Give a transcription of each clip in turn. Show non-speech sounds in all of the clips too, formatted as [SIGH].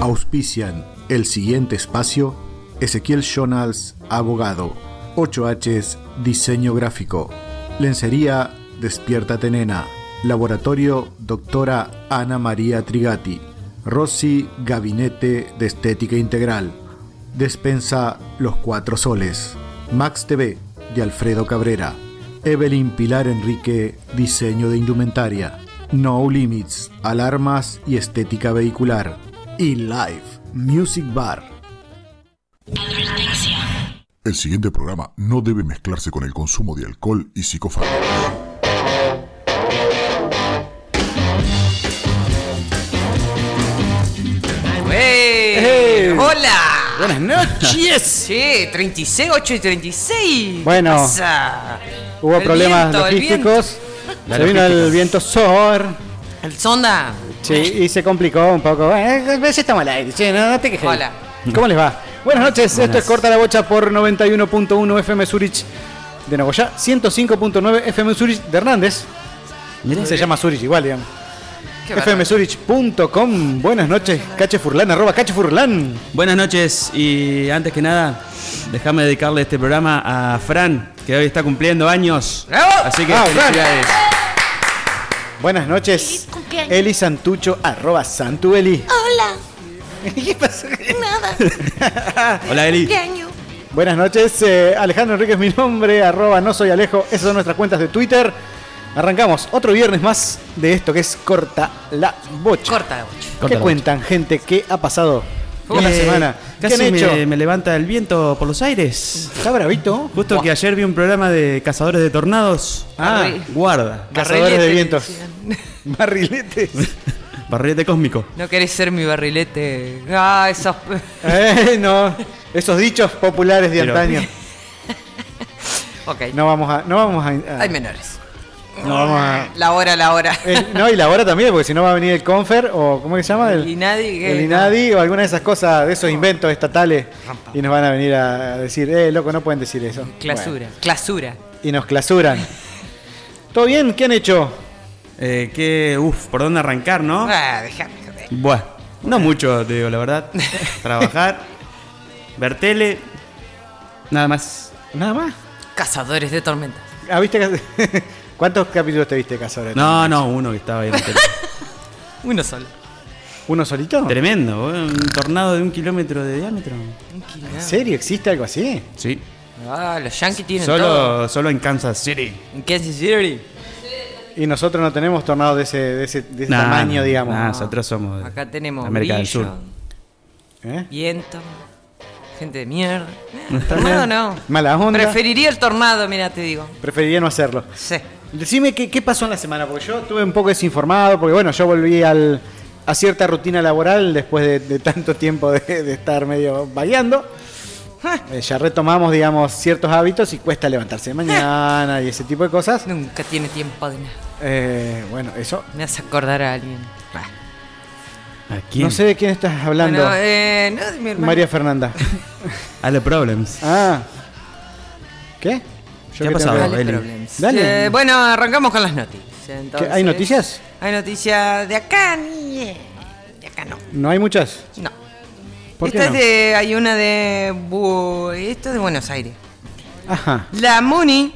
Auspician el siguiente espacio Ezequiel Jonals, abogado. 8H, diseño gráfico. Lencería, despiértate nena. Laboratorio, doctora Ana María Trigati. Rossi, gabinete de estética integral. Despensa Los Cuatro Soles. Max TV, de Alfredo Cabrera. Evelyn Pilar Enrique, diseño de indumentaria. No Limits, alarmas y estética vehicular. Y Live, Music Bar. Advertencia. El siguiente programa no debe mezclarse con el consumo de alcohol y psicofármacos. ¡Ey! ¡Ey! ¡Hola! [LAUGHS] Buenas noches. Che, 36, 8 y 36. Bueno, Pasa. Hubo El problemas viento, el logísticos. La Se vino el logística. viento SOR. viento. El sonda. Sí, y se complicó un poco. Eh, eh, ya estamos al aire, che, no, no te quejes. Hola. ¿Cómo les va? Buenas noches, esto es Corta la Bocha por 91.1 FM Zurich de Nogoyá, 105.9 FM Zurich de Hernández. Mirá. Se llama Zurich igual, digamos. Qué bárbaro. fmzurich.com. Buenas noches, Cache Furlan, arroba Cache Furlan. Buenas noches y antes que nada, déjame dedicarle este programa a Fran, que hoy está cumpliendo años. Ah. ¡Bravo! Así que ¡Bravo, Fran! felicidades. Buenas noches, Feliz cumpleaños. Eli Santucho, arroba Santueli. [LAUGHS] Hola, ¿Qué pasó? nada, Hola Eli. cumpleaños. Buenas noches, eh, Alejandro Enríquez, mi nombre, arroba no soy Alejo, esas son nuestras cuentas de Twitter. Arrancamos otro viernes más de esto que es Corta la Bocha. Corta la bocha. ¿Qué Corta la cuentan, gente? ¿Qué ha pasado Fue esta Eh, semana? ¿Qué Casi han hecho? me, me levanta el viento por los aires. ¿Está [LAUGHS] bravito? Justo que ayer vi un programa de cazadores de tornados. Ah, Guarda. [LAUGHS] cazadores de Barrilete, vientos. decían. Barrilete. Barrilete cósmico. [LAUGHS] No querés ser mi barrilete. Ah, esos. [LAUGHS] eh, no. Esos dichos populares de Pero- antaño. Ok. No vamos a. No vamos a. a- Hay menores. no vamos a. La hora, la hora. [LAUGHS] Eh, no, y la hora también, porque si no va a venir el Confer o ¿cómo que se llama? El Inadi, ¿qué? El Inadi o alguna de esas cosas, de esos inventos estatales. Y nos van a venir a a decir, eh, loco, no pueden decir eso. Clausura. Bueno, Clausura. y nos clausuran. ¿Todo bien? ¿Qué han hecho? Eh, que, uff, ¿por dónde arrancar, no? Ah, déjame joder. Bueno, no mucho, te digo la [LAUGHS] verdad. Trabajar, ver tele, nada más. Nada más. Cazadores de tormentas. Ah, ¿viste? que- [LAUGHS] ¿Cuántos capítulos te viste, Casabra? No, no, uno que estaba ahí en la tele. Uno solo. ¿Uno solito? Tremendo, boludo, un tornado de un kilómetro de diámetro. Un ¿En quilombo. serio? ¿Existe algo así? Sí. Ah, los yankees tienen todo. Solo, solo en Kansas City. En Kansas City. Y nosotros no tenemos tornados de ese, de ese, de ese Nah, tamaño, digamos. nah, nosotros somos de Acá tenemos América del brillo, Sur. ¿Eh? viento, gente de [LAUGHS] mierda. Tornado no. Mala onda. Preferiría el tornado, mira, te digo. Preferiría no hacerlo. Sí. Decime qué, qué pasó en la semana, porque yo estuve un poco desinformado, porque bueno, yo volví al, a cierta rutina laboral después de, de tanto tiempo de, de estar medio vagueando. Eh, ya retomamos, digamos, ciertos hábitos y cuesta levantarse de mañana y ese tipo de cosas. Nunca tiene tiempo de nada. Eh, bueno, eso. Me hace acordar a alguien. Bah. ¿A quién? No sé de quién estás hablando, Bueno, eh, no, de mi hermano. [LAUGHS] María Fernanda. A los problems. Ah. ¿Qué? ¿Qué qué ha tengo pasado, que- Dale, Eli? problems. Dale. Eh, bueno, arrancamos con las noticias. entonces. ¿Hay noticias? Hay noticias de acá, ni de acá no. No hay muchas. No. ¿Por qué Esta no? es de, hay una de Bu- esto es de Buenos Aires. Ajá. La Muni,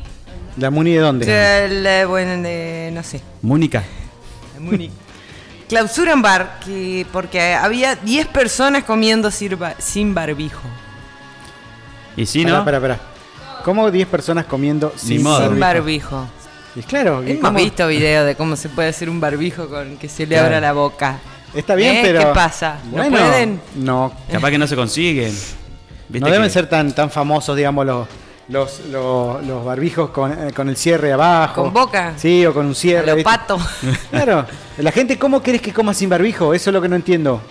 ¿La Muni de dónde? o sea, la- bueno, de- no sé, Mónica. la [LAUGHS] Muni. Clausuran bar que porque había 10 personas comiendo sirva- sin barbijo. Y si Pará, no, pará, pará. ¿Cómo 10 personas comiendo sin modo. Sin barbijo? barbijo. Y claro, ¿y Hemos cómo? visto videos de cómo se puede hacer un barbijo con que se le Claro. abra la boca. Está bien, ¿Eh? pero. ¿Qué pasa? Bueno, ¿No pueden? No, capaz que no se consiguen. Viste no deben que- ser tan, tan famosos, digamos, los, los, los, los barbijos con, eh, con el cierre abajo. ¿Con boca? Sí, o con un A cierre. lo ¿viste? pato. [LAUGHS] Claro. La gente, ¿cómo querés que coma sin barbijo? Eso es lo que no entiendo.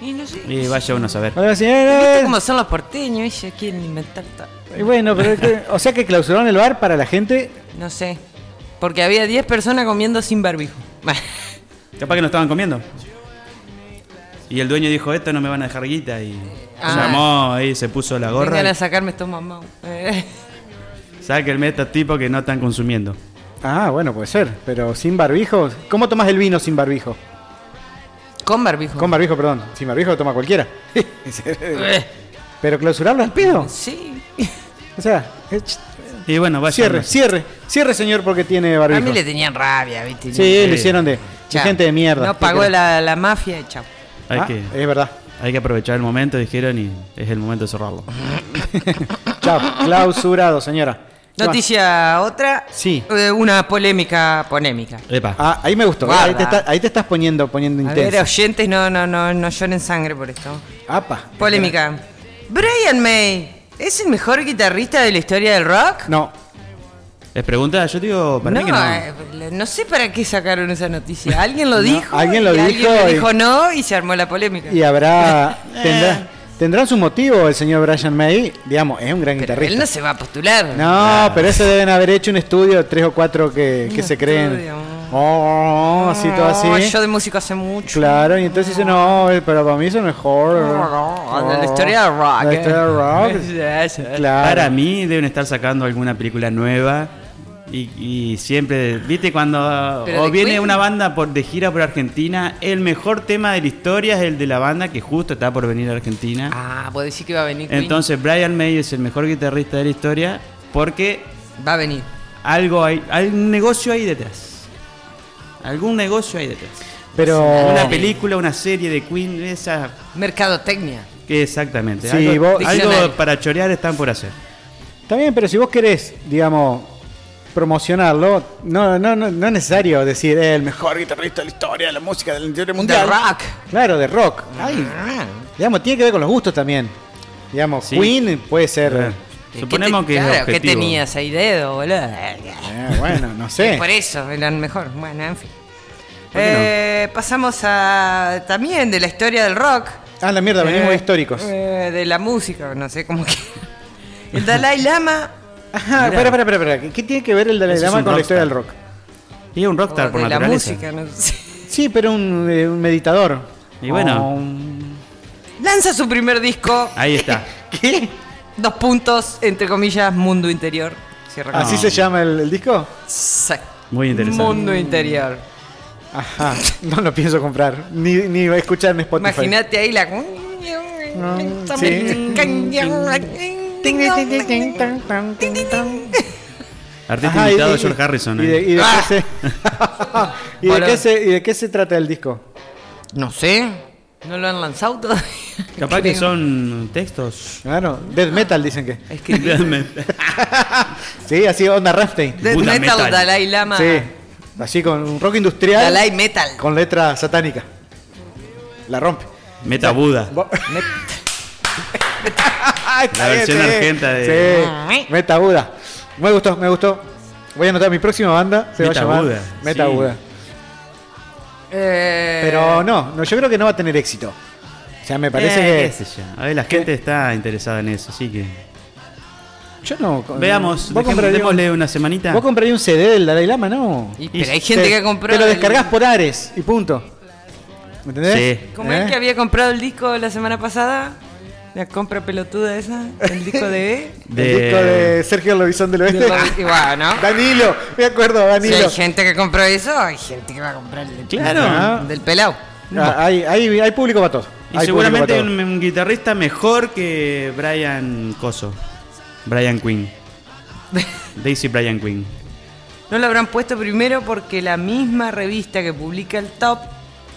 y no sé. Y vaya uno a saber. Ahora sí, eh, ¿Viste eh, cómo son los porteños? Ellos quieren inventar todo. y Bueno, pero. es que- o sea que clausuraron el bar para la gente. No sé. Porque había 10 personas comiendo sin barbijo. [LAUGHS] Capaz que no estaban comiendo. Y el dueño dijo, esto no me van a dejar guita. Y Ah. llamó y se puso la gorra. Vengan y- a sacarme estos mamá. [LAUGHS] Sáquenme a estos tipos que no están consumiendo. Ah, bueno, puede ser. Pero sin barbijo. ¿Cómo tomas el vino sin barbijo? Con barbijo. Con barbijo, perdón. Sin barbijo lo toma cualquiera. [LAUGHS] Pero clausurarlo al pedo. Sí. O sea, es- Y bueno, vaya. cierre, cierre. Cierre, señor, porque tiene A barbijo. mí le tenían rabia, ¿viste? Sí, Y- le hicieron de, de Chao. gente de mierda. No pagó la, la mafia y chao. Hay, Ah, que, Es verdad. hay que aprovechar el momento, dijeron, y es el momento de cerrarlo. Chao. Clausurado, señora. [LAUGHS] Noticia otra. Sí. Eh, una polémica, polémica. Epa. Ah, ahí me gustó. Ahí te, Guarda. está- ahí te estás poniendo, poniendo A ver, intenso. oyentes, no, no, no, no lloren sangre por esto. Apa. Polémica. Brian May, ¿es el mejor guitarrista de la historia del rock? No. ¿Es pregunta? Yo digo, para no, mí que no. eh, no sé para qué sacaron esa noticia. Alguien [LAUGHS] lo dijo. alguien lo y dijo Alguien lo y- dijo no y se armó la polémica. [LAUGHS] Y habrá. Eh. tendrá, tendrá su motivo el señor Brian May. Digamos, es un gran Pero guitarrista. él no se va a postular. No, pero ese deben haber hecho un estudio, tres o cuatro que, que Un se creen. estudio. Oh, así, todo así. No, Yo de música hace mucho. Claro, y entonces dice, no, eh, pero para mí eso no es horror. No, no, de la historia del rock, Oh, La eh. historia del [LAUGHS] rock. Yes, yes. Claro. Para mí deben estar sacando alguna película nueva. Y, y siempre, viste, cuando Pero o de viene Queen. una banda por, de gira por Argentina, el mejor tema de la historia es el de la banda que justo está por venir a Argentina. Ah, puedo decir que va a venir. Queen. Entonces Brian May es el mejor guitarrista de la historia porque Va a venir. algo hay, hay un negocio ahí detrás. Algún negocio ahí detrás. Pero Oh. Una película, una serie de Queen, esa Mercadotecnia. que exactamente. Sí, algo, vos- algo Diccionario. para chorear están por hacer. está bien, pero si vos querés, digamos, promocionarlo, no, no, no, no es necesario decir "Eh, el mejor guitarrista de la historia de la música del interior mundial. De rock. Claro, de rock. Ay, digamos, tiene que ver con los gustos también. Digamos, Sí. Queen puede ser. ¿Qué- Eh, Suponemos qué que te- es claro, ¿qué objetivo. tenía seis dedos, boludo? eh, bueno, [LAUGHS] no sé. Por eso eran mejor. Bueno, en fin. ¿Por qué no? Eh, pasamos a también de la historia del rock. Ah, la mierda, venimos Eh, de históricos. eh, de la música, no sé cómo que. El Dalai Lama. Ajá, espera, espera, espera, espera. ¿Qué- ¿Qué tiene que ver el Dalai Ese es Lama un con la historia del rockstar. rock? Y es un o rockstar por de la naturaleza. música, no sé. Sí, pero un, eh, un meditador. Y bueno. O un- Lanza su primer disco. Ahí está. [LAUGHS] ¿Qué? Dos puntos, entre comillas, mundo interior. Cierra ¿Así No. se llama el, el disco? Exacto. Ah, Muy interesante. Mm. Mundo interior. Ajá. No lo pienso comprar. Ni, ni escuchar en Spotify. Imagínate ahí la. Ah, sí. Artista Ajá, y- este invitado y- George Harrison. ¿Y ¿eh? de, y de Ah. qué se... [LAUGHS] ¿Y de Boludo. qué se, y de qué se trata el disco? No sé. No lo han lanzado todavía. Capaz que Creo. son [LAUGHS] textos. Claro, death metal dicen que. Escribí. Sí, así onda Rammstein. Death Buda Metal, Metal. Dalai Lama. Sí, así con un rock industrial Dalai Metal. con letra satánica. La rompe. Meta Buda. [LAUGHS] Bo- La versión argenta de- Sí, Meta Buda. Me gustó, me gustó. Voy a anotar mi próxima banda. Se Meta va a llamar Buda, Meta sí. Buda. Eh, Pero no, no, yo creo que no va a tener éxito. O sea, me parece Eh, que. qué sé yo. A ver, la gente está interesada en eso, así que. Yo no. Veamos, vos dejemos- comprarías un- démosle una semanita. ¿Vos comprarías un CD del Dalai Lama? No. y- y pero hay gente Te- que compró. Te lo el- descargás por Ares y punto. ¿Me entendés? Sí. Como ¿Eh? el que había comprado el disco la semana pasada. La compra pelotuda esa. El disco [LAUGHS] de. E. De- El disco de Sergio Lovizón del Oeste. Y bueno. [LAUGHS] Danilo, me acuerdo, Si Danilo. hay gente que compró eso, hay gente que va a comprar el del Claro. pelao. Del pelao. Ah, hay, hay, hay público para todo. Y Hay seguramente público un, para todo. un guitarrista mejor que Brian Coso. Brian [LAUGHS] Quinn. Daisy Brian Quinn. No lo habrán puesto primero porque la misma revista que publica el top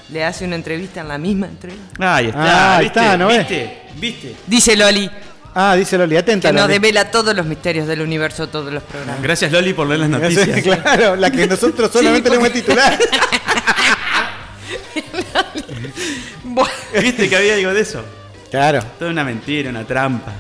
le hace una entrevista en la misma entrevista. Ahí está. Ah, ahí ¿viste? está, ¿no ves? ¿Viste? ¿Viste? Dice Loli, Ah, dice Loli, atenta. que nos Loli. devela todos los misterios del universo, todos los programas. Gracias Loli por leer [LAUGHS] las noticias. claro, la que nosotros solamente Sí, tenemos porque- titular. Bueno, ¿Viste que había algo de eso? Claro, Toda una mentira, una trampa.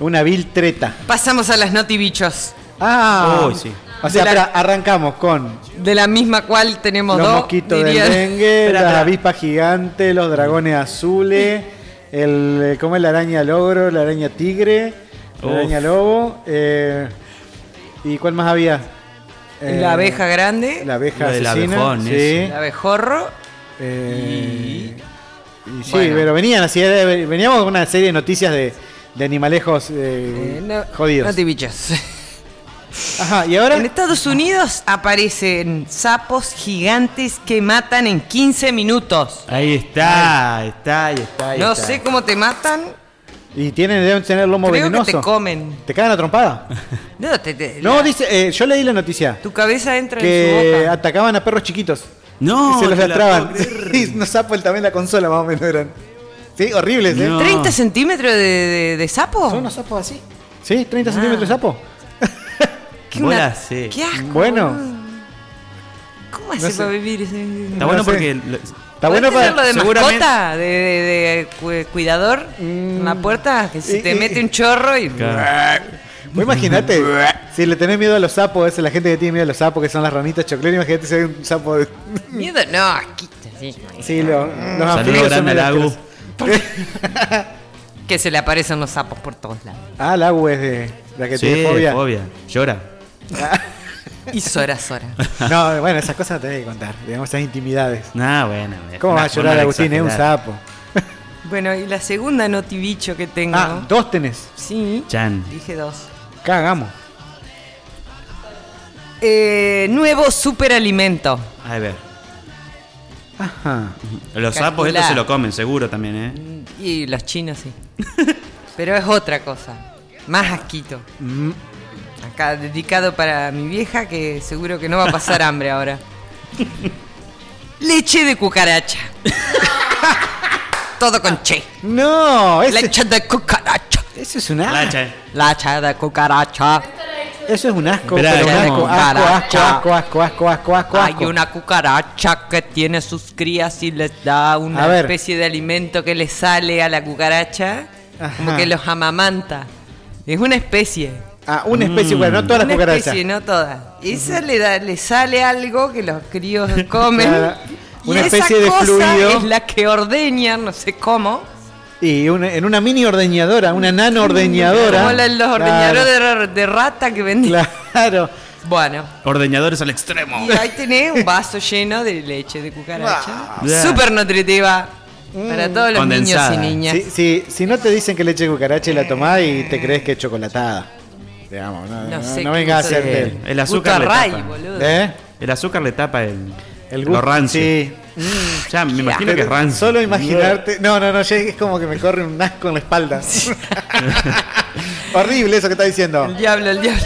una vil treta. Pasamos a las notibichos. Ah, Uy, sí. O sea, De la- espera, arrancamos con De la misma cual tenemos los dos. mosquitos diría- del dengue, Espera, las espera. avispas gigantes, los dragones azules, el eh, ¿cómo es la araña logro, la araña tigre, la Uf. araña lobo, eh, y cuál más había? Eh, [LAUGHS] La abeja grande, La abeja Lo del asesina, abejón, sí. eso. el abejorro. Eh, y sí, Bueno. pero venían así, era- veníamos con una serie de noticias de, de animalejos eh, eh, no- jodidos. Notibichos. Ajá, y ahora. En este- Estados Unidos aparecen sapos gigantes que matan en 15 minutos. Ahí está, ahí está, ahí está. ahí No está. sé cómo te matan. Y tienen, deben tener lomo Creo venenoso. que te comen. ¿Te cagan [LAUGHS] a trompada? No, te- te- No, la- dice, eh, yo leí la noticia. tu cabeza entra en su Que boca. atacaban a perros chiquitos. No, y se los te la lastraban. puedo [LAUGHS] creer. Y unos sapos también la consola, más o menos eran. Sí, horribles, ¿eh? No. ¿30 centímetros de, de- de sapo? Son unos sapos así. Sí, Ah. 30 centímetros de sapo. ¿Qué, una- Bola, sí. qué asco. Bueno. boludo. ¿Cómo hace sé. para vivir ese- Está bueno No sé. Ah, porque lo- Está ¿Podés bueno para. tenerlo de seguramente- mascota? De, de- de cu- cuidador en la puerta, que se Mm. Y- te y- mete un chorro y... Vos [LAUGHS] imaginate, Pues si le tenés miedo a los sapos, esa es la gente que tiene miedo a los sapos, que son las ranitas chocleras, imagínate si hay un sapo de. [LAUGHS] Miedo, no, aquí, así, Sí, lo- los Saludo anfibios son grande al medio Agu. asquerosos. [LAUGHS] que se le aparecen los sapos por todos lados. Ah, el Agu es de la que Sí, tiene fobia. fobia. Llora. Y Sora, [LAUGHS] Sora. No, bueno, esas cosas no tenés que contar, digamos, esas intimidades. Nah, Ah, bueno. ¿Cómo una va a forma llorar de Agustín? Es un exagerar. sapo. Bueno, y la segunda notibicho que tengo... Ah, dos tenés. Sí, Chan. dije dos. Cagamos. Eh, nuevo superalimento. A ver. Ah. Ajá. Calculá. Los sapos estos se lo comen, seguro también, ¿eh? Y los chinos [LAUGHS] sí. Pero es otra cosa. Más asquito. Mm. Acá dedicado para mi vieja que seguro que no va a pasar hambre [LAUGHS] ahora. Leche de cucaracha. Todo con che. No, ese, Leche de cucaracha. eso es un Ah. asco. Lacha. eh. Lacha de cucaracha. Eso es un asco, Esperá, pero un asco, ¿cómo? asco, Cucaracha. asco, asco, asco, asco, asco, asco. Hay una cucaracha que tiene sus crías y les da A una ver. especie de alimento que le sale a la cucaracha, Ajá. como que los amamanta. Es una especie. Ah, una especie, bueno, no todas las una cucarachas. especie, no todas. Esa le, da, le sale algo que los [LAUGHS] críos comen. Claro. y Una esa especie de cosa fluido. es la que ordeñan, no sé cómo. Y una- en una mini ordeñadora, una nano ordeñadora. Como la- los ordeñadores de, de rata que venden. Claro. claro. Bueno. Ordeñadores al extremo. Y [LAUGHS] ahí tenés un vaso lleno de leche de cucaracha. Bah. Súper nutritiva. Mm. Para todos los Condensada. niños y niñas. Si, si, si no te dicen que leche de cucaracha y la tomás y te crees que es chocolatada. Digamos, no, no, no qué vengas a gusto hacerte. de- El azúcar gusto a le Ray, tapa. boludo. ¿Eh? El azúcar le tapa el, El lo gusto, rancio. sí. Ya, me imagino Pero que es rancio. Solo imaginarte. No, no, no, ya es como que me corre un asco en la espalda. [LAUGHS] Horrible eso que está diciendo. Oh, El diablo, el diablo.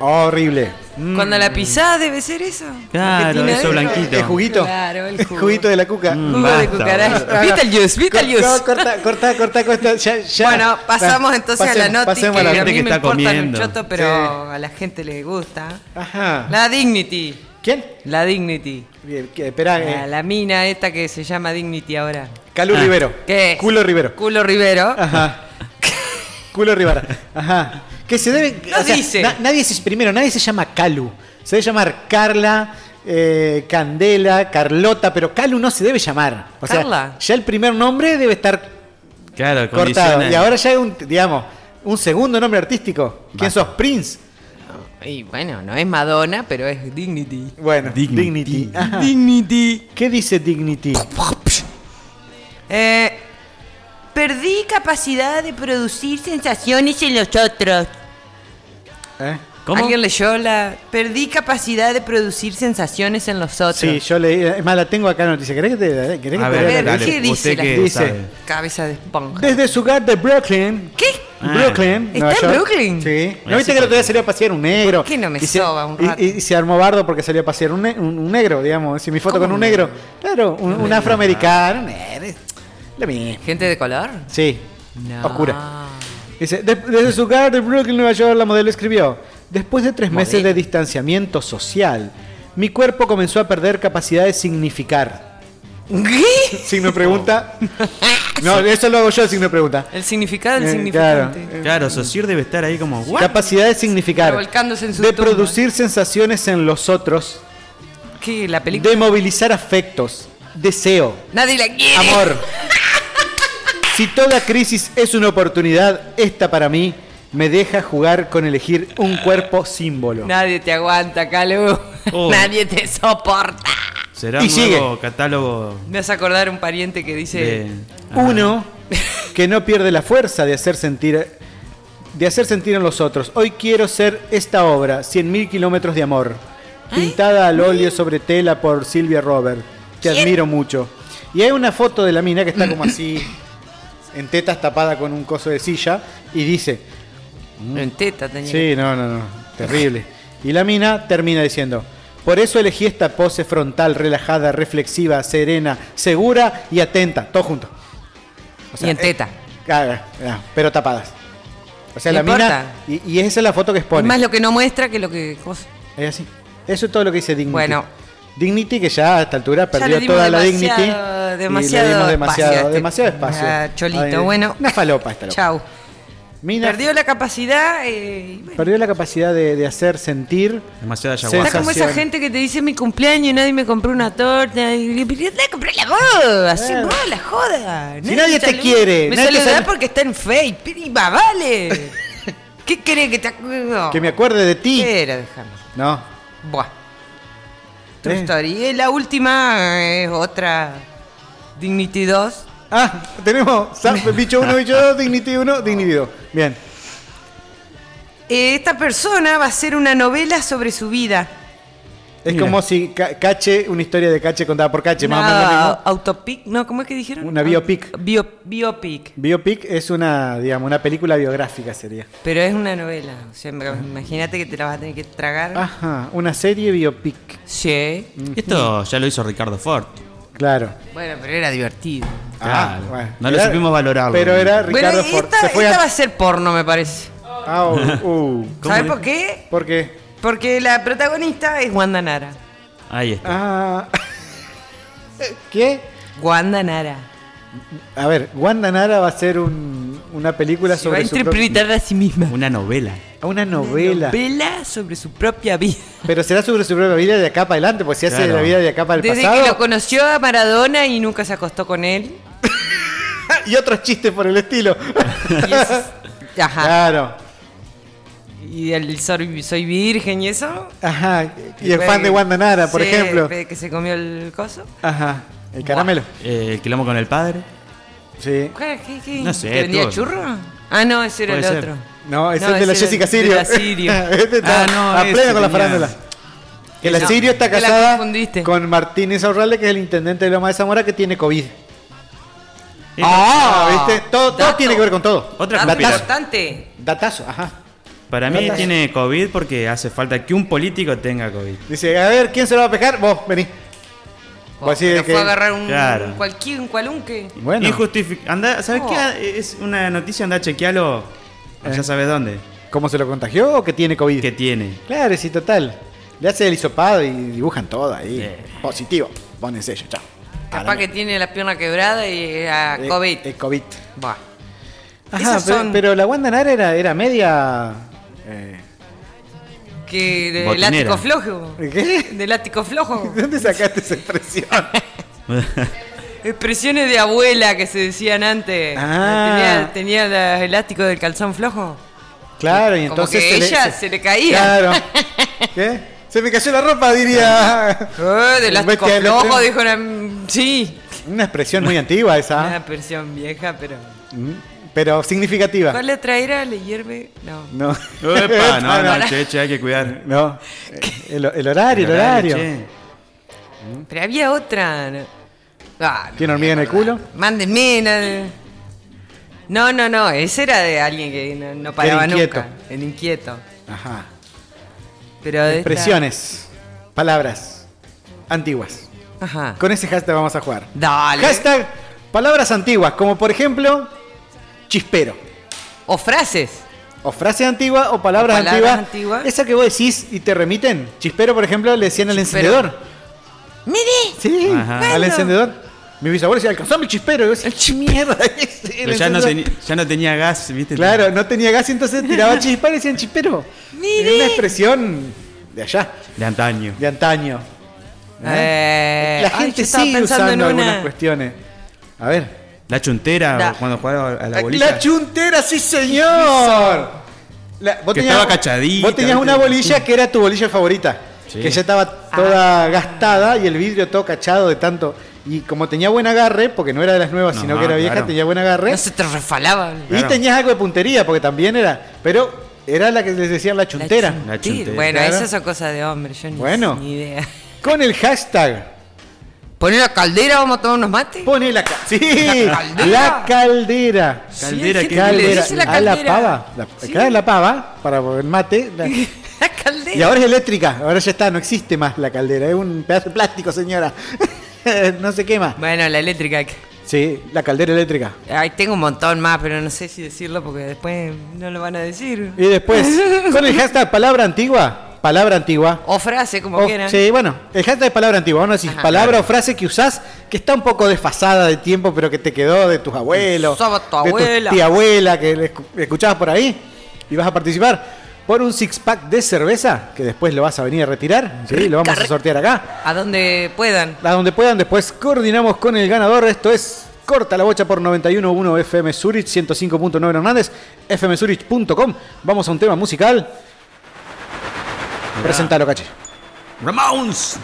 Horrible. Cuando la pisás debe ser eso. Mm. Claro, Lo que tiene eso adentro. blanquito. El juguito. Claro, el jugo. Mm. juguito de la cuca. Jugo de Basta, cucaracha. boludo. Beetlejuice, No, Beetlejuice. corta, corta, corta, corta. Ya, ya. Bueno, pasamos Pa- entonces a la pasemos, noti pasemos que a la a gente mí que me está importan comiendo. un choto, pero a la gente le gusta. Ajá. La Dignity. ¿Quién? La Dignity. Bien, que- Esperá, La, eh. la mina esta que se llama Dignity ahora. Calú Ah. Rivero. ¿Qué es? Culo Rivero. Ah. Culo Rivero. Ajá. [LAUGHS] Culo Rivera. Ajá. Que se debe. No dice. nadie se, primero, nadie se llama Calu. Se debe llamar Carla, eh, Candela, Carlota, pero Calu no se debe llamar. O sea, Carla. ya el primer nombre debe estar Claro, cortado. condiciona. Y ahora ya hay un, digamos, un segundo nombre artístico. ¿Quién Basta. sos? Prince. Y bueno, no es Madonna, pero es Dignity. Bueno, Dignity. Dignity. Ajá. Dignity. ¿Qué dice [LAUGHS] Dignity? Eh, perdí capacidad de producir sensaciones en los otros. ¿Eh? ¿Cómo? ¿Alguien leyó la...? Perdí capacidad de producir sensaciones en los otros. Sí, yo leí. Es más, la tengo acá en la noticia. ¿Querés que te, querés que A te ver, lea A ver, la dale, ¿qué dice usted la- que Dice. sabe. Cabeza de esponja. Desde su hogar de Brooklyn. ¿Qué? Ah. Brooklyn. ¿Está Nueva en York. Brooklyn? Sí. Así ¿No viste que el otro día salió a pasear un negro? qué no me Y se- soba un y- rato? Y, y se armó bardo porque salió a pasear un, ne- un- un negro, digamos. Si mi foto ¿Cómo con un no? negro. Claro, un, un afroamericano. un negro, es Lo mismo. ¿Gente de color? Sí. No. Oscura. Dice, "De- desde su hogar de Brooklyn, Nueva York, la modelo escribió, después de tres meses Modelo. de distanciamiento social, mi cuerpo comenzó a perder capacidad de significar. [LAUGHS] ¿Qué? Signo de pregunta. [LAUGHS] No, eso lo hago yo, signo de pregunta. El significado del Eh, significante. claro. Claro, Sosir debe estar ahí como, ¿what? Capacidad de significar. Revolcándose en su de tumba. producir sensaciones en los otros. ¿Qué? ¿La película? De movilizar afectos. Deseo. Nadie la quiere. Amor. Si toda crisis es una oportunidad, esta para mí me deja jugar con elegir un cuerpo símbolo. Nadie te aguanta, Calu. Oh. Nadie te soporta. Será Y un sigue. nuevo catálogo Me vas a acordar un pariente que dice... de... Uno que no pierde la fuerza de hacer sentir de hacer sentir en los otros. Hoy quiero ser esta obra, 100.000 kilómetros de amor, pintada al óleo sobre tela por Silvia Robert. Te admiro mucho. Y hay una foto de la mina que está como así, en tetas tapada con un coso de silla, y dice, En teta tenía. Sí, no, no, no. Terrible. Y la mina termina diciendo: Por eso elegí esta pose frontal, relajada, reflexiva, serena, segura y atenta. Todo junto. O y en teta. eh, ah, ah, pero tapadas. O sea, No la mina. importa. Y, y esa es la foto que Es expone. más lo que no muestra que lo que. cosa. Es así. Eso es todo lo que dice Dignity. Bueno. Dignity que ya a esta altura Ya perdió le dimos toda la Dignity. demasiado- y le Demasiado, dimos espacio demasiado, a este- demasiado espacio. a Cholito, Ay, bueno. Una falopa esta loca. Chau. Mina Perdió la capacidad. eh, y bueno. perdió la capacidad de, de hacer sentir. Demasiada ayahuasca. Está como esa sensación. gente que te dice mi cumpleaños y nadie me compró una torta. Y le pedí, "Anda, comprala vos, así Eh. vos, la joda. Si nadie te quiere, me nadie te saludás salu- porque está en Facebook. Y va, [LAUGHS] vale. ¿Qué querés que te acuerdo? Que me acuerde de ti. Era, déjame. No. Buah. True Eh. story. Y la última es otra. Dignity 2. Ah, tenemos sa- bicho 1, bicho 2, Dignity 1, Dignity 2. Bien. Eh, esta persona va a hacer una novela sobre su vida. Es Mira. como si ca- Cache, una historia de Cache contada por Cache, más o menos lo Una mismo. autopic, no, ¿cómo es que dijeron? Ah, Una biopic. Bio- biopic. Biopic es una, digamos, una película biográfica sería. Pero es una novela. O sea, imagínate que te la vas a tener que tragar. Ajá, una serie biopic. Sí. Esto ya lo hizo Ricardo Ford. Claro. Bueno, pero era divertido. Ah, Claro. bueno. No lo Era- supimos valorarlo. Pero era Ricardo bueno, Ford. esta, Se fue esta a- va a ser porno, me parece. Ah, uh, uh. [LAUGHS] ¿Cómo ¿Sabes dijo? por qué? ¿Por qué? Porque la protagonista es Wanda Nara. Ahí está. Ah. [LAUGHS] ¿Qué? Wanda Nara. A ver, Wanda Nara va a hacer un- una película Se va a sobre su pro- interpretar a sí misma. Una novela. una Una novela. novela sobre su propia vida. Pero será sobre su propia vida de acá para adelante, porque si hace Claro. la vida de acá para el Desde pasado. que lo conoció a Maradona y nunca se acostó con él. [LAUGHS] y otros chistes por el estilo. [LAUGHS] Y eso es- ajá. Claro. Y el soy, soy virgen y eso. Ajá. Y el fan de Wanda Nara, por Sí, ejemplo. Que se comió el coso. Ajá. El caramelo. Eh, el quilombo con el padre. Sí. ¿Qué, qué, qué? No sé, ¿Te vendía todo. churro? Ah, no, ese era el Puede ser. otro. No, ese es de la ese Jessica era el- de Sirio. la Sirio. [LAUGHS] este está Ah, no, a ese pleno con la tenía- farándula. Que la Ese- Sirio está que la casada confundiste. con Martínez Aurralde, que es el intendente de Loma de Zamora, que tiene COVID. Eh, Ah, ¿viste? Todo, todo Dato. tiene que ver con todo. Otra Dato conspiración. importante. Datazo, ajá. Para mí Notas. tiene COVID porque hace falta que un político tenga COVID. Dice, a ver, ¿quién se lo va a pescar? Vos, vení. Bueno, Pues sí, pero que- fue a agarrar un, Claro. un cualquier, un cualunque. Bueno. Injustific- Andá, ¿Sabes No. qué? Es una noticia, anda, chequealo. Eh. Ya sabes dónde. ¿Cómo se lo contagió o que tiene COVID? Que tiene. Claro, sí, total. Le hace el hisopado y dibujan todo ahí. Sí. Positivo. Ponen sello, chao. Capaz que tiene la pierna quebrada y era Eh, COVID. eh, COVID. Buah. Ajá, Esas pero, son pero la Wanda Nara era, era media. eh, que de Botinera. látigo flojo. ¿Qué? [LAUGHS] De látigo flojo. ¿De dónde sacaste esa expresión? Expresiones de abuela que se decían antes. Ah. Tenía, tenía la- el látigo del calzón flojo. [LAUGHS] claro, y Como entonces. que ella se le caía. [LAUGHS] Claro. ¿Qué? Se me cayó la ropa, diría. [LAUGHS] Eh, de Un látigo bestia del flojo, extremo. dijo una. Sí. Una expresión muy antigua Ah. Una [LAUGHS] esa, Mm, expresión vieja, pero. pero significativa. ¿Cuál otra era? ¿Le hierve? No. No. [LAUGHS] Epa, no, no. no, che, che, hay que cuidar. No. El, el horario, el horario. che. Pero había otra. ¿no? Ah, no ¿Tiene me hormiga en el acuerdo. culo? Mándenme. No, no, no, no, ese era de alguien que no, no paraba Era inquieto. nunca. El inquieto. Ajá. Pero de esta- Expresiones. Palabras. Antiguas. Ajá. Con ese hashtag vamos a jugar. Dale. Hashtag palabras antiguas, como por ejemplo, chispero. O frases. O frase antigua o palabras, O palabras antiguas. antiguas. Esa que vos decís y te remiten. Chispero, por ejemplo, le decían al Chispero. encendedor. ¡Mire! Sí, Ajá. al Bueno. encendedor. Mi bisabuelo decía, alcanzame el chispero. Y vos decís, "¿Qué mierda es este?". el Pero ya no, encendedor?". teni- ya no tenía gas, ¿viste? Claro, no tenía gas, entonces tiraba chispa y decían chispero. Mire. Era una expresión de allá, De antaño. de antaño. Eh, La ay, gente yo estaba sigue pensando usando en algunas una. cuestiones. A ver. La chuntera, Da. cuando jugaba a la bolita. La chuntera, sí señor. La- vos Que estaba cachadita, Vos tenías ¿viste? una bolilla que era tu bolilla favorita. Sí. Que ya estaba toda gastada y el vidrio todo cachado de tanto. Y como tenía buen agarre, porque no era de las nuevas, No, sino que era vieja, claro. tenía buen agarre. No se te refalaba. Y tenías algo de puntería, porque también era. Pero era la que les decían la La chuntera. chuntera. La chuntera. Bueno, Claro. esas son cosas de hombre, yo ni, Bueno. ni idea. Con el hashtag. ¿Poner la caldera? ¿Vamos a tomar unos mates? Pone la, ca- sí, ¿La caldera? la caldera. Sí, hay Caldera, gente ¿qué que le Caldera. dice la A la caldera. pava. La, Sí. Claro, la pava, para el mate. [LAUGHS] la- [LAUGHS] La caldera. Y ahora es eléctrica. Ahora ya está, no existe más la caldera. Es un pedazo de plástico, señora. [LAUGHS] no se quema. Bueno, la eléctrica. Sí, la caldera eléctrica. Ay, tengo un montón más, pero no sé si decirlo porque después no lo van a decir. [LAUGHS] Y después, con el hashtag palabra antigua. Palabra antigua. O frase, como O- quieran. Oh, sí, bueno, el hashtag es palabra antigua. Vamos a decir Ajá. palabra o frase que usás que está un poco desfasada de tiempo, pero que te quedó de tus abuelos. Usaba tu de abuela. tía abuela que le escu- escuchabas por ahí y vas a participar por un six pack de cerveza que después lo vas a venir a retirar. Sí, lo vamos a sortear acá. A donde puedan. A donde puedan, después coordinamos con el ganador. Esto es Corta la Bocha por 91.1 FM Zurich, 105.9 en Hernández, fmzurich.com. Vamos a un tema musical. Presentalo, caché. Ramones.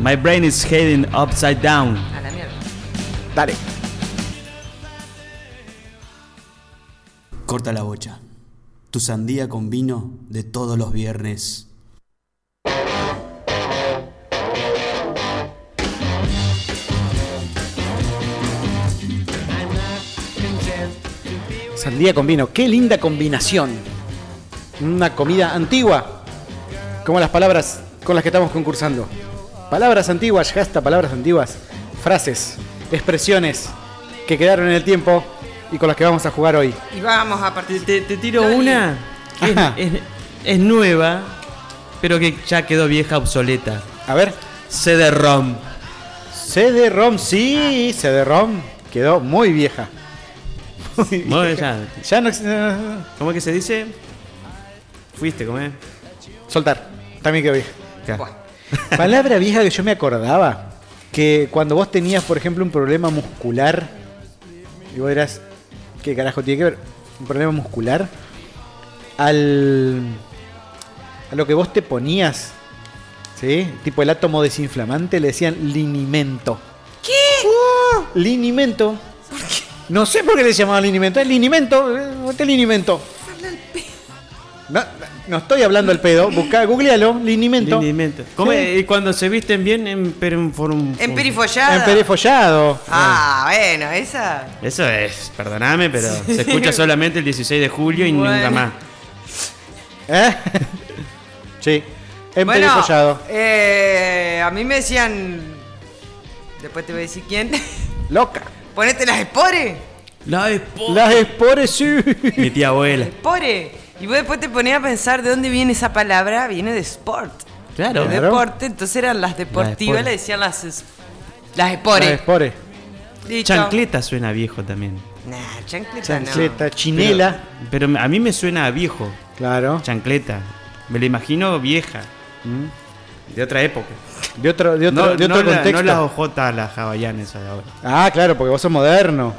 My brain is heading upside down. A la mierda. Dale. Corta la bocha. Tu sandía con vino de todos los viernes. Sandía con vino, qué linda combinación. Una comida antigua, como las palabras con las que estamos concursando. Palabras antiguas, ya hasta palabras antiguas, frases, expresiones que quedaron en el tiempo y con las que vamos a jugar hoy. Y vamos a Te, partir. te- te tiro Dale. una que Ajá. es, es- es nueva, pero que ya quedó vieja, obsoleta. A ver, CD-ROM. CD-ROM, sí, CD-ROM, quedó muy vieja. [LAUGHS] Muy Muy vieja. vieja. Ya no, ex- no, no, no. ¿Cómo es que se dice? Fuiste, ¿cómo es? Soltar, también quedó vieja. Claro. Buah. Palabra vieja que yo me acordaba. Que cuando vos tenías, por ejemplo, un problema muscular. Y vos dirás, ¿qué carajo tiene que ver? Un problema muscular. Al. A lo que vos te ponías. ¿Sí? Tipo el átomo desinflamante le decían linimento. ¿Qué? linimento. No sé por qué le llamaban linimento. Es linimento. eh, Este linimento. No, no estoy hablando al pedo. Busca, googlealo. Linimento. Lindimento. ¿Cómo Sí. es? Y cuando se visten bien en perum- En perifollada. Emperifollado. Ah, bueno, esa. Eso es, perdoname, pero se [LAUGHS] escucha solamente el 16 de julio y Bueno. nunca más. [LAUGHS] ¿Eh? sí. Emperifollado. Bueno, eh, a mí me decían. Después te voy a decir quién. [LAUGHS] Loca. Ponete las espores. La Las espores, sí. Mi tía abuela. Espores. Y vos después te ponías a pensar de dónde viene esa palabra. Viene de sport. Claro. De deporte. Entonces eran las deportivas, espores. le decían las. es- Las Las espores. espores. Listo. Chancleta suena viejo también. Nah, chancleta, Chancleta, Pero- chinela. Pero, a mí me suena a viejo. Claro. Chancleta. Me lo imagino vieja. De otra época. De otro, de otro, No, de otro no la- contexto. no las ojotas, las hawaianas esas de ahora. Ah, claro, porque vos sos moderno.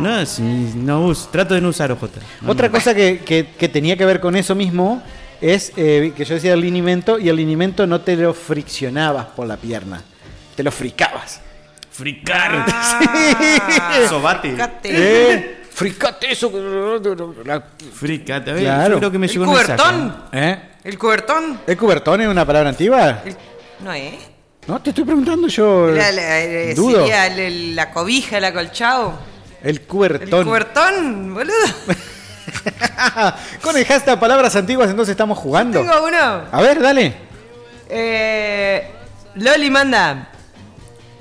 No, si- no uso, trato de no usar ojotas. No, Otra no. cosa que, que- que tenía que ver con eso mismo es eh, que yo decía el linimento y el linimento no te lo friccionabas por la pierna. Te lo [LAUGHS] fricabas. [LAUGHS] Fricar. Ah, Sobate. fíjate. ¿Eh? Fricate eso. Fricate. A ver, Claro. Yo creo que me El llegó un mensaje. cubertón. ¿Eh? El cubertón. ¿El cubertón es una palabra antigua? El- No es. No, te estoy preguntando yo. Era la, eh, Eh, dudo. sería el- el- la cobija, el acolchado. El El cubertón. [LAUGHS] cubertón, boludo. Con el hashtag palabras antiguas, entonces estamos jugando. Tengo uno. A ver, dale. Eh, Loli manda.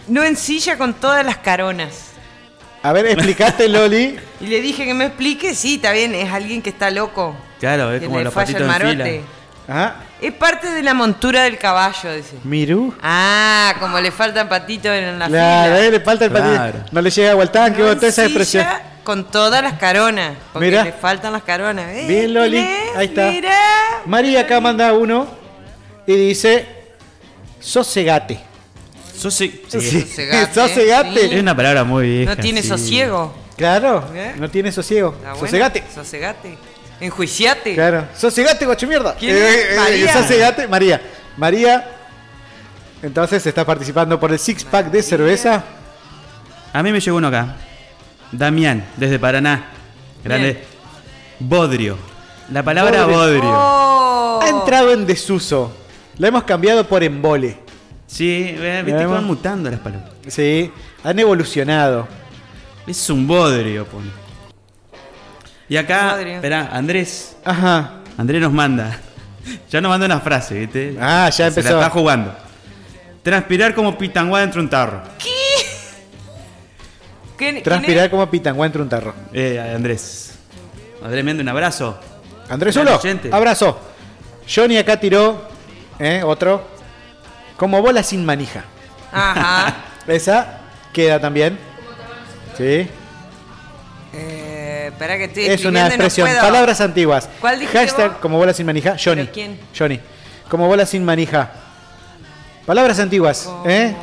No ensilla con todas las caronas. A ver, [LAUGHS] explicaste, Loli. Y le dije que me explique. Sí, está bien, es alguien que está loco. Claro, es que como le los falla el patitos en fila. marote. Ajá. Es parte de la montura del caballo, dice. Mirú. Ah, como le faltan patitos en la Claro, fila. eh, le falta el Claro. patín. No le llega agua al tanque, No vos, toda esa ensilla expresión. Con todas las caronas. Porque Mirá. le faltan las caronas. Eh, Bien, Loli. mirá, Ahí está. mirá. María acá manda uno y dice: Sosegate. Sose- Sosegate, [LAUGHS] Sosegate. Es sí. una palabra muy vieja. No tiene sí. sosiego. Claro, ¿Eh? no tiene sosiego. Está bueno. Sosegate. Sosegate. Enjuiciate. Claro. Sosegate, coche mierda. Eh, ¿Quién es? María. Sosegate, María. María. Entonces estás participando por el six pack de cerveza. A mí me llegó uno acá. Damián, desde Paraná. Grande. Bodrio. La palabra Bodrio. bodrio. Oh. Ha entrado en desuso. La hemos cambiado por embole. Sí, eh, viste que Vemos. van mutando las palabras. Sí, han evolucionado. Es un bodrio, pone. Y acá, Bodrio. espera, Andrés. Ajá. Andrés nos manda. [LAUGHS] Ya nos manda una frase, ¿viste? Ah, ya Se empezó. la está jugando. Transpirar como pitanguá dentro de un tarro. ¿Quién- quién Transpirar es? como pitangua entre un tarro. Eh, Andrés. Andrés Mende, un abrazo. Andrés Gran Ulo, oyente. abrazo. Johnny acá tiró, ¿eh? otro. Como bola sin manija. Ajá. Esa queda también. Sí. Eh, espera que estoy Es una escribiendo y no expresión. puedo. Palabras antiguas. ¿Cuál dijiste Hashtag vos? como bola sin manija. Johnny. ¿Pero quién? Johnny. Como bola sin manija. Palabras antiguas. Oh. Oh, ¿eh?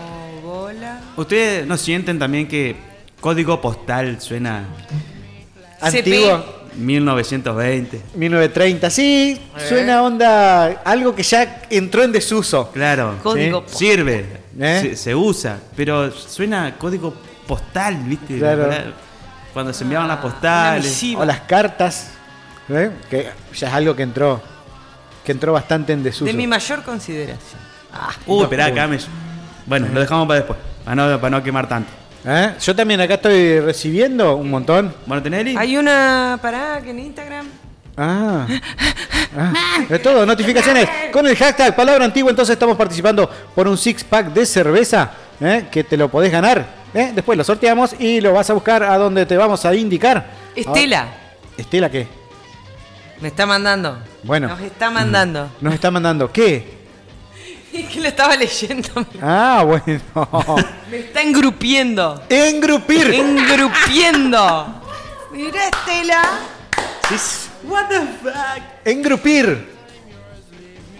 Como bola. ¿Ustedes no sienten también que código postal suena Antiguo. CPI. 1920? 1930. Sí, Eh. suena onda. Algo que ya entró en desuso. Claro. Código postal. Sirve. ¿Eh? Se, se usa. Pero suena código postal, ¿viste? Claro. Cuando se enviaban las una postales. misiva. O las cartas. ¿eh? Que ya es algo que entró. Que entró bastante en desuso. De mi mayor consideración. Uh, esperá, acá me... Bueno, lo dejamos para después, para no, para no quemar tanto. ¿Eh? Yo también acá estoy recibiendo un montón. Bueno, Teneri, Hay una parada que en Instagram. Ah. Ah. De todo, notificaciones. Con el hashtag palabra antigua, entonces estamos participando por un six pack de cerveza ¿eh? que te lo podés ganar. ¿eh? Después lo sorteamos y lo vas a buscar a donde te vamos a indicar. Estela Ahora- Estela, ¿qué? me está mandando. Bueno. Nos está mandando. Nos está mandando. ¿Qué? [LAUGHS] Es que lo estaba leyendo. Ah, [LAUGHS] bueno. Me está engrupiendo. Engrupir. Engrupiendo. Mira Estela. What the fuck. Engrupir.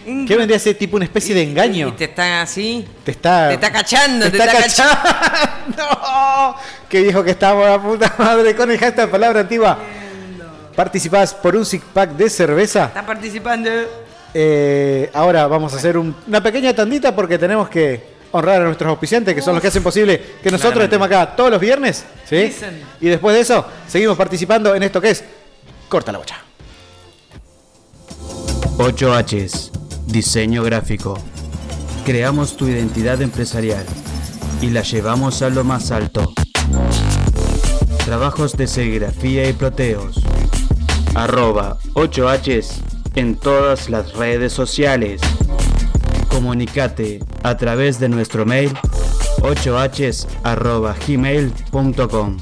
¿Qué vendría a ser tipo una especie de Y engaño? te están así. Te está. Te está cachando, te está cachando. [LAUGHS] Qué viejo que estamos, la puta madre, con el hashtag palabra antigua. Participás por un six pack de cerveza. Está participando. Eh, ahora vamos a hacer un- una pequeña tandita porque tenemos que honrar a nuestros auspiciantes, que son los que hacen posible que nosotros Claramente. estemos acá todos los viernes. ¿sí? Dicen. Y después de eso, seguimos participando en esto que es Corta la bocha. 8Hs, diseño gráfico. Creamos tu identidad empresarial y la llevamos a lo más alto. Trabajos de serigrafía y proteos. Arroba 8Hs en todas las redes sociales. Comunicate a través de nuestro mail 8Hs arroba gmail.com.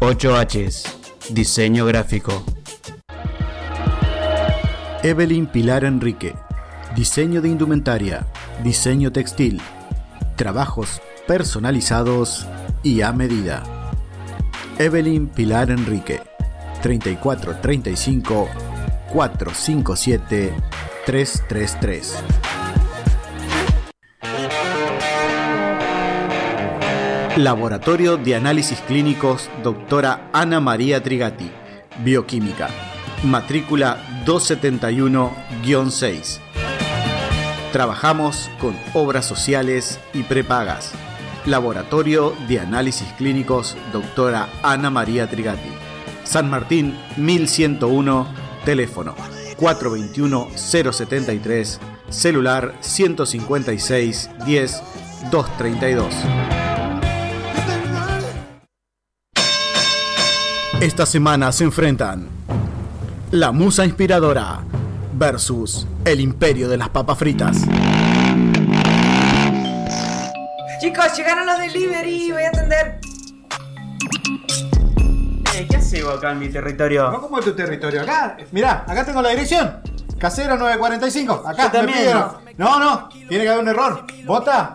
8Hs, diseño gráfico. Evelyn Pilar Enrique. Diseño de indumentaria, diseño textil, trabajos personalizados y a medida. Evelyn Pilar Enrique. 3435 457 333. Laboratorio de Análisis Clínicos, doctora Ana María Trigati, Bioquímica, matrícula 271-6. Trabajamos con obras sociales y prepagas. Laboratorio de Análisis Clínicos, doctora Ana María Trigati, San Martín 1101, teléfono 421-073, celular 156-10-232. Esta semana se enfrentan la musa inspiradora versus el imperio de las papas fritas. Chicos, llegaron los delivery. Voy a atender. Eh, ¿qué hace vos acá en mi territorio? ¿Cómo es tu territorio? Acá, mirá, acá tengo la dirección. Casero 945, acá Yo también. No, no, tiene que haber un error. ¿Vota?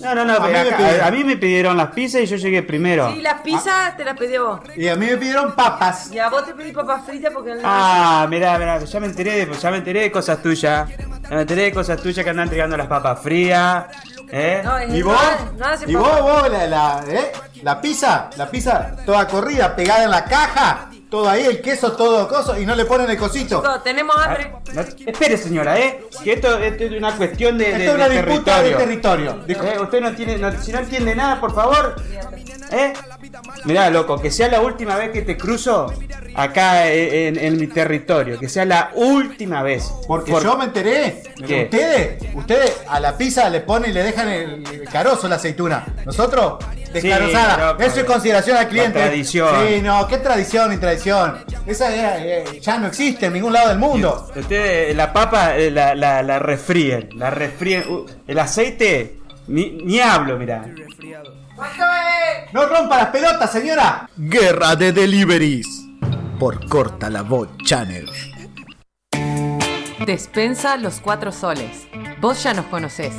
No, no, no, A pero mí me acá- pidieron. a, a mí me pidieron las pizzas y yo llegué primero. Y las pizzas te las pedí a vos. Y a mí me pidieron papas. Y a vos te pedí papas fritas porque no. Ah, mirá, mirá, ya me enteré, ya me enteré de cosas tuyas. Ya me enteré de cosas tuyas que andan entregando las papas frías. ¿Eh? No, es- ¿Y vos? no hace ¿Y papas. vos, vos, la, la, eh? la pizza? ¿La pizza toda corrida, pegada en la caja? todo ahí, el queso, todo coso, y no le ponen el cosito. No, tenemos hambre. Ah, Espere, señora, ¿eh? Que esto, esto es una cuestión de, de- Esto es una de disputa de territorio. Eh, usted no tiene, no- si no entiende nada, por favor. ¿Eh? Mirá, loco, que sea la última vez que te cruzo acá eh, en, en mi territorio. Que sea la última vez. Porque Por- yo me enteré de que ¿Qué? ustedes, ustedes a la pizza le ponen y le dejan el, el carozo la aceituna. Nosotros, descarozada. loco. Eso es consideración al cliente. tradición. Sí, no, qué tradición y tradición. Esa era, eh, ya no existe en ningún lado del mundo. Ustedes eh, la papa eh, la, la, la refríen. La refríen. Uh, el aceite, ni, ni hablo, mirá. ¡No rompa las pelotas, señora! Guerra de Deliveries por Corta la Voz Channel. Ah. Despensa los cuatro soles. Vos ya nos conocés.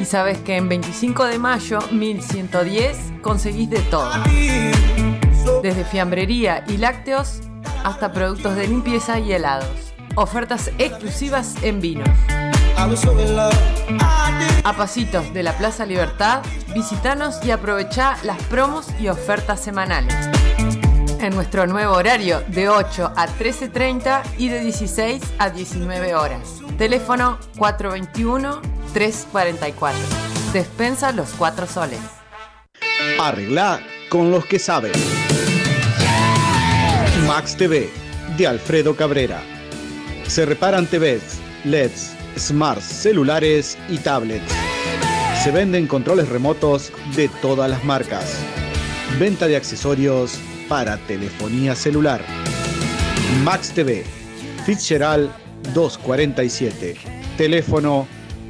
Y sabes que en 25 de mayo 1110 conseguís de todo. Desde fiambrería y lácteos hasta productos de limpieza y helados. Ofertas exclusivas en vinos. A pasitos de la Plaza Libertad, visitanos y aprovechá las promos y ofertas semanales. En nuestro nuevo horario de 8 a 13.30 y de 16 a 19 horas. Teléfono 421-344. Despensa los 4 soles. Arregla con los que saben. Max TV de Alfredo Cabrera. Se reparan TVs, LEDs, E smarts, celulares y tablets. Se venden controles remotos de todas las marcas. Venta de accesorios para telefonía celular. Max TV, Fitzgerald 247. Teléfono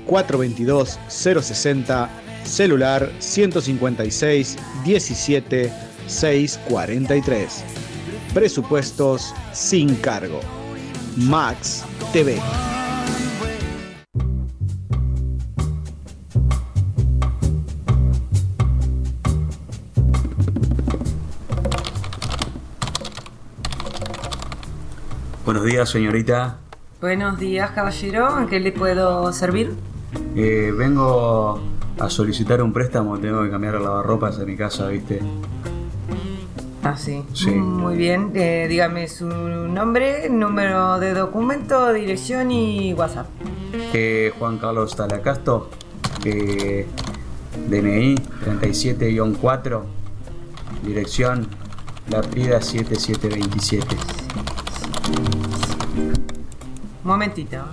422-060, celular 156 17 643. Presupuestos sin cargo. Max TV. Buenos días, señorita. Buenos días, caballero. ¿En qué le puedo servir? Eh, vengo a solicitar un préstamo. Tengo que cambiar el lavarropas de mi casa, ¿viste? Ah, sí. Sí. Mm, Muy bien. Eh, dígame su nombre, número de documento, dirección y WhatsApp. Eh, Juan Carlos Talacasto, eh, DNI 37-4, dirección La Prida 7727. Momentito.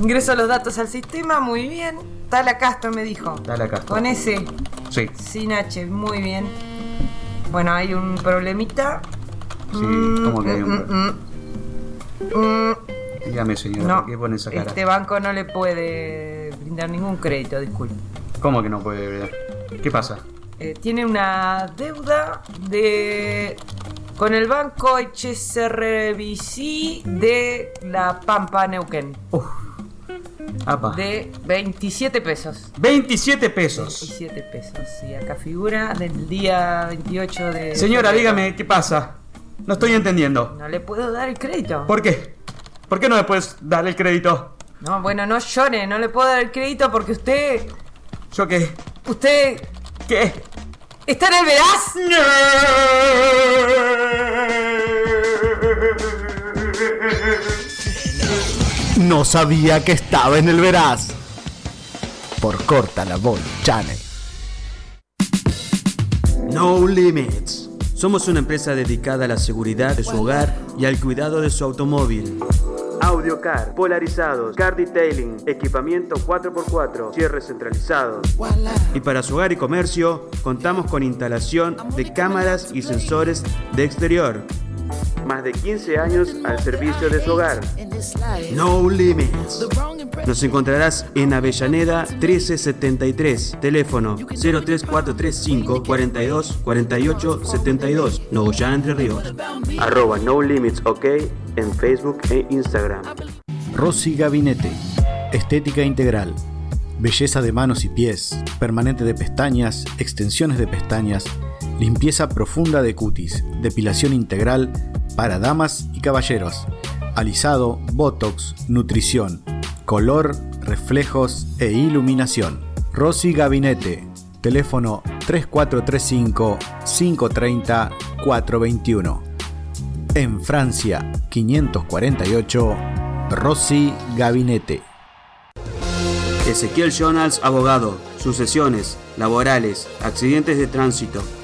Ingreso los datos al sistema, muy bien. Tala Castro me dijo. Talacasto. Con ese. Sí, Sin H, muy bien. Bueno, hay un problemita. sí, ¿cómo que hay un problema? mm, mm. Dígame, señora, No, ¿por qué pone esa cara? este banco no le puede brindar ningún crédito, disculpe. ¿Cómo que no puede ver? ¿Qué pasa? Eh, tiene una deuda de con el banco HSRBC de La Pampa Neuquén Apa, de 27 pesos. 27 pesos. 27 pesos. Y acá figura del día 28 de. Señora, febrero. dígame, ¿qué pasa? No estoy entendiendo. No le puedo dar el crédito. ¿Por qué? ¿Por qué no me puedes dar el crédito? No, bueno, no llore, no le puedo dar el crédito porque usted. ¿Yo qué? Usted. ¿Qué? ¿Está en el veraz? No sabía que estaba en el Veraz. Por Corta la Voz Channel. No Limits. Somos una empresa dedicada a la seguridad de su hogar y al cuidado de su automóvil. Audiocar, polarizados, car detailing, equipamiento 4x4, cierres centralizados. Y para su hogar y comercio, contamos con instalación de cámaras y sensores de exterior. Más de 15 años al servicio de su hogar. No Limits. Nos encontrarás en Avellaneda 1373, teléfono 03435 42 48 72, Nogoyá Entre Ríos. Arroba No Limits OK en Facebook e Instagram. Rosy Gabinete. Estética integral. Belleza de manos y pies, permanente de pestañas, extensiones de pestañas, limpieza profunda de cutis, depilación integral para damas y caballeros, alisado, botox, nutrición, color, reflejos e iluminación. Rosy Gabinete. Teléfono 3435 530 421. En Francia, 548, Rossi Gabinete. Ezequiel Jonas, abogado, sucesiones, laborales, accidentes de tránsito,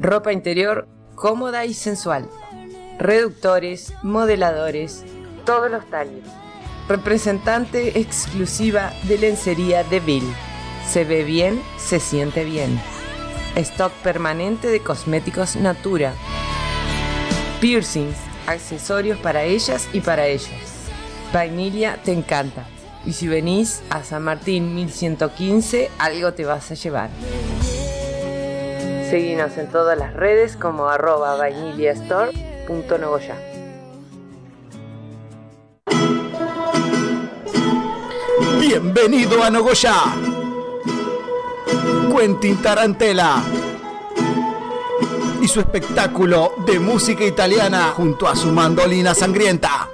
Ropa interior cómoda y sensual. Reductores, modeladores, todos los talles. Representante exclusiva de lencería de Bill. Se ve bien, se siente bien. Stock permanente de cosméticos Natura. Piercings, accesorios para ellas y para ellos. Vainilia te encanta. Y si venís a San Martín 1115, algo te vas a llevar. Seguinos en todas las redes como arroba vainiliastore.nogoya. [LAUGHS] Bienvenido a Nogoya. Quentin Tarantella y su espectáculo de música italiana junto a su mandolina sangrienta.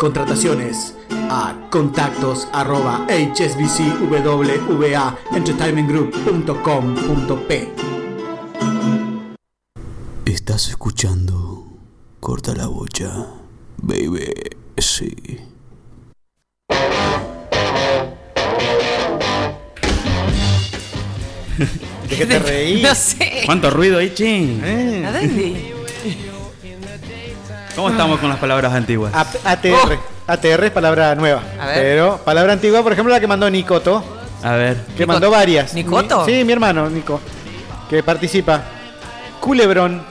Contrataciones a contactos arroba hsbcwwaentertainmentgroup.com.p Estás escuchando. Corta la bocha. Baby, sí. ¿De qué te [LAUGHS] reí? No sé. ¿Cuánto ruido ahí, ching? ¿A dónde? ¿Cómo estamos con las palabras antiguas? A- ATR. ATR es palabra nueva. Oh. A ver. Pero palabra antigua, por ejemplo, la que mandó Nicoto. A ver. Que Nico- mandó varias. ¿Nicoto? Mi- sí, mi hermano, Nico. Que participa. Culebrón.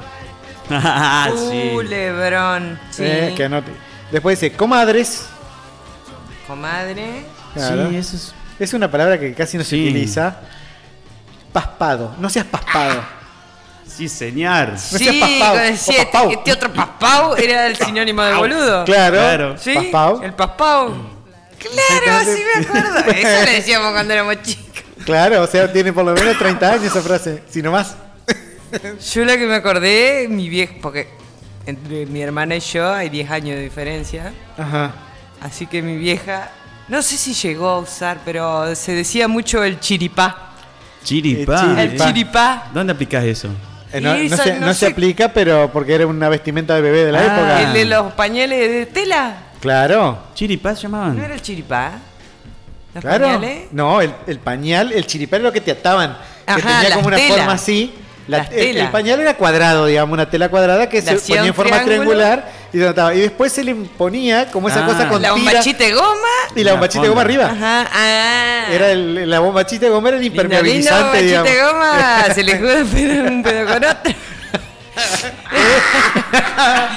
Ah, sí. Culebrón. Sí. eh, que anote. Después dice comadres. Comadre. Claro. Sí, eso es. Es una palabra que casi no se Sí. utiliza. Paspado. No seas paspado. Sí, señor. No sí, seas paspao, con el o siete, paspao. Este otro paspau era el sinónimo de boludo. Claro. Claro. Ah. ¿Sí? Paspao. El paspau. Claro, sí me acuerdo. Eso le decíamos cuando éramos chicos. Claro, o sea, tiene por lo menos 30 años esa frase. Si no más. Yo la que me acordé, mi viejo, porque entre mi hermana y yo hay 10 años de diferencia. Ajá. Así que mi vieja, no sé si llegó a usar, pero se decía mucho el chiripá. Eh, Chiripá. El El Chiripá. chiripá. ¿Dónde aplicás eso? Eh, no, Y no eso se, no no se sé- aplica, pero porque era una vestimenta de bebé de la Ah. época. El de los pañales de tela. Claro, ¿Chiripá se llamaban? ¿No era el chiripá? ¿Los claro. pañales? No, el, el pañal, el chiripán era lo que te ataban. que Ajá, tenía las como una telas. forma así. La- Las el- el, telas. pañal era cuadrado, digamos, una tela cuadrada Le que se hacía ponía un en forma triángulo. triangular y se ataba. Y después se le ponía como esa Ah. cosa con La tira bombachita de goma. y la La bombachita de fonda. goma arriba. Ajá, ah. Era el- la bombachita de goma era el Lindo, lindo, impermeabilizante, bombachita digamos. de goma. [LAUGHS] Se le jugó el pedo un pedo con otro.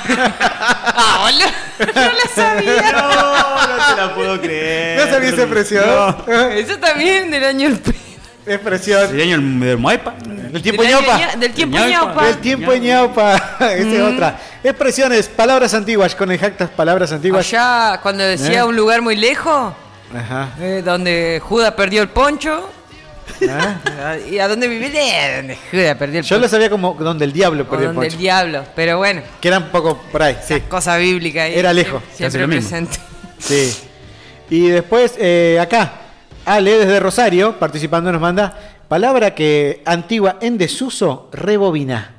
ah, boludo. No la sabía. No, no te la puedo creer. Eh, No sabía esa presión. Eso también del año del pe- Es presión. ¿Sería el del Moepa? El tiempo del año ñopa. ña- Del tiempo Ñaupa. ñaupa. El tiempo de ñaupa, [LAUGHS] esa Mm. es otra. Expresiones, palabras antiguas, con exactas palabras Ah, antiguas. Allá, cuando decía ¿Eh? un lugar muy lejos, Ajá. eh, donde Judas perdió el poncho. Ah. ¿Y a dónde vivir? Eh, donde Judas perdió el Yo lo poncho. sabía como donde el diablo o perdió el donde el poncho. diablo. Pero bueno, Que era un poco por ahí, sí. cosa bíblica. ahí, Era lejos. sie- Casi Siempre lo mismo. presente. sí. Y después, eh, acá, Ale desde Rosario, participando, nos manda palabra que antigua en desuso, rebobina.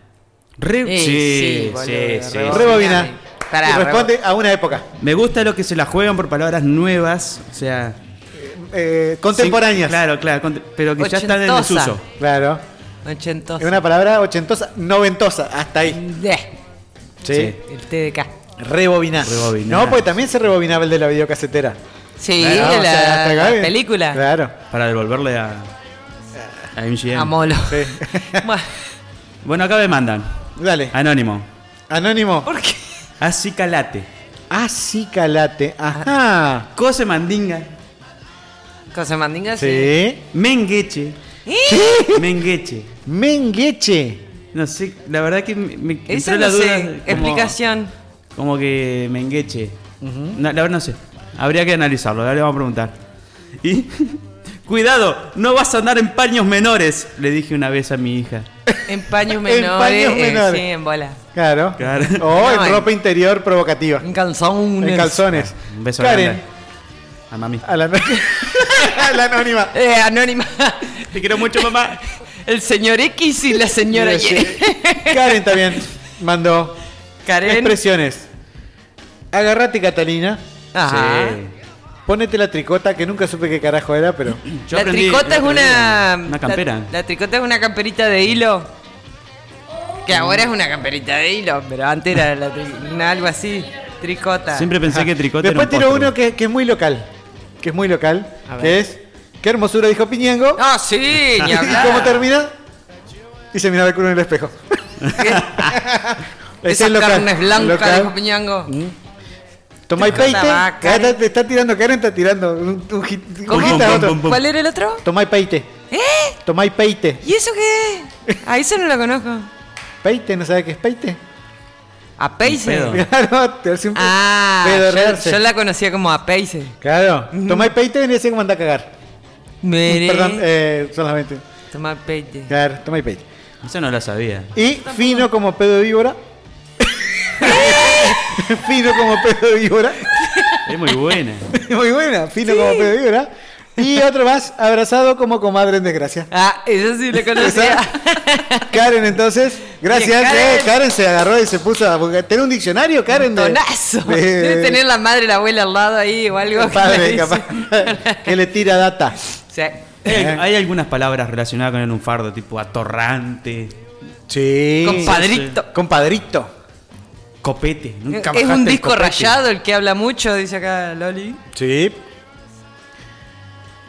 Eh, Sí, boludo, sí, sí. Rebobinar. Rebobina. Pará, Y responde a una época Me gusta lo que se la juegan por palabras nuevas, o sea... eh, contemporánea. sin- Claro, claro, cont- pero que ya están en Ochentosa. desuso. Claro. Ochentoso. Es una palabra ochentosa, noventosa, hasta ahí. Eh, Sí. El TDK. Rebobinar. Rebobinar. No, porque también se rebobinaba el de la videocasetera. Sí, Claro, de o sea, hasta la, acá la bien. película. Claro. Para devolverle a... A MGM. A Molo. [LAUGHS] Bueno, Bueno, acá me mandan. Dale. Anónimo. Anónimo. ¿Por qué? Acicalate. Acicalate. Ah. Ajá. Cose mandinga. Cosa mandinga, sí. Sí. Mengueche. Mengueche. Mengueche. No sé, la verdad que me, me Esa entró no la duda. sé, como- explicación. Como que me engueche. No, la verdad no sé. Habría que analizarlo, ahora le vamos a preguntar. Y. [LAUGHS] Cuidado, no vas a andar en paños menores, le dije una vez a mi hija. En paños menores. [LAUGHS] En paños eh, menores. sí, en bola. Claro. Claro. [LAUGHS] O No, en en- ropa interior provocativa. En calzones. En calzones. Ah, Un beso Karen. grande a mami. A la, [LAUGHS] a la anónima. Eh, anónima. [LAUGHS] Te quiero mucho, mamá. El señor X y la señora Sí, sí. Y. [LAUGHS] Karen también mandó Karen. expresiones. Agarrate, Catalina. Ajá. Ponete la tricota, que nunca supe qué carajo era, pero. Yo la aprendí el tricota es otro una. día, Una campera. La, la tricota es una camperita de hilo. Que ahora es una camperita de hilo, pero antes era la tri- una- algo así. Tricota. Siempre pensé que tricote Después era tiro un uno postre. que, que es muy local. Que es muy local. A Que ver. es. Qué hermosura dijo Piñengo. Ah, sí, ni [LAUGHS] ¿Y cómo hablar. termina? Y se miraba el culo en el espejo. [LAUGHS] Ese Esas es local, carnes blancas, local. Mm, dijo Piñango. Tomá y Tricota peite. va, Acá Karen. Te, te está tirando Karen, está tirando un, un hit- un ¿Cómo? hit a otro. Pum, pum. ¿Cuál era el otro? Tomá y peite. ¿Eh? Tomá y peite. ¿Y eso qué? es? A eso no lo conozco. ¿Peite? ¿No sabe qué es peite? ¿A Pace? pedo. Claro, [LAUGHS] te hace un Ah, pedorrearse. yo, yo la conocía como a Pace. Claro. Tomá y peite venía a ser como anda a cagar. Mere. Perdón, eh, solamente. Toma Pace. Claro, tomá y peite. Eso no la sabía. Y fino como pedo de víbora. [LAUGHS] fino como pedo de víbora. Es muy [LAUGHS] buena. Muy buena, fino como pedo de víbora. Y otro más, abrazado como comadre en desgracia. Ah, eso sí lo conocía. Esa. [LAUGHS] Karen, entonces, gracias. Bien, Karen. Eh, Karen. se agarró y se puso a. ¿Tiene un diccionario, Karen? de- Tonazo. de- Debe tener la madre y la abuela al lado ahí o algo. que padre, le dice. capaz, que le tira data. Sí. Hay, Eh, hay algunas palabras relacionadas con el lunfardo, tipo atorrante, Sí. Compadrito. Compadrito. copete. Nunca Es bajaste un el disco copete. rayado el que habla mucho, dice acá Loli. Sí.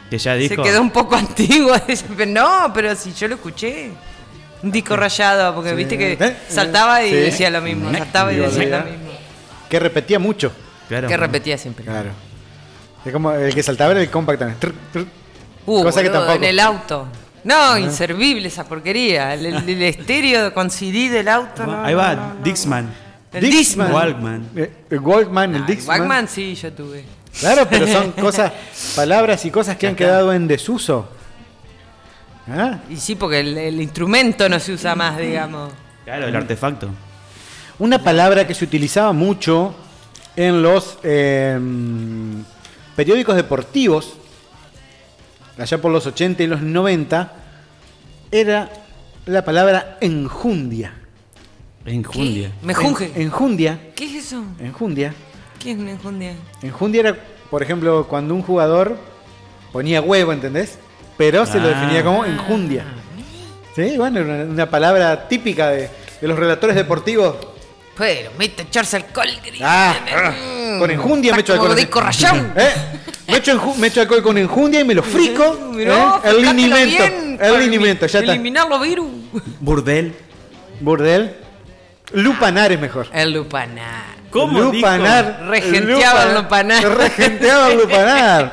Que ya dijo. Se quedó un poco [LAUGHS] antiguo. dice, pero no, pero si yo lo escuché. Un disco rayado, porque viste que ¿Eh? saltaba y Sí. ¿Eh? decía lo mismo. Saltaba y Digo, decía ¿verdad? lo mismo. Que repetía mucho. Claro. Que repetía siempre. Claro. Es como el que saltaba era el compact también. Tr, tr. Uh, Cosa que boludo, tampoco. Ah. en el auto. No, inservible esa porquería. El, el- el estéreo con CD del Ah. auto. no, Ahí no, va, no, no. Dixman. El Dixman. Discman. Walkman. Eh, el Walkman, el Ah, Dixman. Walkman sí, yo tuve. Claro, pero [LAUGHS] son cosas, palabras y cosas que han quedado en desuso. ¿Ah? Y sí, porque el, el instrumento no se usa más, digamos. Claro, el artefacto. Una palabra que se utilizaba mucho en los eh, periódicos deportivos, allá por los 80 y los 90, era la palabra enjundia. Enjundia. Me junge. En- enjundia. ¿Qué es eso? Enjundia. ¿Qué es una enjundia? Enjundia era, por ejemplo, cuando un jugador ponía huevo, ¿entendés? Pero se lo Ah. definía como enjundia. Ah. Sí, bueno, era una, una palabra típica de, de los relatores deportivos. Pero mete echarse alcohol. gris. Ah, con enjundia me Está echo alcohol. como disco rayado. [LAUGHS] ¿Eh? Me echo, enju- me echo alcohol con enjundia y me lo frico. Mirá, ¿eh? El fijátelo linimento. bien para el linimento, ya está. Eliminar los virus. Burdel. Burdel. Lupanar es mejor. El lupanar. ¿Cómo dijo? Lupanar. Regenteaba el lupanar. Regenteaba el [LAUGHS] lupanar.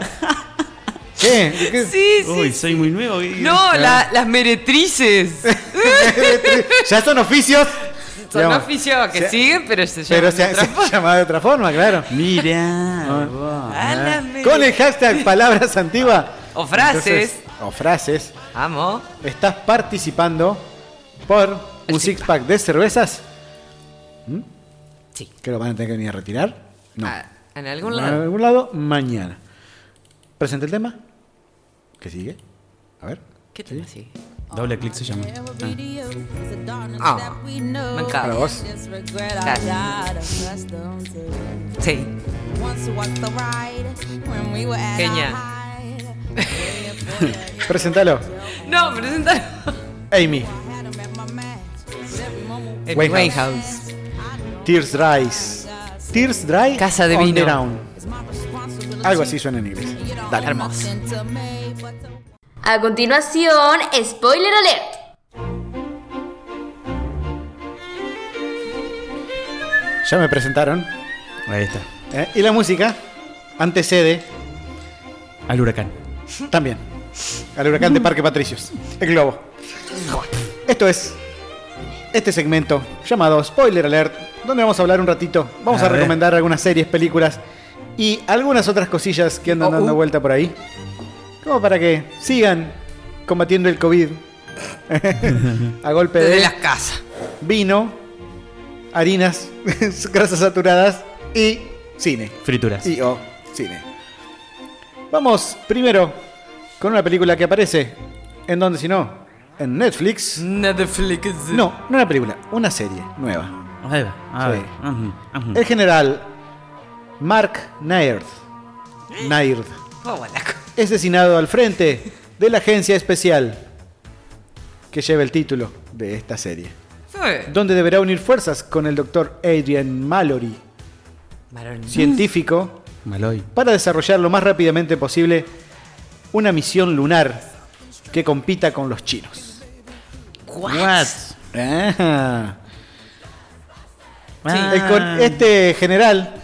¿Qué? ¿Qué? Sí, sí. Uy, soy muy nuevo. y- No, la- las meretrices. ya son oficios. Son digamos. oficios que Se- siguen, pero se llaman Pero de se, otra se forma. llamaba de otra forma, claro. Mira. vos. A las mere- Ah. Con el hashtag palabras antiguas. O frases. Entonces, o frases. Vamos. Estás participando por un six pack de cervezas. ¿Mm? Sí. Que lo van a tener que venir a retirar. No. Ah, en algún En lado. algún lado mañana. Presenta el tema. ¿Qué sigue? A ver. ¿Qué tema sigue? Doble clic se llama. Ah, me Para encanta. vos. Sí. Genial. Presentalo. No, presenta Amy. el White White House. House. Tears Dries. Tears Dry. Casa de on vino. the Down. Algo así suena en inglés. Dale. Hermoso. [LAUGHS] A continuación, spoiler alert. Ya me presentaron. Ahí está. ¿eh? Y la música antecede Al huracán. También. Al huracán de Parque Patricios. El globo. Esto es este segmento llamado Spoiler Alert, donde vamos a hablar un ratito, vamos a, A ver. recomendar algunas series, películas y algunas otras cosillas que andan dando vuelta por ahí. Como para que sigan combatiendo el COVID a golpe de Desde las casas. vino, harinas, [LAUGHS] grasas saturadas y cine. Frituras. Y o cine. Vamos primero con una película que aparece. ¿En dónde si no? En Netflix. Netflix. No, no una película, una serie nueva. Ahí va, a Sí. ver. Ujú, ujú. Mm. El general Mark Naird, Naird Oh, es designado al frente de la agencia especial que lleva el título de esta serie. Donde deberá unir fuerzas con el doctor Adrian Mallory, científico Maloy. para desarrollar lo más rápidamente posible una misión lunar que compita con los chinos. What? Ah. Ah. El ah. con- este general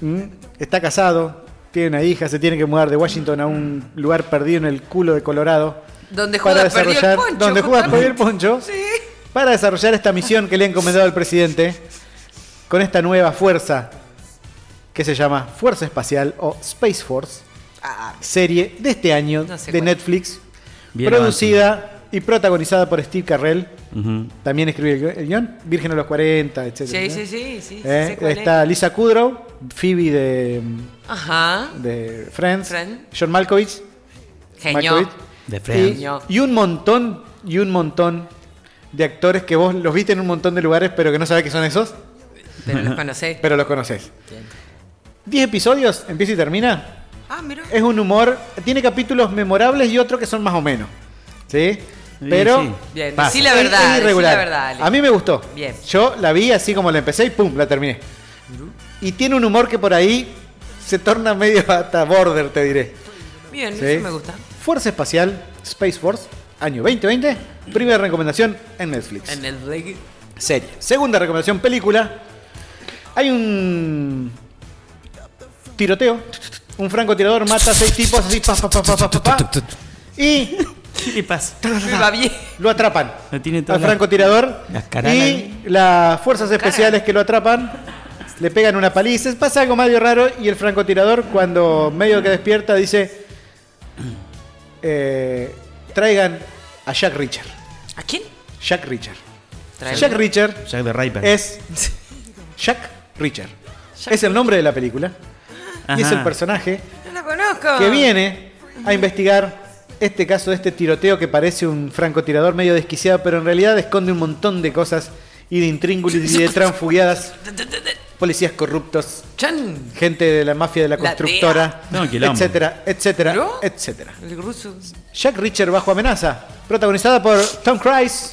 ¿m? está casado, tiene una hija, se tiene que mudar de Washington a un lugar perdido en el culo de Colorado. Donde Judas perdió el poncho, donde Judas justamente. perdió el poncho, para desarrollar esta misión que le ha encomendado el presidente con esta nueva fuerza que se llama Fuerza Espacial o Space Force, serie de este año Ah. No sé de cuál. Netflix, Bien producida y protagonizada por Steve Carrell, Ujú. también escribió el gu- el guión, Virgen a los 40, etc. Sí, sí, sí, sí. sí, sé cuál es. Eh, Está Lisa Kudrow, Phoebe de, [LAUGHS] Ajá. de Friends, Friend. John Malkovich, Genio. Malkovich. De Y- Friends. Y, un montón, y un montón de actores que vos los viste en un montón de lugares, pero que no sabés que son esos, Pero los conocés. pero los conocés. Bien. 10 episodios, empieza y termina. Ah, mira. Es un humor, tiene capítulos memorables y otros que son más o menos. ¿Sí? Pero. sí. Bien, pasa. decí la Es- verdad, es decí la irregular. verdad, Ale. A mí me gustó. Bien. Yo la vi así como la empecé y pum, la terminé. Y tiene un humor que por ahí se torna medio [LAUGHS] hasta border, te diré. Bien, Sí. eso me gusta. Fuerza Espacial, Space Force, año 2020. Primera recomendación en Netflix. En el Blake. Serie. Segunda recomendación, película. Hay un tiroteo. Un francotirador mata a seis tipos así, pa, pa, pa, pa, pa, pa, pa, y ¿Qué le pasa? Me va bien. lo atrapan. No tiene todas Al las- francotirador. las caranas. Y las fuerzas especiales que lo atrapan le pegan una paliza. Pasa algo medio raro y el francotirador cuando medio que despierta dice, eh, traigan a Jack Richard. ¿A quién? Jack Richard. Traemos. Jack Richard Jack the Ripper. es Jack Richard. Es el nombre de la película. Y es Ajá. el personaje No lo conozco. que viene a investigar este caso de este tiroteo que parece un francotirador medio desquiciado, pero en realidad esconde un montón de cosas y de intríngulis y de transfugiadas, policías corruptos, Chan. gente de la mafia de la La constructora, DEA. No, quilombo. etcétera, etcétera, ¿Yo? etcétera. El ruso. Jack Richard bajo amenaza, protagonizada por Tom Cruise,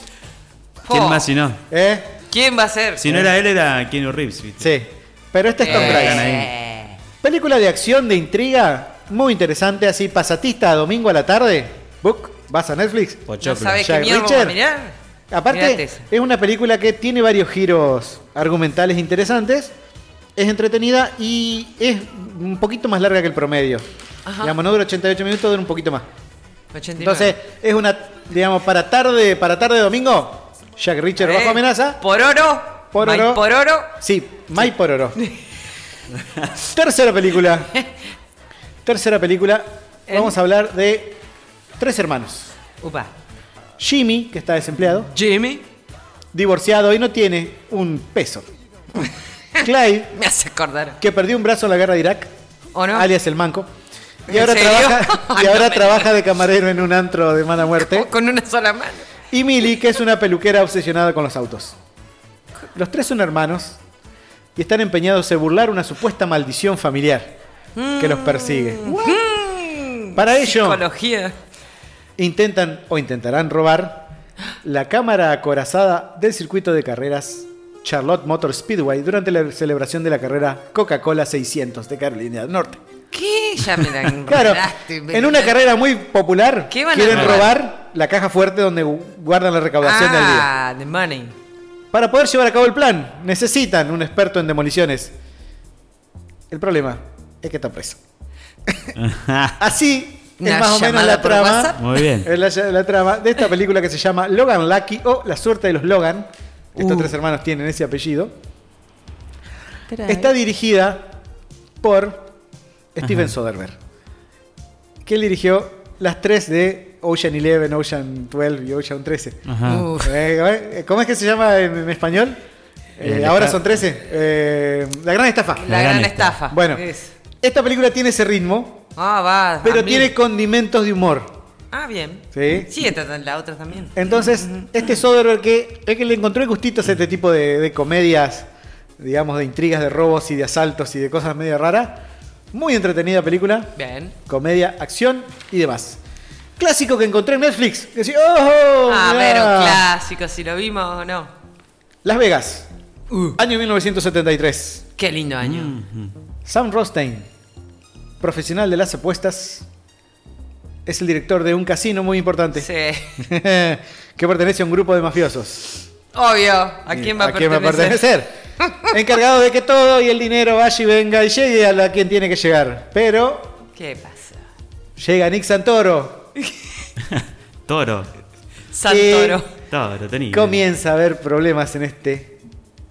¿Quién Oh. más si no? ¿eh? ¿Quién va a ser? Si no era él, era Keanu Reeves. ¿viste? Sí, pero este es Tom Eh, Cruise. Película de acción, de intriga, muy interesante, así pasatista domingo a la tarde. Book, vas a Netflix. ¿No Pochoclo. sabes qué Jack mierda este, vamos a Richard. mirar? Mirate Aparte, esa. es una película que tiene varios giros argumentales interesantes, es entretenida y es un poquito más larga que el promedio. Ajá. Digamos, no dura 88 minutos, dura un poquito más. 89. Entonces, es una, digamos, para tarde, para tarde de domingo, Jack Richard Eh, bajo amenaza. Por oro. Por oro. Por oro. Sí, Mai Pororo. Tercera película. [LAUGHS] Tercera película. Vamos a hablar de tres hermanos. Upa. Jimmy, que está desempleado, Jimmy. divorciado y no tiene un [LAUGHS] peso. Clyde, Me hace acordar. que perdió un brazo en la guerra de Irak, ¿O no? alias el manco. Y ¿En ahora serio? [LAUGHS] trabaja, y No ahora me trabaja de camarero en un antro de mala muerte. Con una sola mano. Y Millie, que es una peluquera obsesionada con los autos. Los tres son hermanos y están empeñados en burlar una supuesta maldición familiar que los persigue. Para ello, Mm. Psicología. intentan o intentarán robar la cámara acorazada del circuito de carreras Charlotte Motor Speedway durante la celebración de la carrera Coca-Cola 600 de Carolina del Norte. ¿Qué? Ya [LAUGHS] me la Claro, enredaste, me en la- una carrera muy popular ¿Qué van a quieren robar? robar la caja fuerte donde gu- guardan la recaudación del día. Ah, the money. Para poder llevar a cabo el plan, necesitan un experto en demoliciones. El problema es que está preso. Así Es Una más o menos llamada la por trama. WhatsApp. [LAUGHS] Muy bien. Es la, la trama de [LAUGHS] esta película que se llama Logan Lucky o La suerte de los Logan. Uh. Estos tres hermanos tienen ese apellido. Está dirigida por Steven Ajá. Soderbergh, que él dirigió las tres de Ocean 11, Ocean 12 y Ocean 13. Ajá. Eh, ¿Cómo es que se llama en, en español? Eh, El ahora esta- son 13. Eh, la gran estafa. La gran gran estafa. estafa. Bueno, Es. esta película tiene ese ritmo, Ah, va. a pero mí. tiene condimentos de humor. Ah, bien. Sí. Sí, esta, la otra también. Entonces, este Soderbergh que, es que le encontró el gustito a este tipo de, de comedias, digamos, de intrigas, de robos y de asaltos y de cosas medio raras. Muy entretenida película. Bien. Comedia, acción y demás. Clásico que encontré en Netflix. Que sí, ¡oh! Ah, mirá! pero un clásico, si lo vimos o no. Las Vegas. Uh. Año 1973. Qué lindo año. Sam Rothstein, profesional de las apuestas, es el director de un casino muy importante. [LAUGHS] que pertenece a un grupo de mafiosos. Obvio. ¿A quién va a, pertenecer? [LAUGHS] pertenecer? Encargado de que todo y el dinero vaya y venga y llegue a la quien tiene que llegar. Pero ¿Qué pasa? llega Nick Santoro. Toro. Santoro. Toro, tenía. Comienza a haber problemas en este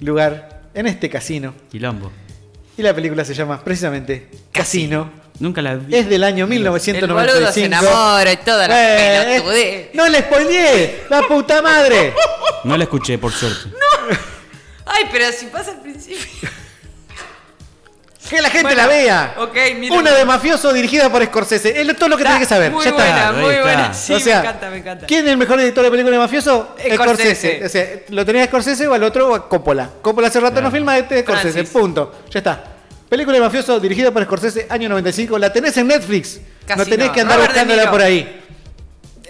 lugar, en este casino. Quilombo. Y la película se llama precisamente Casino. Nunca la vi. Es del año El boludo se 1995. enamora y toda la Eh, pelotudez. eh, ¡No le spoileé! ¡La puta madre! No la escuché, por suerte. Ay, pero si pasa al principio. ¡Que la gente la vea! Ok, mira. Una de mafioso dirigida por Scorsese. Es lo- todo lo que tenés que saber. Ah, Muy ya buena, está. muy buena. Sí, O sea, me encanta, me encanta. ¿Quién es el mejor director de película de mafioso? Scorsese. O sea, lo tenés a Scorsese o al otro o a Coppola. Coppola hace rato Claro. no filma, este es Scorsese. Francis. Punto. Ya está. Película de mafioso dirigida por Scorsese, año 95. La tenés en Netflix. Casino. No tenés que andar Robert De buscándola Niro. por ahí.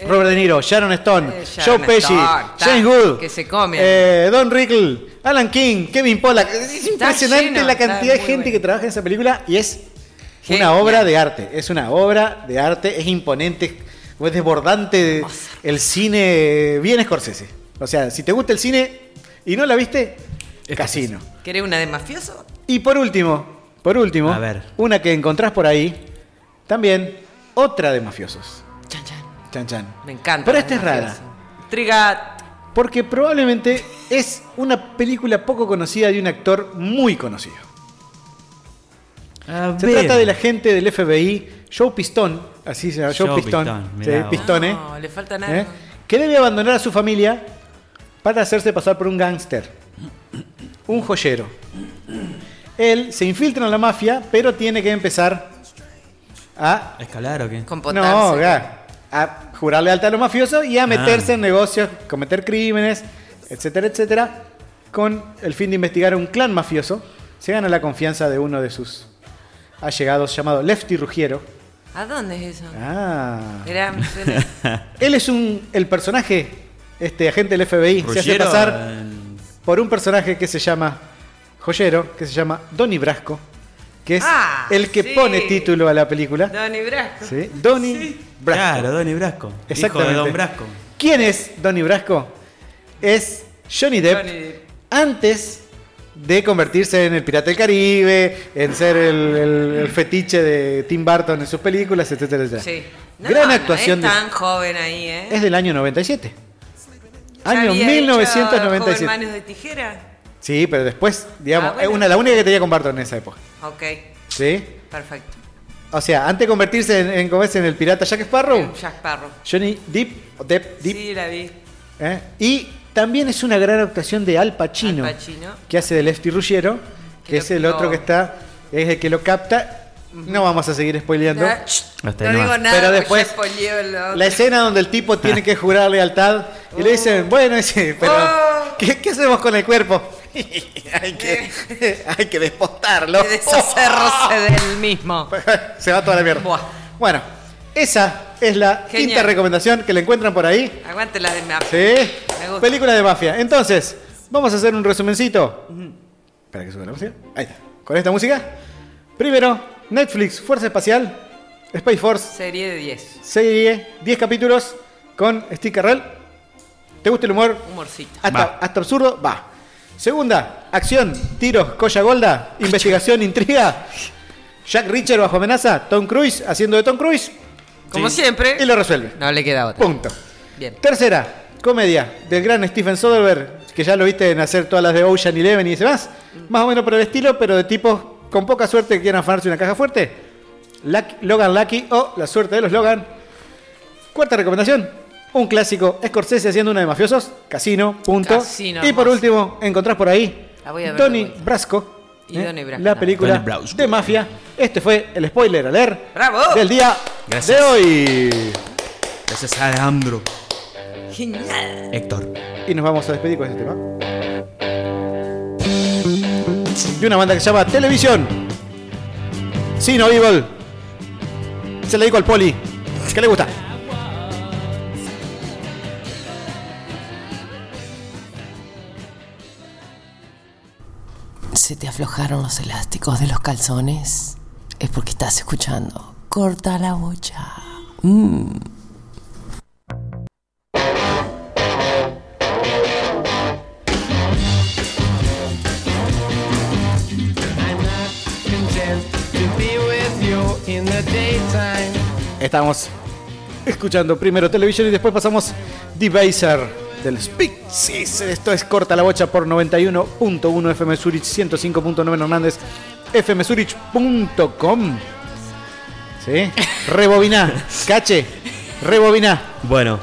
Robert De Niro, Sharon Stone, Eh, Joe Sharon Pesci, Stone, ta, James Wood, que se come. eh, Don Rickle, Alan King, Kevin Pollack. Es Está impresionante lleno, la está cantidad de muy gente bueno. que trabaja en esa película y es Genial. una obra de arte, es una obra de arte, es imponente, es desbordante de- el cine bien Scorsese. O sea, si te gusta el cine y no la viste, casino. ¿Querés una de mafioso? Y por último, por último, una que encontrás por ahí, también otra de mafiosos. Chan chan. Chan Me encanta. Pero las de esta es rara, mafioso. Trigat. porque probablemente es una película poco conocida de un actor muy conocido. Se trata de la gente del FBI, Joe Pistón, así se llama, Joe, Joe Pistón, Pistón, mirá sí, vos. Pistone, No, le falta nada. ¿eh? que debe abandonar a su familia para hacerse pasar por un gángster, un joyero. Él se infiltra en la mafia, pero tiene que empezar a ¿Escalar o qué? no, ga, a jurar lealtad a los mafiosos y a meterse en negocios, cometer crímenes, etcétera, etcétera, con el fin de investigar a un clan mafioso. Se gana la confianza de uno de sus allegados llamado Lefty Rugiero. ¿A dónde es eso? Ah. [LAUGHS] Era- era- Él es un el personaje, este agente del FBI, se hace Ruggiero, pasar en- por un personaje que se llama Joyero, que se llama Donny Brasco, que es Ah, el que sí. pone título a la película. Donny Brasco. ¿sí? Donny Brasco. Claro, Donny Brasco. Exactamente. Hijo de Don Brasco. ¿Quién es Donny Brasco? Es Johnny Depp antes de convertirse en el Pirata del Caribe, en ser el, el- el fetiche de Tim Burton en sus películas, etcétera, etcétera. Sí. No, Gran no actuación Es de- tan joven ahí, ¿eh? Es del año 97. Ya Año había hecho Joven 1997. manos de tijera? Sí, pero después, digamos, Ah, bueno. es una, la única que tenía con Burton en esa época. Ok, ¿Sí? perfecto. O sea, antes de convertirse en, en, ¿cómo es? en el pirata Jack Sparrow, Jack Parro. Johnny Depp, o Depp, Depp Sí, la vi. ¿eh? y también es una gran actuación de Al Pacino. Pachino. que hace de Lefty Ruggiero, que es el otro que está, es el que lo capta. No vamos a seguir spoileando. Ah, Hasta No digo nada. Pero porque después, ya spoileé el otro. la escena donde el tipo tiene que jurar lealtad y le Oh. dicen, bueno, ese, pero ¿qué, qué hacemos con el cuerpo? [LAUGHS] hay, que, hay que despostarlo. Eh. Y [LAUGHS] deshacerse del mismo. Se va toda la mierda. Bueno, esa es la Genial. quinta recomendación que la encuentran por ahí. Aguante la de mafia. Sí. Me gusta. Película de mafia. Entonces, vamos a hacer un resumencito. Espera que suba la música. Ahí está. Con esta música. Primero, Netflix, Fuerza Espacial, Space Force, Serie de 10. serie, 10 capítulos con Steve Carrell. ¿Te gusta el humor? Humorcito. Hasta, hasta absurdo, va. Segunda, acción, tiros, colla golda, investigación, intriga. Jack Richard bajo amenaza, Tom Cruise haciendo de Tom Cruise. Como siempre. Y lo resuelve. No le queda otra. Punto. Bien. Tercera, comedia del gran Steven Soderbergh, que ya lo viste en hacer todas las de Ocean Eleven y demás. Mm. Más o menos por el estilo, pero de tipos con poca suerte que quieran afanarse una caja fuerte. Lucky- Logan Lucky o La suerte de los Logan. Cuarta recomendación, un clásico Scorsese haciendo una de mafiosos, Casino, punto. Casino, y por hermoso. último, encontrás por ahí La voy a ver. Donnie Brasco. ¿eh? Y Donnie Brasco. La película Donnie de mafia. Este fue el spoiler a leer ¡Bravo! del día Gracias. de hoy. Gracias a Alejandro. Genial. Héctor. Y nos vamos a despedir con este tema. De una banda que se llama Televisión. Sino Evil. Se le dijo al poli. ¿Qué le gusta? ¿Se te aflojaron los elásticos de los calzones? Es porque estás escuchando. Corta la bocha. Mm. Estamos escuchando primero televisión y después pasamos Deviser del Speak. Sí, esto es Corta la Bocha por 91.1 FM Zurich, 105.9 en Hernández, fmzurich.com. ¿Sí? Rebobiná, cache, rebobiná. Bueno,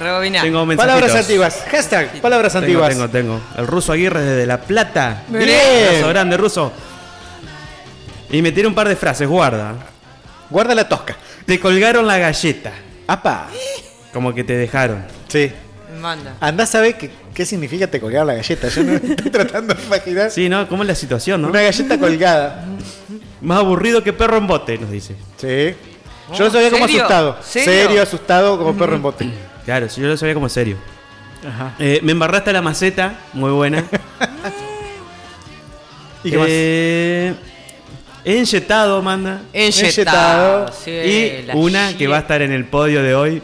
Rebobiná. tengo mensajitos. Palabras antiguas, hashtag, palabras Tengo, antiguas. Tengo, tengo. El ruso Aguirre desde La Plata. Bien. Abrazo grande, ruso. Y me tira un par de frases, guarda. Guarda la tosca. Te colgaron la galleta. ¡Apa! Como que te dejaron. Sí. Manda. Andá a saber qué, qué significa te colgar la galleta. [LAUGHS] Yo no estoy tratando de imaginar Sí, ¿no? ¿Cómo es la situación, no? una galleta colgada. Más aburrido que perro en bote, nos dice. Sí. Yo lo sabía como Oh, ¿Serio? asustado. ¿Serio? Serio, asustado, como perro en bote. Claro, si yo lo sabía como serio. Eh, me embarraste la maceta, muy buena. [LAUGHS] ¿Y qué más? Eh, he enyetado, manda. Enyetado. sí, y Eh, la una shit. que va a estar en el podio de hoy,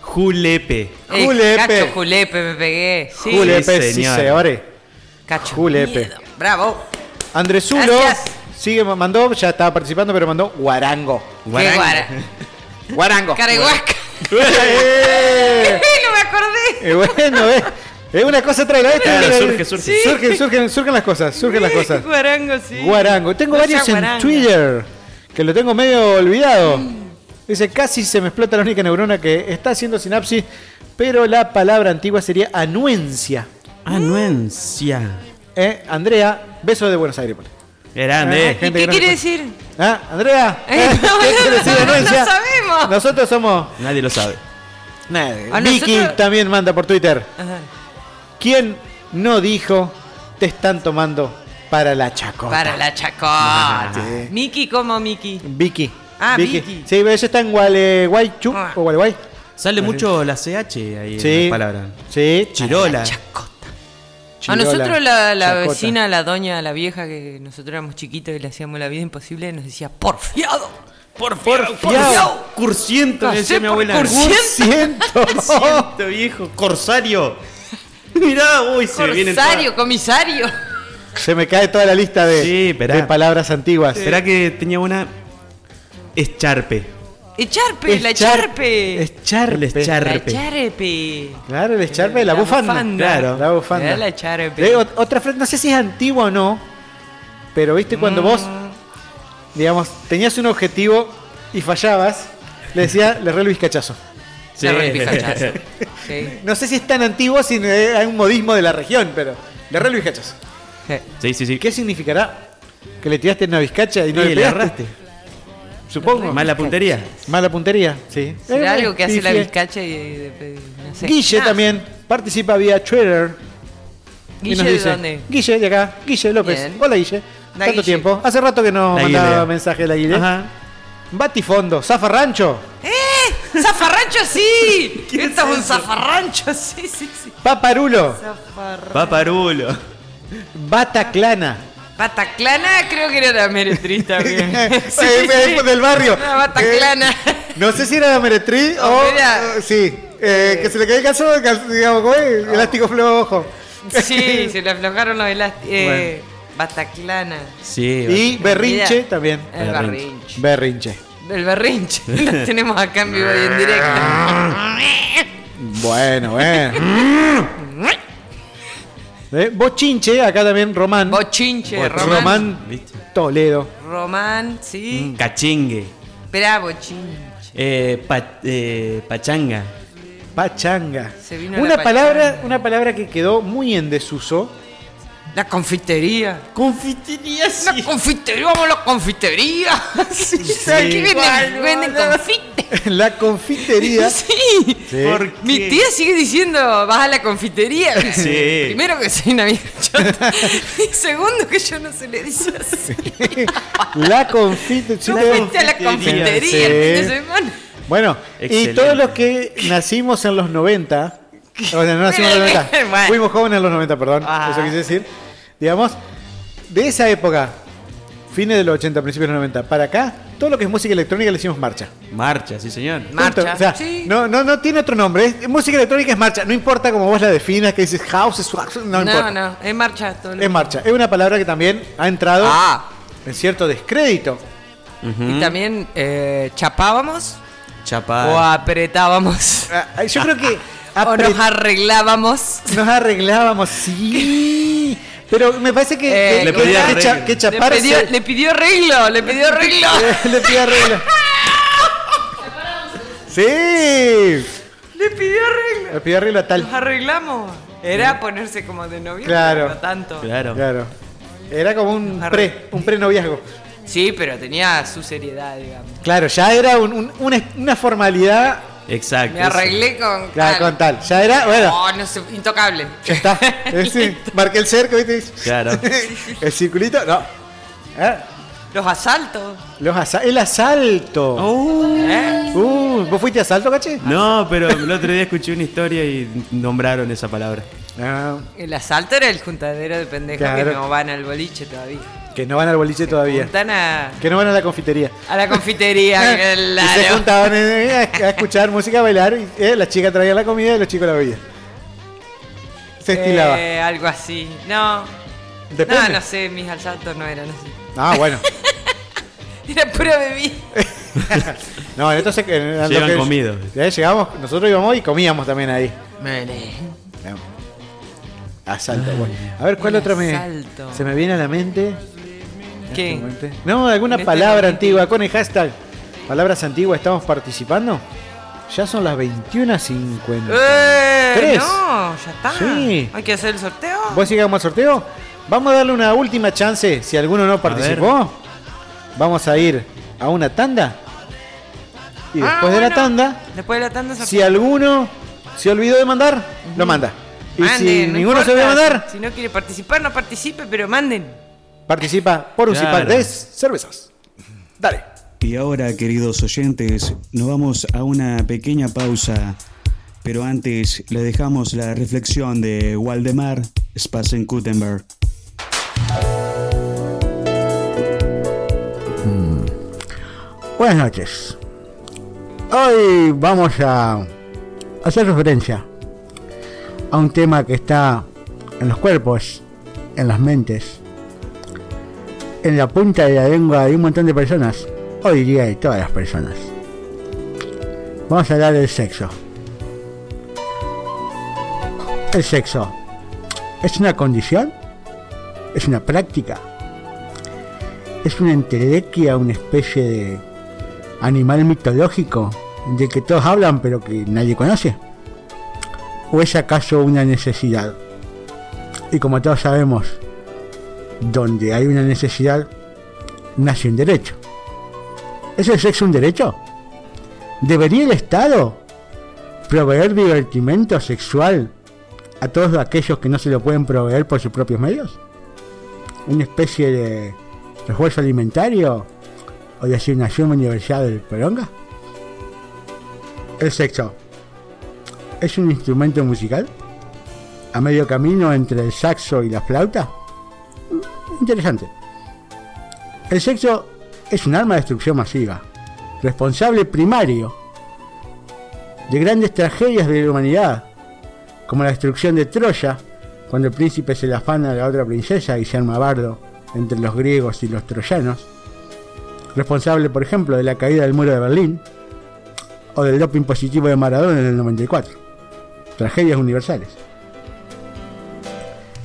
Julepe. Eh, Julepe. Cacho Julepe me pegué. Sí. Julepe, sí, señor. señores. Cacho. Julepe. Bravo. Andresulo Gracias. sigue, mandó, ya estaba participando, pero mandó [LAUGHS] guarango. Qué Guarango. guara. Guarango. Carehuasca. ¡Eh! [LAUGHS] no me acordé. [LAUGHS] Eh, bueno, eh. Es una cosa trae la otra. Claro, surge, surge. Sí. eh. Surgen, surgen, surgen las cosas, surgen las cosas. Guarango, sí. Guarango. Tengo No varios sea en guaranga. Twitter que lo tengo medio olvidado. Dice, casi se me explota la única neurona que está haciendo sinapsis, pero la palabra antigua sería anuencia. Anuencia. Eh, Andrea, besos de Buenos Aires. pone. Grande. gente ¿Qué que no quiere me- decir? ¿Ah, Andrea? Eh, ¿Eh? [LAUGHS] no, ¿Qué no, quiere decir no, no anuencia? sabemos. Nosotros somos... Nadie lo sabe. Nadie. A Vicky nosotros- también manda por Twitter. Ajá. ¿Quién no dijo te están tomando para la chacota? [LAUGHS] Para la chacota. Sí. Miki como Miki. Vicky. Ah, Vicky. Vicky. Sí, pero ella está en Gualeguaychú Ah. o Gualeguay. Sale mucho la CH ahí en Sí. la palabra. Sí. eh, Chirola. A Chirola, nosotros la, la chacota. vecina, la doña, la vieja, que nosotros éramos chiquitos y le hacíamos la vida imposible, nos decía, porfiado. Porfiado. Porfiado. Cursiento, No sé, decía mi por abuela. cursiento. [LAUGHS] Siento. Cursiento, viejo. Corsario. Mirá, uy, se me viene Corsario, comisario. Se me cae toda la lista de, Sí, esperá. de palabras antiguas. ¿Será que tenía una escharpe? Echarpe, la echarpe. El Echarpe. La escharpe. echarpe. Claro, el echarpe de la, La bufanda. bufanda. Claro, la Era bufanda. la echarpe. Eh, ot- otra frase, no sé si es antigua o no, pero viste Mm. cuando vos, digamos, tenías un objetivo y fallabas, le decía, le re Luis Cachazo. Sí. La [LAUGHS] rompí cachazo. Sí. No sé si es tan antiguo, si eh, hay un modismo de la región, pero le re Luis Cachazo. Sí, sí, sí. ¿Qué significará? Que le tiraste una vizcacha y no le le pegaste, agarraste. supongo. Mala puntería. Mala puntería, sí. Eh, Será algo que hace la pifie. vizcacha y de- de- no sé. Guille Ah, también participa vía Twitter. y Guille nos de dice, dónde? Guille de acá, Guille López. Bien. Hola Guille. La Tanto Guille. tiempo. Hace rato que no La mandaba Guille. mensaje la Guille. Ajá. Batifondo, Zafarrancho, ¡Zafarrancho ah, sí! Esto es un zafarrancho, sí, sí, sí. Paparulo, Zafarrancho. Paparulo. Bataclana. Bataclana creo que era la [LAUGHS] meretriz también. Eh, [LAUGHS] Sí, eh, sí. Del barrio. Una bataclana. Eh, no sé si era la Meretriz o. Oh, mira. eh, sí. Eh, que se le cae el calzón, cal- digamos, ¿cómo es? elástico flojo. [LAUGHS] Sí, se le aflojaron los elásticos. Eh, Bataclana. Sí. Y Berrinche Mira. también. El Eh, Berrinche. barrinche. Berrinche. del berrinche. [LAUGHS] Lo tenemos acá en vivo y en directo. Bueno, bueno. [LAUGHS] Eh, Bochinche, acá también Román. Bochinche, Román. Román Toledo. Román, sí. Cachengue. Esperá, bochinche. Eh, pa- eh, pachanga. Pachanga. Se vino Una la palabra, una palabra que quedó muy en desuso. La confitería. Confitería, sí. La confitería, vamos a la confitería. Sí, [LAUGHS] Aquí venden, venden confite. [LAUGHS] [LAUGHS] la confitería. Sí. Sí. ¿Por Mi qué? tía sigue diciendo, vas a la confitería. Sí. [LAUGHS] Primero que soy una vieja chota. Y segundo que yo no se le dice así. La confite. sí, Tú te- fuiste a la confitería el fin de Sí. semana. Bueno, y Excelente. todos los que nacimos en los 90, o sea, no nacimos en los 90, Bueno. fuimos jóvenes en los 90, perdón, eso quise decir, digamos, de esa época, fines de los 80, principios de los 90, para acá, todo lo que es música electrónica le hicimos marcha. Marcha, sí, señor. Punto. O sea, no, no, no tiene otro nombre, es- música electrónica es marcha, no importa cómo vos la definas, que dices house, swag, no, No, importa. Em, no, Ah. es marcha todo lo- Es marcha, es una palabra que también ha entrado en cierto descrédito. Y también eh, chapábamos o Chapar. apretábamos. [LAUGHS] Ah, Yo creo que o nos arreglábamos. Nos arreglábamos, sí. Pero me parece que, que- Eh, que- pedía que, cha- arreglo. que Chaparro Le pidió, se- le pidió arreglo, le pidió arreglo. [LAUGHS] le pidió arreglo. Sí. le pidió arreglo. Le pidió arreglo a tal. Nos arreglamos. Era ponerse como de novio. Claro. pero no tanto. Claro. Claro. Era como un pre, un pre-noviazgo. Sí, pero tenía su seriedad, digamos. Claro, ya era un- un- una, una formalidad Exacto. Me arreglé con. Oh, claro, con tal. Ya era, bueno, No, no sé, intocable. [LAUGHS] ya está. Es decir, marqué el cerco, ¿viste? Claro. [LAUGHS] El circulito, no. ¿Eh? Los asaltos. Los asa- el asalto. Oh. ¿Eh? Uh, ¿Vos fuiste a asalto, caché? No, pero el otro día escuché una historia y nombraron esa palabra. El asalto era el juntadero de pendejos Claro. que no van al boliche todavía. Que no van al boliche todavía. Juntan a, Que no van a [LAUGHS] la confitería. Ah, a la confitería. [LAUGHS] Y se claro. juntaban eh, a, a escuchar música, a bailar. Y, eh, la chica traía la comida y los chicos la bebida. Se estilaba. Eh, algo así. No. Depende. No, no sé, mis asaltos no eran así. [LAUGHS] Ah, bueno. Era pura bebida. No, entonces. Llevan comido. eh, llegamos, nosotros íbamos y comíamos también ahí. Eh, Mele. Asalto, bueno. A ver, ¿cuál otra me, asalto. se me viene a la mente? ¿Qué? No, alguna En este palabra momento. antigua. Con el hashtag Palabras Antiguas estamos participando. Ya son las 21.50. ¡Eh! ¿Tres? No, ya está. Sí. Hay que hacer el sorteo. ¿Vos sigamos al sorteo? Vamos a darle una última chance. Si alguno no participó, vamos a ir a una tanda. Y después Ah, de la bueno. tanda, Después de la tanda si sorteo. alguno se olvidó de mandar, lo manda. Y si Manden, no ninguno importa. se olvidó de mandar, Si no quiere participar, no participe, pero manden. participa por un Claro. cipar de cervezas. Dale. Y ahora, queridos oyentes, nos vamos a una pequeña pausa, pero antes le dejamos la reflexión de Waldemar Spassen-Gutenberg. Buenas noches. Hoy vamos a hacer referencia a un tema que está en los cuerpos, en las mentes, en la punta de la lengua de un montón de personas, hoy día de todas las personas. Vamos a hablar del sexo. El sexo es una condición, es una práctica, es una entelequia, una especie de animal mitológico de que todos hablan pero que nadie conoce? ¿O es acaso una necesidad? Y como todos sabemos, donde hay una necesidad, nace un derecho. ¿Es el sexo un derecho? ¿Debería el Estado proveer divertimento sexual a todos aquellos que no se lo pueden proveer por sus propios medios? ¿Una especie de refuerzo alimentario o de asignación universal del peronga? El sexo es un instrumento musical a medio camino entre el saxo y la flauta. Mm, Interesante. El sexo es un arma de destrucción masiva, responsable primario de grandes tragedias de la humanidad, como la destrucción de Troya, cuando el príncipe se la afana a la otra princesa y se arma bardo entre los griegos y los troyanos, responsable, por ejemplo, de la caída del muro de Berlín o del doping positivo de Maradona en el 94. Tragedias universales.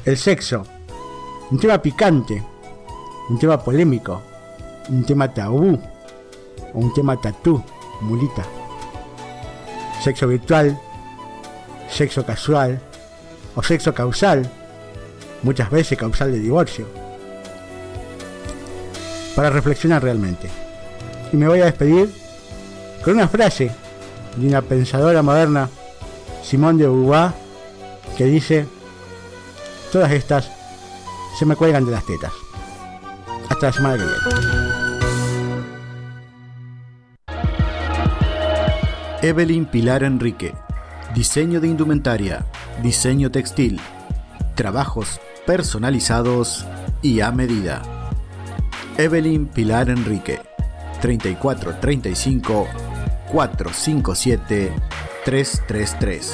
El sexo. Un tema picante. Un tema polémico. Un tema tabú. O un tema tatú. Mulita. Sexo virtual. Sexo casual. O sexo causal. Muchas veces causal de divorcio. Para reflexionar realmente. Y me voy a despedir con una frase de una pensadora moderna, Simone de Beauvoir, que dice, todas estas se me cuelgan de las tetas. Hasta la semana que viene. Evelyn Pilar Enrique, diseño de indumentaria, diseño textil, trabajos personalizados y a medida. Evelyn Pilar Enrique, 3435 457 333.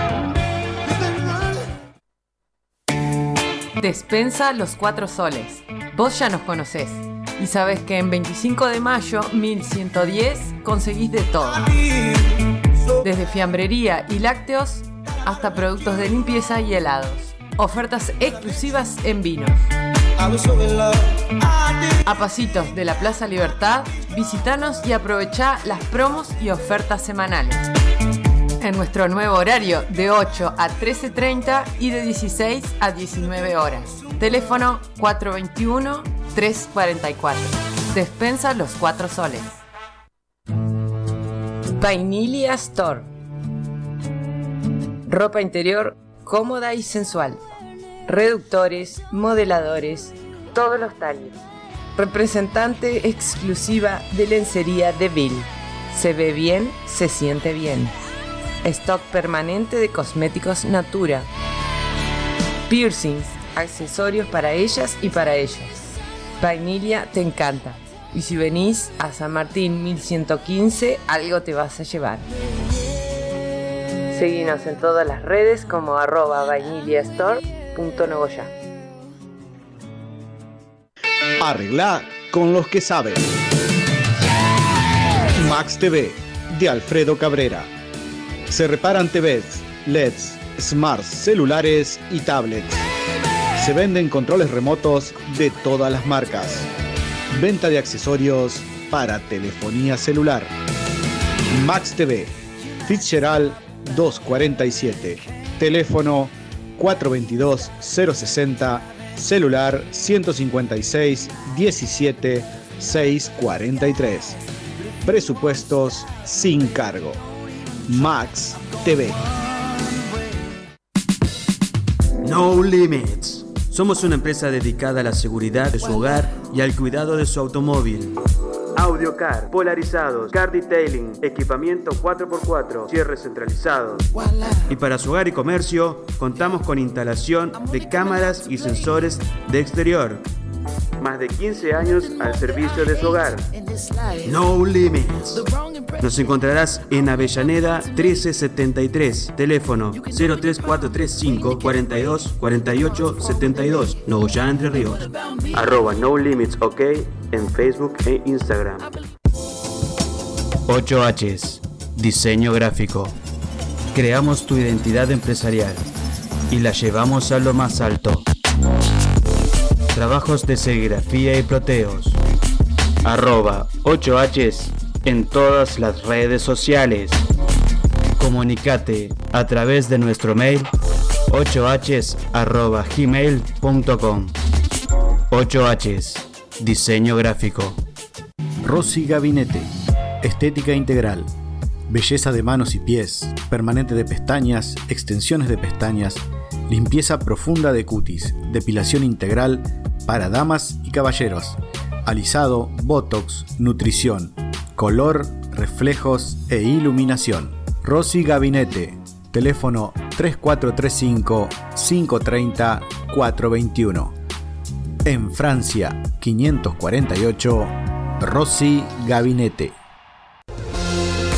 Despensa Los Cuatro Soles. Vos ya nos conocés. Y sabés que en 25 de mayo 1110 conseguís de todo. Desde fiambrería y lácteos hasta productos de limpieza y helados. Ofertas exclusivas en vinos. A pasitos de la Plaza Libertad, visitanos y aprovechá las promos y ofertas semanales. En nuestro nuevo horario de 8 a 13.30 y de 16 a 19 horas. Teléfono 421-344. Despensa los 4 soles. Vainilia Store. Ropa interior cómoda y sensual reductores, modeladores, todos los talles. Representante exclusiva de lencería de Bill. Se ve bien, se siente bien. Stock permanente de cosméticos Natura. Piercings, accesorios para ellas y para ellos. Vainilia te encanta. Y si venís a San Martín 1115, algo te vas a llevar. Seguinos en todas las redes como arroba vainilla store Punto Nogoya. Arregla con los que saben. Max TV de Alfredo Cabrera. Se reparan TVs, LEDs, E smarts, celulares y tablets. Se venden controles remotos de todas las marcas. Venta de accesorios para telefonía celular. Max TV, Fitzgerald 247. Teléfono 422-060, celular 156-17-643. Presupuestos sin cargo. Max TV. No Limits. Somos una empresa dedicada a la seguridad de su hogar y al cuidado de su automóvil. Audiocar, polarizados, car detailing, equipamiento 4x4, cierre centralizado. Y para su hogar y comercio, contamos con instalación de cámaras y sensores de exterior. Más de 15 años al servicio de su hogar. No Limits. Nos encontrarás en Avellaneda 1373, teléfono 03435 42 48 72, Nogoyá Entre Ríos. Arroba No Limits OK en Facebook e Instagram. 8Hs, diseño gráfico. Creamos tu identidad empresarial y la llevamos a lo más alto. Trabajos de serigrafía y proteos. Arroba 8Hs en todas las redes sociales. Comunicate a través de nuestro mail 8hs.gmail.com 8hs Diseño gráfico. Rosy Gabinete. Estética integral. Belleza de manos y pies, permanente de pestañas, extensiones de pestañas, limpieza profunda de cutis, depilación integral para damas y caballeros, alisado, botox, nutrición, color, reflejos e iluminación. Rosy Gabinete, teléfono 3435-530-421. En Francia, 548, Rosy Gabinete.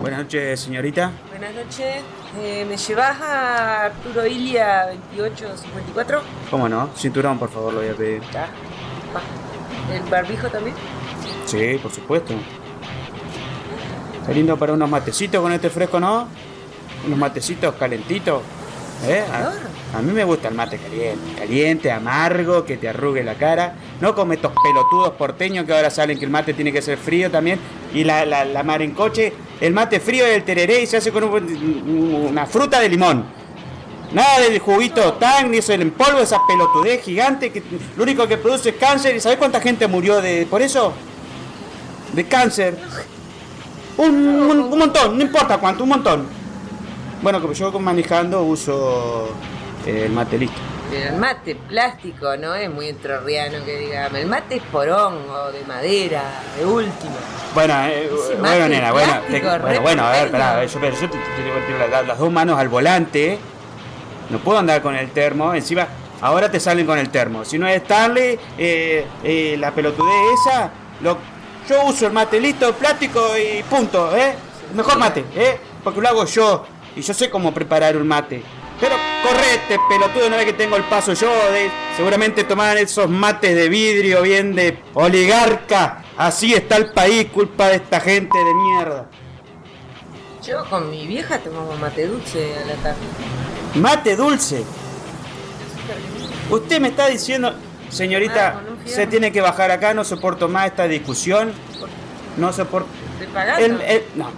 Buenas noches, señorita. Buenas noches. Eh, ¿Me llevas a Arturo Ilia 2854? ¿Cómo no? Cinturón, por favor, lo voy a pedir. Ya. Va. ¿El barbijo también? Sí, por supuesto. Está lindo para unos matecitos con este fresco, ¿no? Unos matecitos calentitos. ¿Eh? A, a mí me gusta el mate caliente. Caliente, amargo, que te arrugue la cara. No como estos pelotudos porteños que ahora salen que el mate tiene que ser frío también. Y la, la, la mar en coche. El mate frío es el tereré y se hace con un- una fruta de limón. Nada del juguito tan, ni eso el en polvo, esa pelotudez gigante que lo único que produce es cáncer. ¿Y sabes cuánta gente murió de por eso? De cáncer. Un, un- un montón, no importa cuánto, un montón. Bueno, como yo manejando uso eh, el mate listo. El mate plástico no es muy entrorriano que digamos. El mate es por hongo, de madera, de último. Bueno, eh, Sí, bueno, mate nena, bueno, te- plástico, bueno, re bueno, a ver, pequeño. pará, yo, pero yo te- te- te- te- las- las dos manos al volante, no puedo andar con el termo, encima ahora te salen con el termo, si no es Stanley, eh, eh, la pelotudez esa, lo, yo uso el mate listo, plástico y punto, ¿eh? Mejor mate, ¿eh? Porque lo hago yo, y yo sé cómo preparar un mate. Pero correte, pelotudo, una vez que tengo el paso yo, de, seguramente tomar esos mates de vidrio bien de oligarca. Así está el país, culpa de esta gente de mierda. Yo con mi vieja tomamos mate dulce a la tarde. Mate dulce. Usted me está diciendo, señorita, se tiene que bajar acá, no soporto más esta discusión. No soporto... ¿Te pagás? El- el- no.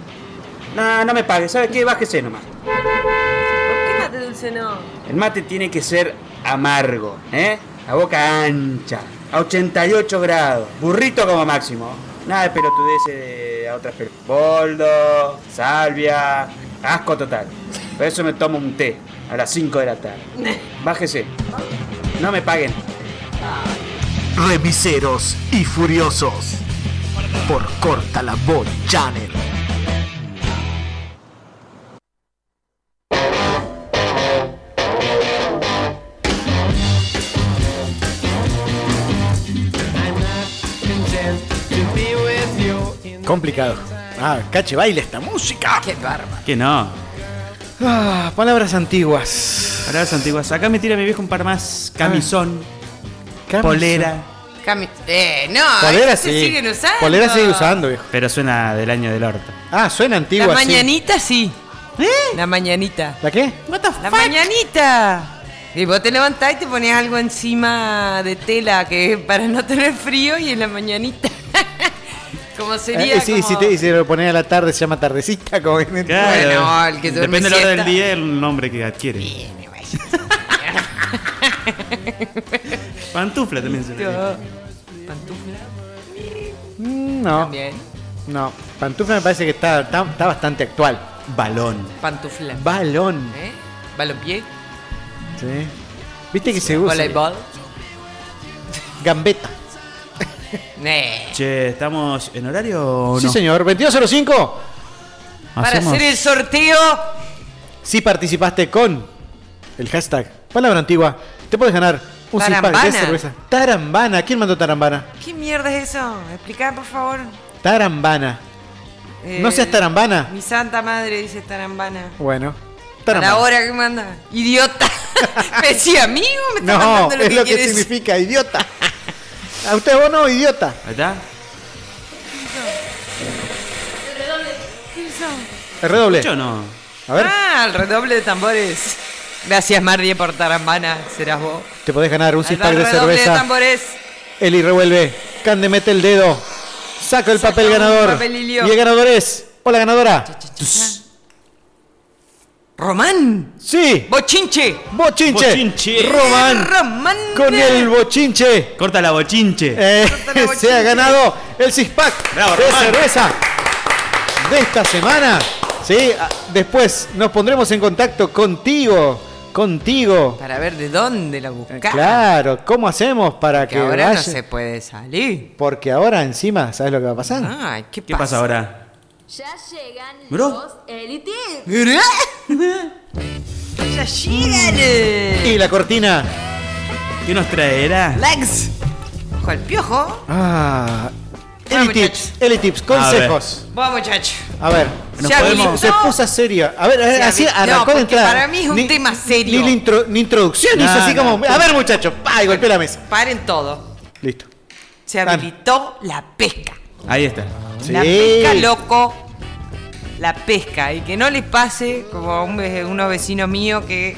no, no me pague, ¿sabe qué? Bájese nomás. ¿Por qué mate dulce no? El mate tiene que ser amargo, ¿eh? A boca ancha, a 88 grados, burrito como máximo. Nada de pelotudeces de a otras per- boldo, salvia, asco total. Por eso me tomo un té a las 5 de la tarde. Bájese. No me paguen. Remiseros y furiosos. Por Corta la Voz Channel. Complicado. Ah, cache baile esta música. Qué bárbaro. Que no. Ah, palabras antiguas. Palabras antiguas. Acá me tira mi viejo un par Ah, más. Camisón. Polera. Cami- eh, no, Polera eso se sí. siguen usando. Polera sigue usando, viejo. Pero suena del año del orto. Ah, suena antigua, antigua. sí. Mañanita sí. ¿Eh? La mañanita. ¿La qué? La mañanita. Y vos te levantás y te ponías algo encima de tela que para no tener frío y en la mañanita. [LAUGHS] como sería. Eh, y, si, y si como- te, y si lo pones a la tarde, se llama tardecita. Como en el- Bueno, el que duerme Depende de la hora siesta. del día el nombre que adquiere. [LAUGHS] Pantufla también se le dice. Pantufla. Mm, No. No. Pantufla me parece que está, está, está bastante actual. Balón. Pantufla. Balón. ¿Eh? Balompié. Sí. ¿Viste que se usa? Voleibol. Gambeta. Nee. Che, ¿estamos en horario o no? Sí, señor. 2205. Para hacer el sorteo. Si participaste con el hashtag palabra antigua, te puedes ganar un six-pack de Tarambana. cerveza. Tarambana. ¿Quién mandó tarambana? ¿Qué mierda es eso? Explica, por favor. Tarambana. No Eh, seas tarambana. Mi santa madre dice tarambana. Bueno. A la Tarambana. hora que manda. [LAUGHS] Idiota. Me decía amigo, me [LAUGHS] está No, mandando lo es que lo que quiere decir. significa, idiota. A usted vos no, idiota. ¿Ahí está? eso? El redoble. ¿Escucho o no? A ver, Ah, el redoble de tambores. Gracias, Mardi, por Tarambana. Serás vos. te podés ganar un six Ahí va pack el de redoble de cerveza. tambores. Eli revuelve. Cande mete el dedo. Saca el papel ganador. papelillo. Y el ganador es. Hola, ganadora. ¿Román? Sí. ¡Bochinche! ¡Bochinche! ¡Bochinche! Román. ¡Román! Con el bochinche. Corta la bochinche. Eh, [LAUGHS] se ha ganado el six pack Bravo, de Román. cerveza de esta semana. Sí, ah, después nos pondremos en contacto contigo. Contigo. Para ver de dónde la buscás. Eh, Claro, ¿cómo hacemos para Que que ahora no vaya? se puede salir. Porque ahora encima, ¿sabes lo que va a pasar? Ay, ¿qué, ¿Qué pasa ahora? Ya llegan Bro. los Elite. [LAUGHS] ¡Ya llegan! Y la cortina. ¿Qué nos traerá? ¡Lex! ¡Ojo al piojo! Ah. Eli tips, Eli A tips, ver. consejos. ¡Vamos, muchacho! A ver, ¿Nos Se podemos- habilitó? se puso seria. A ver, Se así habi- no, arrancó porque de entrada. para mí es un Ni- tema serio. Ni, la intro- ni introducción No, hizo así no. como. A ver, muchachos, pa, y golpeó la mesa. Paren todo. Listo. Se habilitó la pesca. Ahí está. La pesca, loco. La pesca. Y que no le pase como a un ve- unos vecinos míos que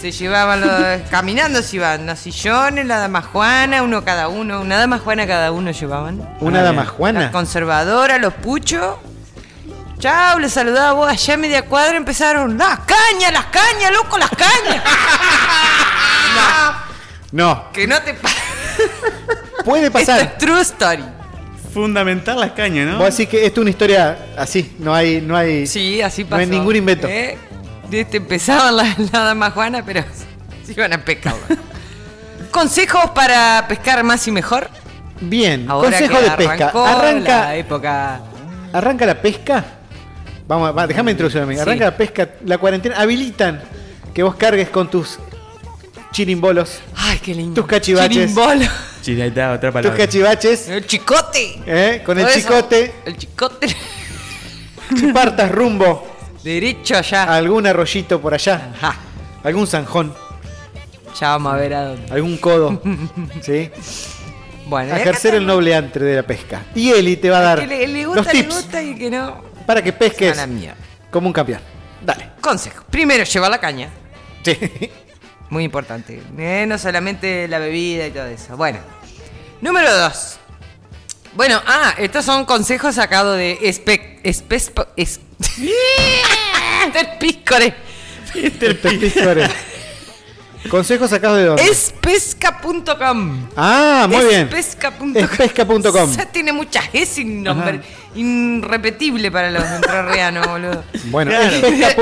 se llevaban [LAUGHS] los- caminando, se iban los sillones, la dama Juana, uno cada uno. Una dama Juana cada uno llevaban. Una dama Juana. La conservadora, los puchos. Chao, les saludaba vos allá a media cuadra empezaron. ¡Las cañas, las cañas, loco, las cañas! [LAUGHS] No, No, que no [LAUGHS] te pase. puede pasar. Esto es true story. Fundamental las cañas, ¿no? Vos decís que esto es una historia así, no hay, no hay. Sí, así No hay pasó. ningún invento. ¿Eh? Este, empezaban la, la dama Juana, pero [LAUGHS] se iban a pescar. ¿Consejos para pescar más y mejor? Bien, Ahora consejo que de pesca. arrancó Arranca, la época. arranca la pesca. Vamos, a- va, déjame introducirme. Sí. Arranca la pesca, la cuarentena. Habilitan que vos cargues con tus chirimbolos. Ay, qué lindo. Tus cachivaches. Chirimbolo. Sí, ahí está otra Tus palabra. cachivaches. El chicote. ¿eh? Con el Todo eso. chicote. El chicote. Partas rumbo. Derecho allá. Algún arroyito por allá. Algún zanjón. Ya vamos a ver a dónde. Algún [LAUGHS] codo. ¿Sí? Bueno, y acá Ejercer el tenemos- noble antre de la pesca. Y Eli te va a dar Que le, le los gusta, le tips gusta y que no. para que pesques A la mierda. como un campeón. Dale. Este Consejo. Primero, lleva la caña. [LAUGHS] Muy importante. Eh, no solamente la bebida y todo eso. Bueno. Número dos. Bueno, ah, estos son consejos sacados de espe... Espespo... Es... [LAUGHS] Del Piscore. Este Piscore. Consejos sacados de dónde. Espesca.com. Ah, muy bien. Espesca.com. Espesca.com. Ya tiene muchas G sin nombre. Irrepetible para los entrerrianos, boludo. Bueno, Claro.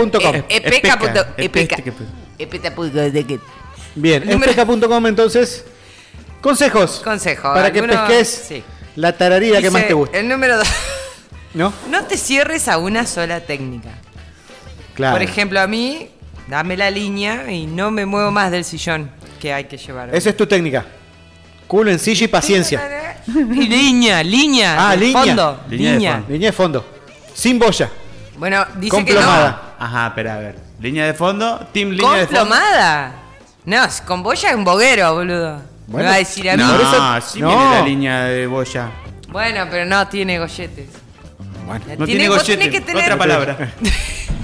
espesca.com. Eh, Espesca. punto- Espesca. Bien, Número- espesca.com entonces. Consejos. Consejos. Para que algunos- pesques sí. la tararida que Dice, más te guste. El número dos. ¿No? No te cierres a una sola técnica. Claro. Por ejemplo, a mí, dame la línea y no me muevo más del sillón que hay que llevar. Esa es tu técnica. Culo en silla y paciencia. Y línea, línea. Ah, del línea. Fondo. Línea. Línea de fondo. Sin boya. Bueno, dice Con que no. plomada. Ajá, espera, a ver. Línea de fondo, team línea ¿Con de fondo. plomada? No, si con boya es un boguero, boludo. Bueno. me va a decir a mí. No, sí No. viene la línea de boya. Bueno, pero no tiene golletes. La no tiene- tiene vos gollete. tenés que tener- Otra [LAUGHS] palabra.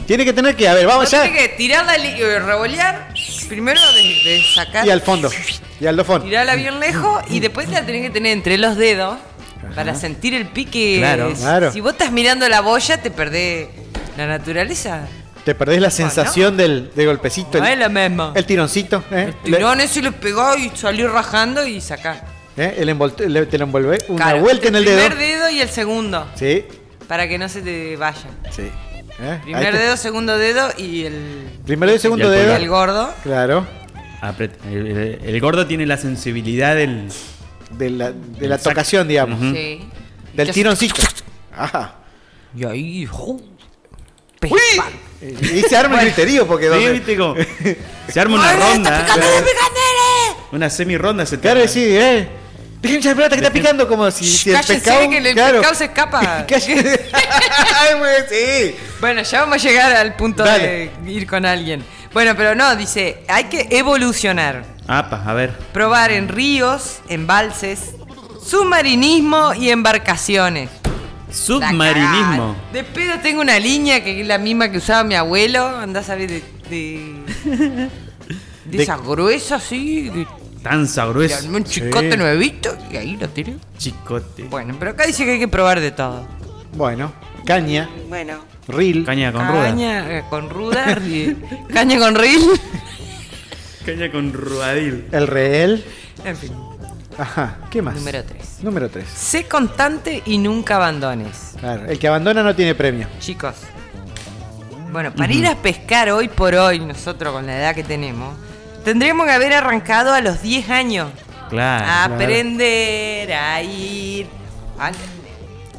Tiene que tener que, a ver, vamos Vos ya. tenés que tirar la li- eh, revolear, primero de, de sacar, Y al fondo. Y al dofón. tirarla bien lejos y después la tenés que tener entre los dedos para sentir el pique. Claro, Si- claro. Si vos estás mirando la boya, te perdés la naturaleza. Te perdés la sensación del, del golpecito. No el, es la misma. el tironcito. ¿eh? Tiró en eso y lo pegó y salió rajando y sacá. ¿Eh? El envolt- le- te lo envolvé una Claro, vuelta en el dedo. primer dedo y el segundo. Sí, Para que no se te vaya. sí. ¿Eh? Ahí Primer te- dedo, segundo dedo y el. Primer dedo y segundo y el dedo. El gordo. Claro. Apret- el, el- el gordo tiene la sensibilidad del. De la, de la tocación, digamos. Sí. Mm. Del Yo- tironcito. Ajá. Y ahí. jo, Y se arma el criterio porque Sí, donde- viste [LAUGHS] como- se arma una ronda. eh. [LAUGHS] Una semi-ronda se Claro, sí, eh. Dejen ya el pelota que está picando como si, si el Cállense, pescado. que el claro. [LAUGHS] pescado se escapa. [LAUGHS] Cállense. Ay, güey, sí. Bueno, ya vamos a llegar al punto Dale. de ir con alguien. Bueno, pero no, dice, hay que evolucionar. Apa, a ver. Probar en ríos, embalses, submarinismo y embarcaciones. Submarinismo. De pedo tengo una línea que es la misma que usaba mi abuelo. Andás a ver de. de, de De- Pues, esas gruesas, sí. de- Danza gruesa. Le armé un chicote nuevito y ahí lo tiré. Chicote. Bueno, pero acá dice que hay que probar de todo. Bueno, caña, Bueno. reel. Caña con rueda. Caña eh, con ruda. ri- caña con reel. Caña con ruadil. El reel. En fin. Ajá, ¿qué más? Número 3. Número 3. Sé constante y nunca abandones. Claro, el que abandona no tiene premio. Chicos. Bueno, para ir a pescar hoy por hoy, nosotros con la edad que tenemos, tendríamos que haber arrancado a los 10 años. Ah, A Claro. aprender a ir. al-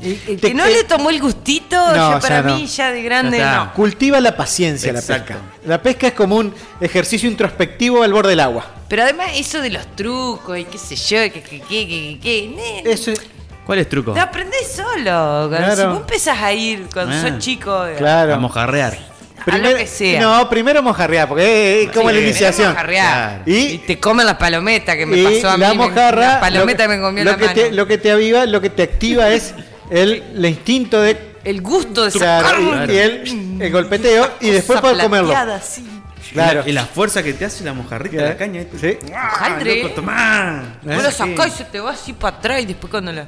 El Te- que no eh, le tomó el gustito, no, ya ya para no. mí, ya de grande, no. Cultiva la paciencia Exacto. la pesca. La pesca es como un ejercicio introspectivo al borde del agua. Pero además, eso de los trucos y qué sé yo, que, que, que, que, que, que, ne- Eso es- ¿Cuál es truco? Te aprendés solo. cuando- Claro. Si vos empezás a ir cuando Ah, sos chico. eh, Claro. A mojarrear. Primero- que sea. No, primero mojarrear, porque es como la Sí, iniciación. queremos jarrear. Y, te comen las palometas que me y pasó a mí. la me- mojarra. la palometa lo que- me comió lo la que mano. Te, lo que te aviva, lo que te activa es el, el instinto de. El gusto de Claro, y- sacar- y, el, el golpeteo y después para comerlo. plateada, así. Claro. Y la fuerza que te hace la mojarrita, Claro. la caña. ¿viste? Hojaldre. loco, tomá. ¿Eh? Vos lo sacás y se te va así para atrás y después cuando la,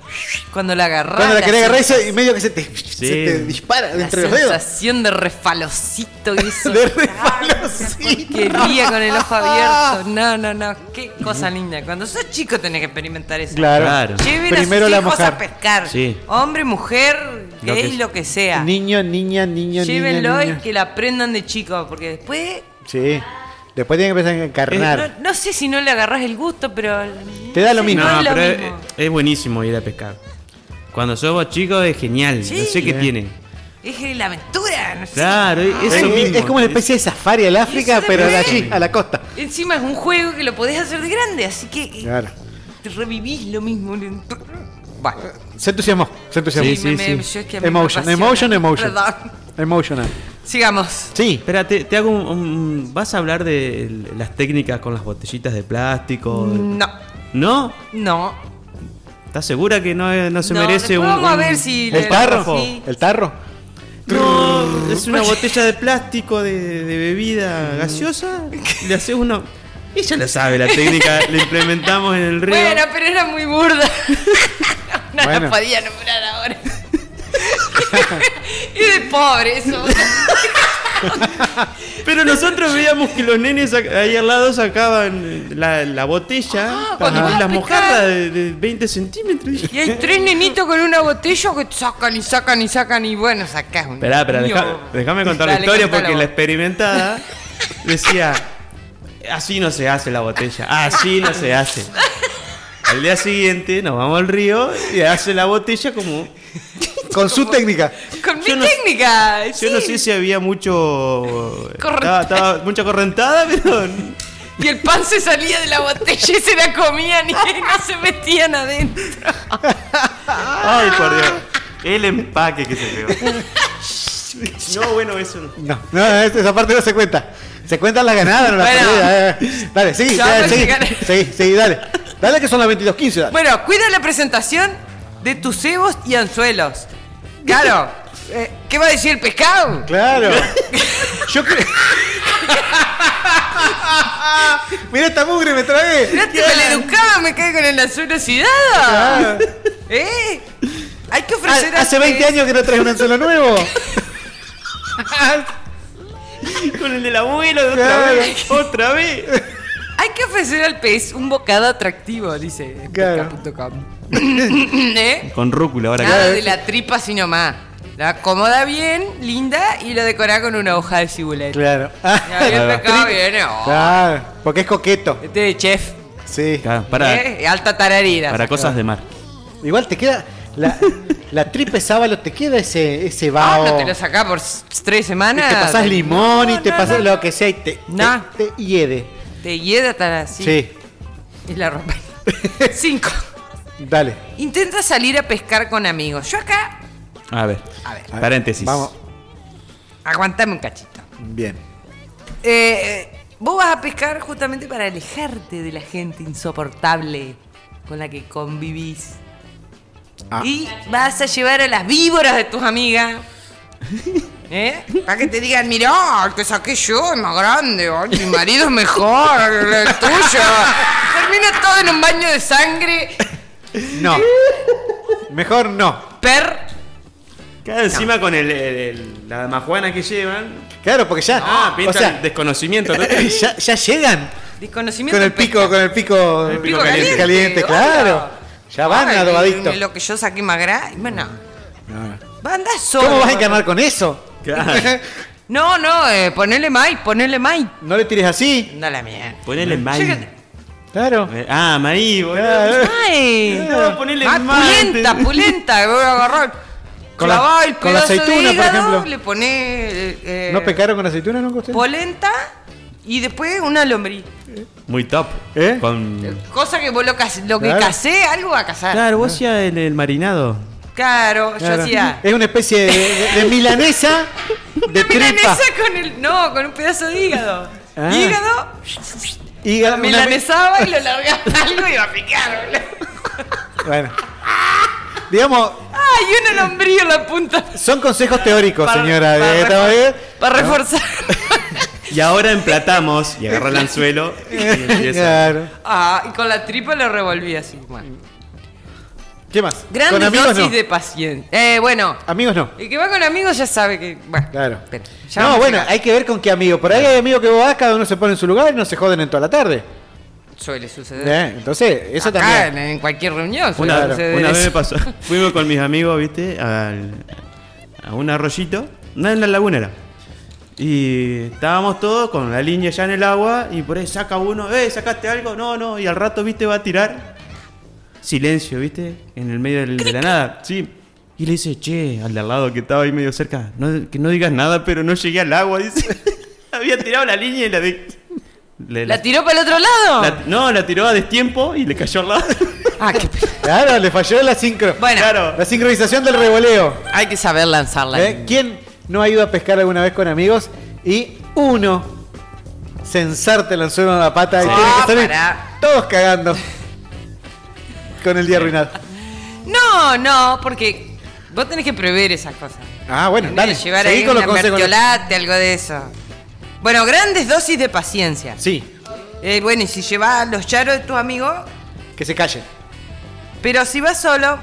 cuando la agarrás. Cuando la querés agarrar, sensación- se- y medio que se te, se te dispara la entre los dedos. sensación de refalocito que [LAUGHS] eso. de refalocito. Quería con el ojo abierto. No, no, no. Qué cosa linda. Cuando sos chico tenés que experimentar eso. Claro. Claro. Lleven Primero a sus la hijos mojar. a pescar. Sí. Hombre, mujer, Lo que gay, es- lo que sea. Niño, niña, niño, Llévenlo niña. niña. y que la aprendan de chico, porque después Sí. Después tiene que empezar a encarnar. no, no sé si no le agarrás el gusto, pero Te da lo Sí, mismo. no No, es lo pero es, mismo. es buenísimo ir a pescar. Cuando sos vos chico es genial. Sí. No sé qué Bien. tiene. es la aventura. no sé. Claro, es, eso es- mismo. es como una especie de safari al África, Eso pero de también. allí, a la costa. Encima es un juego que lo podés hacer de grande, así que eh, Claro. te revivís lo mismo. Bueno. Se entusiasmó, se entusiasmó. Sí, Sí, me- sí, me- sí. yo es que a mí me emotion, apasiona. emotion, emotion. Perdón. Emotional. Sigamos. Sí. Espera, te, te hago un, un- ¿Vas a hablar de el- las técnicas con las botellitas de plástico? No. ¿No? No. ¿Estás segura que no, no se No, merece después un, vamos a un- ver si ¿El le- tarro? sí. ¿El tarro? [LAUGHS] No, es una botella de plástico de, de bebida gaseosa. y Le haces uno. Ella lo sabe [LAUGHS] la técnica, la implementamos en el río. Bueno, pero era muy burda. [LAUGHS] no la Bueno. podía nombrar ahora. [LAUGHS] y de pobre eso. Pero nosotros veíamos que los nenes ac- ahí al lado sacaban la, la botella, Ah, cuando Ajá. vas a la pescar. mojarra de, de 20 centímetros. Y hay tres nenitos con una botella que sacan y sacan y sacan y bueno, sacás un. Esperá, esperá, niño. deja- déjame contar la Dale, historia contala porque vos. la [LAUGHS] experimentada decía, así no se hace la botella, así no se hace. Al día siguiente nos vamos al río y hace la botella como... Con su técnica. Con mi técnica. Yo no sé si había mucho... Correntada. Estaba, estaba mucha correntada, pero... Y el pan se salía de la botella y se la comían [LAUGHS] y no se metían adentro. Ah. Ay, por Dios. El empaque que se pegó. [LAUGHS] No, bueno, eso no. No, no, es- esa parte no se cuenta. Se cuentan las ganadas, no las Bueno. perdidas. eh, eh. Dale, sí, Ya dale, vamos a seguí, llegar. seguí, seguí, dale. Dale que son las 22.15. dale. Bueno, cuida la presentación de tus cebos y anzuelos. Claro. [LAUGHS] eh, ¿Qué va a decir el pescado? Claro. [LAUGHS] Yo creo. Mira esta mugre, me tragué. No te maleducado, me cae con el anzuelo oxidado. ¿Eh? Hay que ofrecer Ah, Hace [LAUGHS] 20 años que no traes un anzuelo nuevo. Con el del abuelo de otra Claro. vez. Otra vez. Hay que ofrecer al pez un bocado atractivo, dice Claro. [COUGHS] pesca.com. ¿Eh? Con rúcula ahora. Nada de la tripa sino más. La acomoda bien, linda, y lo decora con una hoja de cibulete. Claro. Ya bien pescado viene. oh. Claro, porque es coqueto. Este de chef. Sí. ¿Eh? Alta tararira. para cosas de mar. Igual te queda. La, la tripe sábalo, te queda ese, ese Ah, vaho. no te lo sacás por s- tres y semanas. te pasás limón y te pasás lo que sea y te, No. te, te hiede. Te hiede hasta así. Sí. Y la [LAUGHS] ropa. Cinco. Dale. Intenta salir a pescar con amigos. Yo acá, A ver. A ver. Paréntesis. Vamos. aguantame un cachito. Bien. Eh, eh, vos vas a pescar justamente para alejarte de la gente insoportable con la que convivís. Ah. Y vas a llevar a las víboras de tus [LAUGHS] amigas. ¿Eh? Para que te digan, mirá, el que saqué yo es más grande, o mi marido es mejor, el tuyo. Termina todo en un baño de sangre. [LAUGHS] No. Mejor no. Per. Cada encima con el, el- el- la damajuana que llevan. Claro, porque ya. Ah, pinta o sea, el desconocimiento. ¿no? [LAUGHS] ya, ya llegan. Desconocimiento. Con el pe- pico, con el pico, El pico caliente. caliente, claro. Ya van Ay, adobaditos. Lo que yo saqué más grande. Bueno, banda solo. Ah. ¿Cómo vas a encarnar con eso? No, no, eh, ponele mai, ponele mai. [LAUGHS] No le tires así. No la mierda. Ponele maíz. Claro. Ah, maíz, boludo. Ay, No, ponele ah, mate. pulenta, pulenta, voy a agarrar. Con la- Clavá el con la pedazo de aceituna, por hígado, ejemplo. Le pone eh, ¿No pecaron con aceitunas nunca ustedes? polenta y después una lombriz. Muy top. ¿Eh? Con... Cosa que vos lo, cas- lo que Claro. casé, algo a casar. Claro, vos hacías el, el marinado. Claro, yo Claro. hacía. Es una especie de, de- de [LAUGHS] milanesa de tripa. Milanesa con el. No, con un pedazo de hígado. Ah. Hígado, Y una- milanesaba y lo largaba [LAUGHS] algo y iba a picar, boludo. Bueno. Digamos, Ay, una lombriz en la punta. son consejos teóricos, señora. para ¿eh? ¿Estamos bien? Para ¿No? reforzar. [LAUGHS] Y ahora emplatamos y agarra el anzuelo [LAUGHS] y empieza. Claro. Ah, y con la tripa lo revolví así. Bueno. ¿Qué más? Grandes con amigos dosis no. de paciencia. Eh, bueno. Amigos no. El que va con amigos ya sabe que. Bueno, Claro. ya no, vamos a bueno, llegar. hay que ver con qué amigo. Por ahí hay amigos que vos vas, cada uno se pone en su lugar y no se joden en toda la tarde. suele suceder. ¿Eh? Entonces, eso Acá, también. en- En cualquier reunión suele Una, suceder una vez me eso. pasó. Fuimos con mis amigos, viste, al- a un arroyito. No, en la laguna era. Y estábamos todos con la línea ya en el agua. Y por ahí saca uno, ¿eh? ¿Sacaste algo? No, no. Y al rato, viste, va a tirar. Silencio, viste, en el medio del- de la nada. Sí. Y le dice, che, al de al lado que estaba ahí medio cerca, no, que no digas nada, pero no llegué al agua. Dice, [LAUGHS] había tirado la línea y la de. le- ¿La tiró para el otro lado? la- no, la tiró a destiempo y le cayó al lado. Ah, qué pe- Claro, le falló la sincro. Bueno. Claro. La sincronización del revoleo. Hay que saber lanzarla. ¿Eh? ¿Quién no ha ido a pescar alguna vez con amigos y uno sensarte el anzuelo en la pata y Sí. tiene que Ah, salir pará. todos cagando con el día arruinado? No, no, porque vos tenés que prever esas cosas. Ah, bueno, Tenés dale. que llevar seguí ahí con los una consejos. mertiolate, algo de eso. Bueno, grandes dosis de paciencia. Sí, Eh, bueno, y si llevas los charos de tus amigos, que se callen. Pero si vas solo,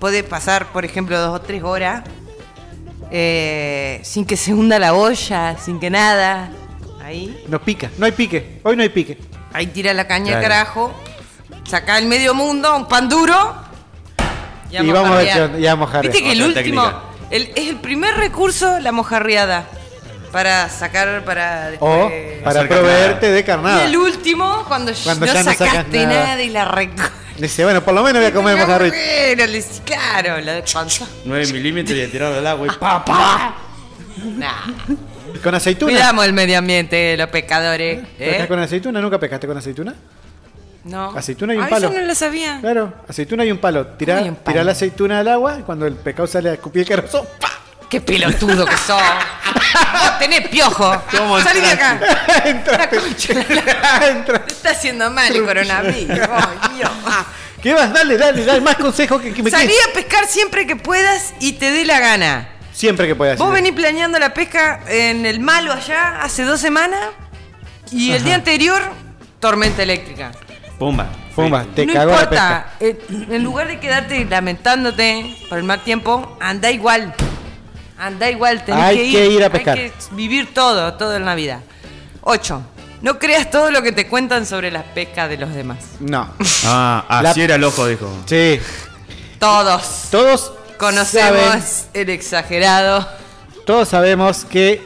podés pasar, por ejemplo, dos o tres horas eh, sin que se hunda la olla, sin que nada. Ahí, Nos pica. No hay pique. Hoy no hay pique. ahí tira la caña al Claro. carajo, saca el medio mundo, un pan duro. Y vamos a ver mojarrear. qué- y a mojarrear. Viste que el Otra último, técnica. el- es el primer recurso la mojarreada para sacar para O después- para Hacer proveerte de Y carnada. el último cuando, Cuando no ya no sacas sacaste nada. nada y la recortas. [LAUGHS] Dice, bueno, por lo menos voy a comer mojarrita. Bueno, le- claro, la de [LAUGHS] panza. 9 milímetros y a tirarlo al Ah. agua y pa, pa. Nah. Con aceituna. Cuidamos el medio ambiente, los pescadores. ¿Pescas ¿eh? con aceituna? ¿Nunca pescaste con aceituna? No. Aceituna y un Ah, palo. ¿Eh? Eso no lo sabía. Claro, aceituna y un palo. Tirá, y un palo? tirá la aceituna al agua y cuando el pescado sale a escupir el carozo, ¡pa! Qué pelotudo que sos. Vos tenés piojo. ¿Cómo Salí de acá. [LAUGHS] Entraste. [LAUGHS] Ah, Te está haciendo mal el coronavirus. Ay, [LAUGHS] Dios. [LAUGHS] Ah, ¿Qué vas? Dale, dale, dale. Más consejos que, que me Salí quedes. a pescar siempre que puedas y te dé la gana. Siempre que puedas. Vos venís planeando la pesca en el malo allá hace dos semanas y el Ajá. día anterior, tormenta eléctrica. Pumba. Pumba, te no cagó la pesca. importa, eh, en lugar de quedarte lamentándote por el mal tiempo, anda igual. Anda igual, tenés Hay que ir. que ir a pescar. Hay que vivir todo, todo en la vida. 8. No creas todo lo que te cuentan sobre las pescas de los demás. No. [LAUGHS] Ah, así era loco, dijo. Sí. Todos Todos conocemos saben, el exagerado. todos sabemos que,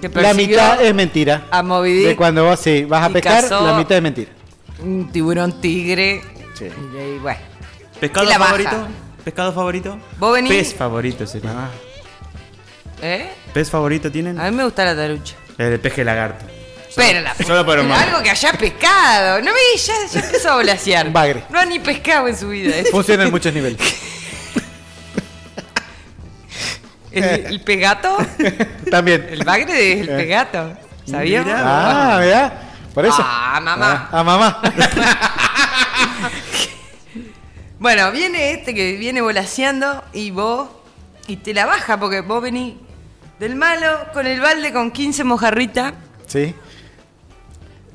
Que la persiguió mitad es mentira. a Moby Dick. De cuando vos sí, vas a y pescar, cazó. la mitad es mentira. Un tiburón tigre. Sí. Y ahí, bueno. ¿Pescado Y la baja. favorito? ¿Pescado favorito? Vos venís- Pez favorito sería. ¿Eh? ¿Pez favorito tienen? A mí me gusta la tarucha. El peje lagarto. Pero la Solo para Pero humanos. algo que haya pescado. No me ya, ya empezó [LAUGHS] a glaciar. Bagre. No ha ni pescado en su vida. eh. [LAUGHS] Funciona en muchos niveles. [LAUGHS] El, el pegato. También. Eh. El bagre es el pegato. ¿Sabías? [LAUGHS] Ah, ¿verdad? Ah, Por eso. Ah, mamá. Ah, mamá. Bueno, viene este que viene volaseando y vos. Y te la baja porque vos venís del malo con el balde con 15 mojarritas. Sí.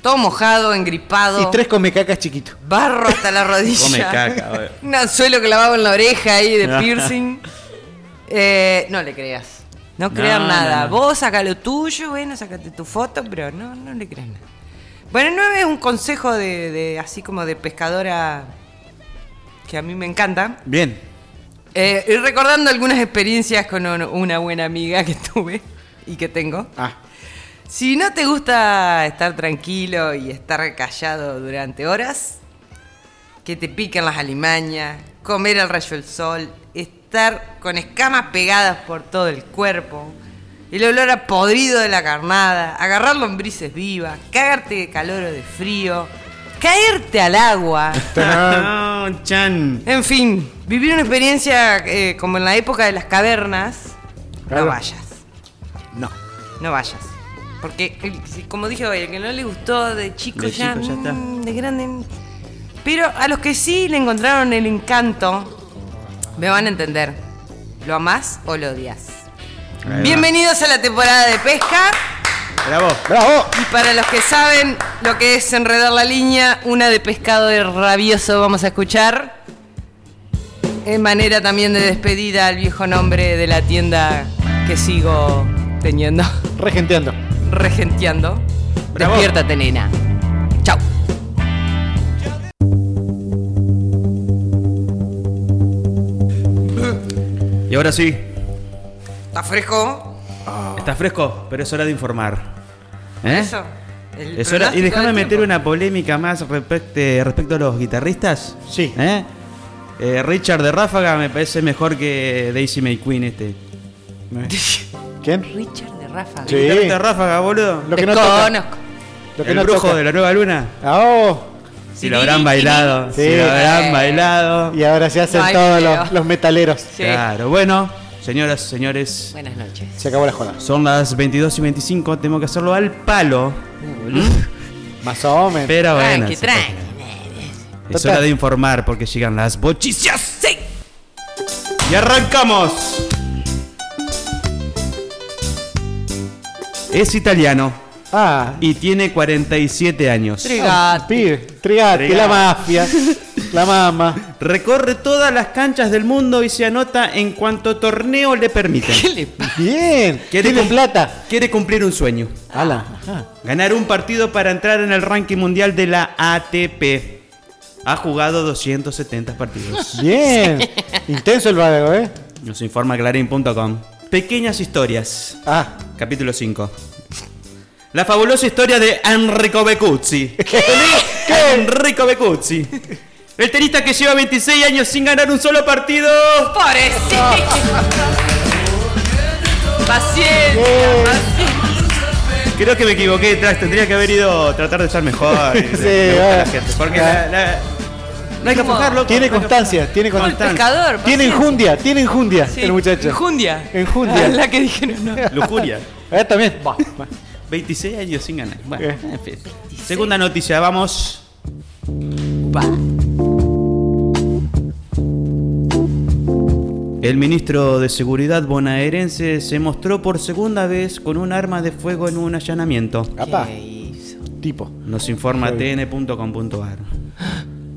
Todo mojado, engripado. Y tres come cacas chiquito. Barro hasta [LAUGHS] la rodilla. Come caca, güey. Un anzuelo clavado en la oreja ahí [LAUGHS] de piercing. Eh, no le creas. No No, creas no, nada. no. Vos saca lo tuyo, bueno, sacate tu foto, pero no, no le creas nada. Bueno, el 9 es un consejo de, de- así como de pescadora que a mí me encanta. Bien. Eh, y recordando algunas experiencias con un- una buena amiga que [LAUGHS] tuve y que tengo. Si no te gusta estar tranquilo y estar callado durante horas, que te pican las alimañas, comer al rayo del sol, estar con escamas pegadas por todo el cuerpo, el olor a podrido de la carnada, agarrar lombrices vivas, cagarte de calor o de frío, caerte al agua. [LAUGHS] Chan. En fin, vivir una experiencia eh, como en la época de las cavernas, Claro. no vayas. No. No vayas. Porque, el- si- como dije hoy, el que no le gustó de chico De ya, chico ya está. mm, de grande. mm. Pero a los que sí le encontraron el encanto, me van a entender. ¿Lo amás o lo odias? Bienvenidos a la temporada de pesca. Bravo. Bravo. Y para los que saben lo que es enredar la línea, una de pescado de rabioso vamos a escuchar. En manera también de despedida al viejo nombre de la tienda que sigo teniendo. Regenteando. Regenteando. Bravo. Despiértate, nena. Chau. Y ahora sí, ¿Está fresco? está fresco, pero es hora de informar. ¿Eh? Eso. El Es hora- y pronóstico déjame del meter tiempo. una polémica más respecte- respecto a los guitarristas. Sí. ¿Eh? Eh, Richard de Ráfaga me parece mejor que Daisy May Queen este. ¿Quién? Richard de Rafa. El guitarrista de Ráfaga, boludo. Lo que Te no toca. Conozco. Lo que el no brujo toca. de la nueva luna. Oh. Si lo habrán bailado. Sí. Si lo habrán bailado. Y ahora se hacen No hay todos video. los, los metaleros. Claro, bueno, señoras, señores. Buenas noches. Se acabó la joda. Son las 22 y 25, tengo que hacerlo al palo. Más o menos. Pero bueno, Tranqui, sí, tranqui. es hora de informar porque llegan las bochicias. Sí. Y arrancamos. Es italiano. Ah. Y tiene 47 años. Ah, pibe, Trigati, Trigati. la mafia. la mama. Recorre todas las canchas del mundo y se anota en cuanto torneo le permiten. Bien. Tiene plata. Quiere cumplir un sueño. Ala. Ganar un partido para entrar en el ranking mundial de la ATP. Ha jugado 270 partidos. Bien. Intenso el vago, ¿eh? Nos informa clarín.com. Pequeñas historias. Ah. Capítulo 5. La fabulosa historia de Enrico Becuzzi. Enrico Becuzzi. El tenista que lleva 26 años sin ganar un solo partido. Paciencia, paciencia. Creo que me equivoqué detrás. Tendría que haber ido a tratar de estar mejor. y de- Sí, de buscar a la bueno. gente, Porque la- la- no hay que aflojar, loco. Tiene no hay que constancia, tiene Como el constancia. pescador, tiene paciencia. enjundia, tiene enjundia Sí, el muchacho. enjundia. [LAUGHS] Enjundia. La que dijeron no. Lujuria. Eh, también. 26 años sin ganar. Bueno, en fin. Segunda noticia, vamos. El ministro de Seguridad bonaerense se mostró por segunda vez con un arma de fuego en un allanamiento. Apa. Tipo. Nos informa tn.com.ar.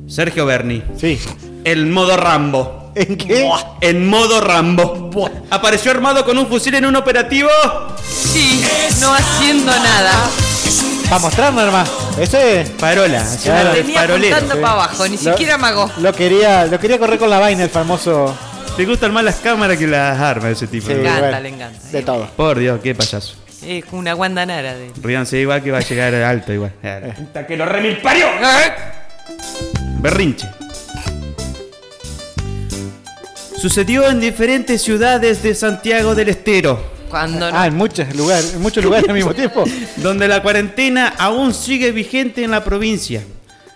Sergio Berni. Sí. El modo Rambo. ¿En qué? En modo Rambo. Apareció armado con un fusil en un operativo. Sí, no haciendo nada. Para mostrar nomás. Ese es. Parola. La tenía apuntando pa' abajo, ni siquiera amagó. Lo quería, lo quería correr con la vaina, el famoso. Te gustan más las cámaras que las armas de ese tipo. Sí, Le encanta, bueno, le encanta. De todo. Por Dios, qué payaso. Es como una guandanara de. Ríanse igual que va a llegar alto igual. Eh, Puta que lo remil parió. Berrinche. Sucedió en diferentes ciudades de Santiago del Estero. Cuando Ah, en muchos lugares, en muchos lugares al mismo tiempo. Donde la cuarentena aún sigue vigente en la provincia.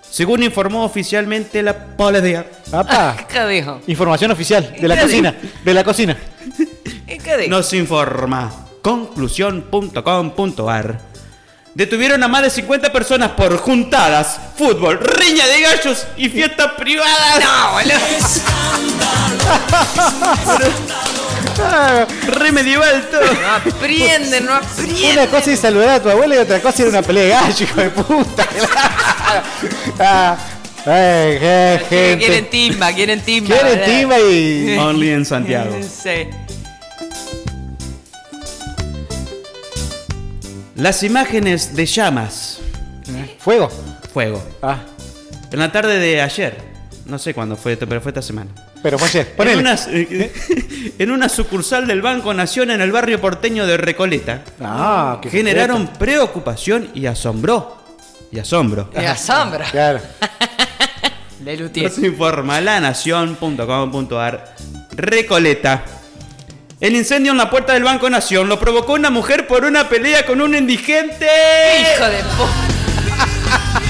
Según informó oficialmente la policía. Apa. ¿Qué dijo? Información oficial de la Dale. cocina, de la cocina. ¿Qué dijo? Nos informa conclusión.com.ar Detuvieron a más de 50 personas por juntadas, fútbol, riña de gallos y fiestas privadas. No, [LAUGHS] Re medieval todo. No aprenden, no aprenden. Una cosa es saludar a tu abuela y otra cosa era una pelea de gallo, hijo de puta. [LAUGHS] Ah, ay, qué gente. Quieren timba, quieren timba. Quieren ¿verdad? timba y- Only en Santiago. [LAUGHS] Sí. Las imágenes de llamas. ¿Fuego? Fuego. Ah. En la tarde de ayer. No sé cuándo fue esto, pero fue esta semana. Pero pues, fue ayer. En una, eh, [LAUGHS] en una sucursal del Banco Nación en el barrio porteño de Recoleta. Ah, qué generaron preocupación y asombró. Y asombro. Y asombra. Claro. Nos informa lanación.com.ar Recoleta. El incendio en la puerta del Banco Nación lo provocó una mujer por una pelea con un indigente. Hijo de puta.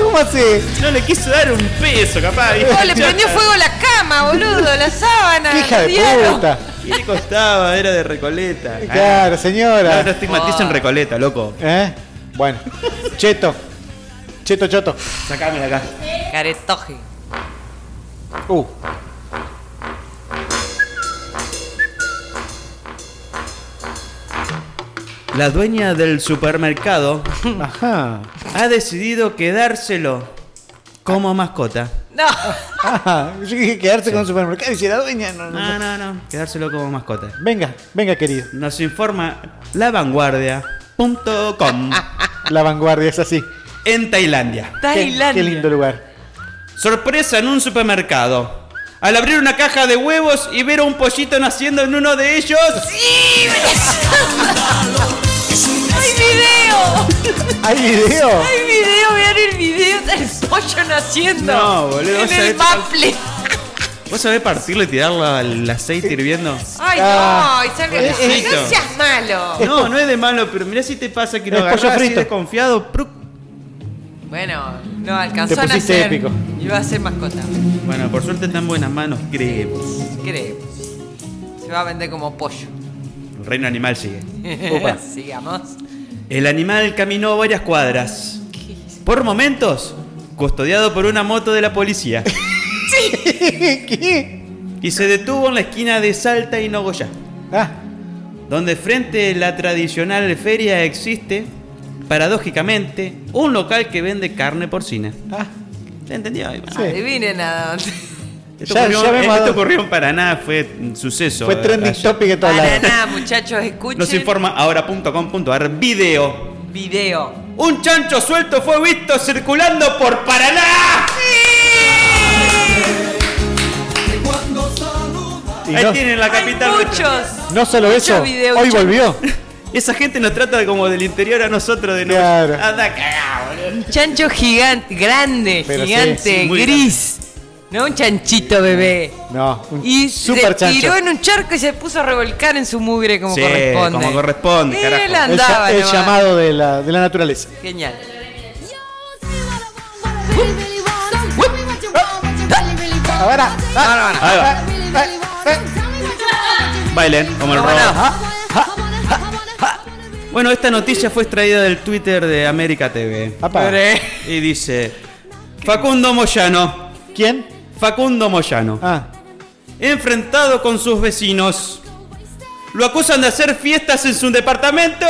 ¿Cómo se? No le quiso dar un peso, capaz. Oh, le prendió fuego la cama, boludo, la sábana. Hija el de diablo. puta. ¿Qué le costaba? Era de Recoleta. Ah, Claro, señora. No, no Oh. estigmaticen Recoleta, loco. ¿Eh? Bueno. Cheto. Cheto, choto. Sacame de acá. Caretoje. Uh. La dueña del supermercado Ajá. ha decidido quedárselo como mascota. No. Ah, yo dije quedarse con el supermercado y si era dueña. No, Ah. no, no. no. Quedárselo como mascota. Venga, venga, querido. Nos informa lavanguardia.com. La vanguardia es así. En Tailandia. Qué- Qué, lindo lugar. Sorpresa en un supermercado. Al abrir una caja de huevos y ver a un pollito naciendo en uno de ellos. ¡Sí! ¡Hay video! ¿Hay video? ¡Hay video! Vean el video del pollo naciendo. No, boludo, En vos sabés- el maple. ¿Vos sabés partirlo y tirarlo al aceite hirviendo? ¡Ay, Ah, no! Y salga- ¡No pobrecito. seas malo! No, no es de malo, pero mirá si te pasa que lo Es pollo agarrás así frito. desconfiado. pruc. Bueno, no alcanzó Te a pusiste nacer. épico. Y va a ser mascota. Bueno, por suerte están buenas manos, creemos. Creo. Se va a vender como pollo. El reino animal sigue. [LAUGHS] Sigamos. El animal caminó varias cuadras. Por momentos, custodiado por una moto de la policía. Y se detuvo en la esquina de Salta y Nogoyá. Ah, Donde frente a la tradicional feria existe, paradójicamente, un local que vende carne porcina. ah. ¿Se entendió? Adivinen a dónde. Esto, Ya- ocurrió, ya vemos a esto dónde. ocurrió en Paraná, fue un suceso. Fue trending Allá. topic en todos Para lados. nada, muchachos, escuchen. Nos informa ahora.com.ar video. Video. Un chancho suelto fue visto circulando por Paraná. Y Ahí no- tienen la capital. Muchos. No solo Muchos eso, videos, hoy [LAUGHS] chicos. volvió. Esa gente nos trata como del interior a nosotros de nuevo. Claro. Anda cagá, boludo. Un chancho gigante, grande, Pero sí, gigante, sí, muy gris. No un chanchito bebé. No, un Y super se chancho. tiró en un charco y se puso a revolcar en su mugre como Sí, corresponde. como corresponde, Y carajo. él andaba el, ll- el nomás. llamado de la, de la naturaleza. Genial. Ahora, Ahí va. Bailen, como el rock. ah, Bueno, esta noticia fue extraída del Twitter de América TV. Apa. Ore. Y dice: Facundo Moyano. ¿Quién? Facundo Moyano. Ah. Enfrentado con sus vecinos. Lo acusan de hacer fiestas en su departamento.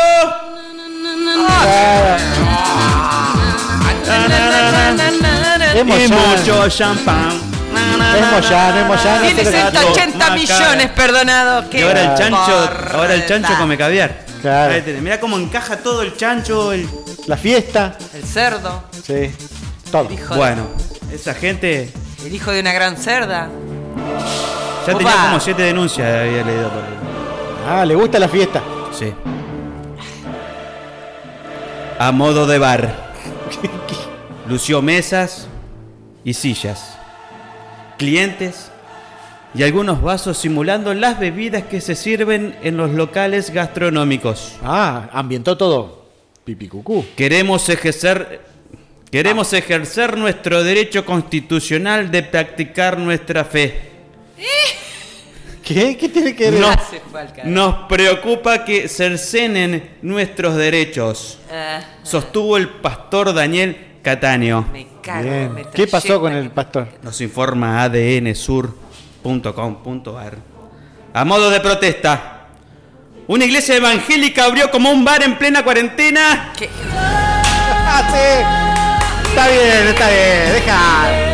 Emoyano. Y mucho champán. Es Moyano, es Moyano. Tiene se le- 180 Macana. millones, perdonado. Y Que ahora el chancho, ahora el chancho come caviar. Claro. Ahí tenés, Mirá cómo encaja todo el chancho, el La fiesta. El cerdo, Sí. Todo. hijo de- Bueno, esa gente el hijo de una gran cerda. ya Opa. tenía como siete denuncias, había leído por ahí. Ah, le gusta la fiesta. Sí. A modo [LAUGHS] de bar. Lució mesas y sillas. Clientes y algunos vasos simulando las bebidas que se sirven en los locales gastronómicos. Ah, ambientó todo. Pipi cucú. Queremos ejercer, queremos ejercer nuestro derecho constitucional de practicar nuestra fe. ¿Qué? ¿Qué tiene que ver? Nos, Hace falta. nos preocupa que cercenen nuestros derechos, Ah, sostuvo el pastor Daniel Cataño. me cago, me ¿Qué trayé pasó con una- el pastor? Nos informa adnsur.com.ar. A modo de protesta, una iglesia evangélica abrió como un bar en plena cuarentena. Ah, sí. Está bien, está bien, deja.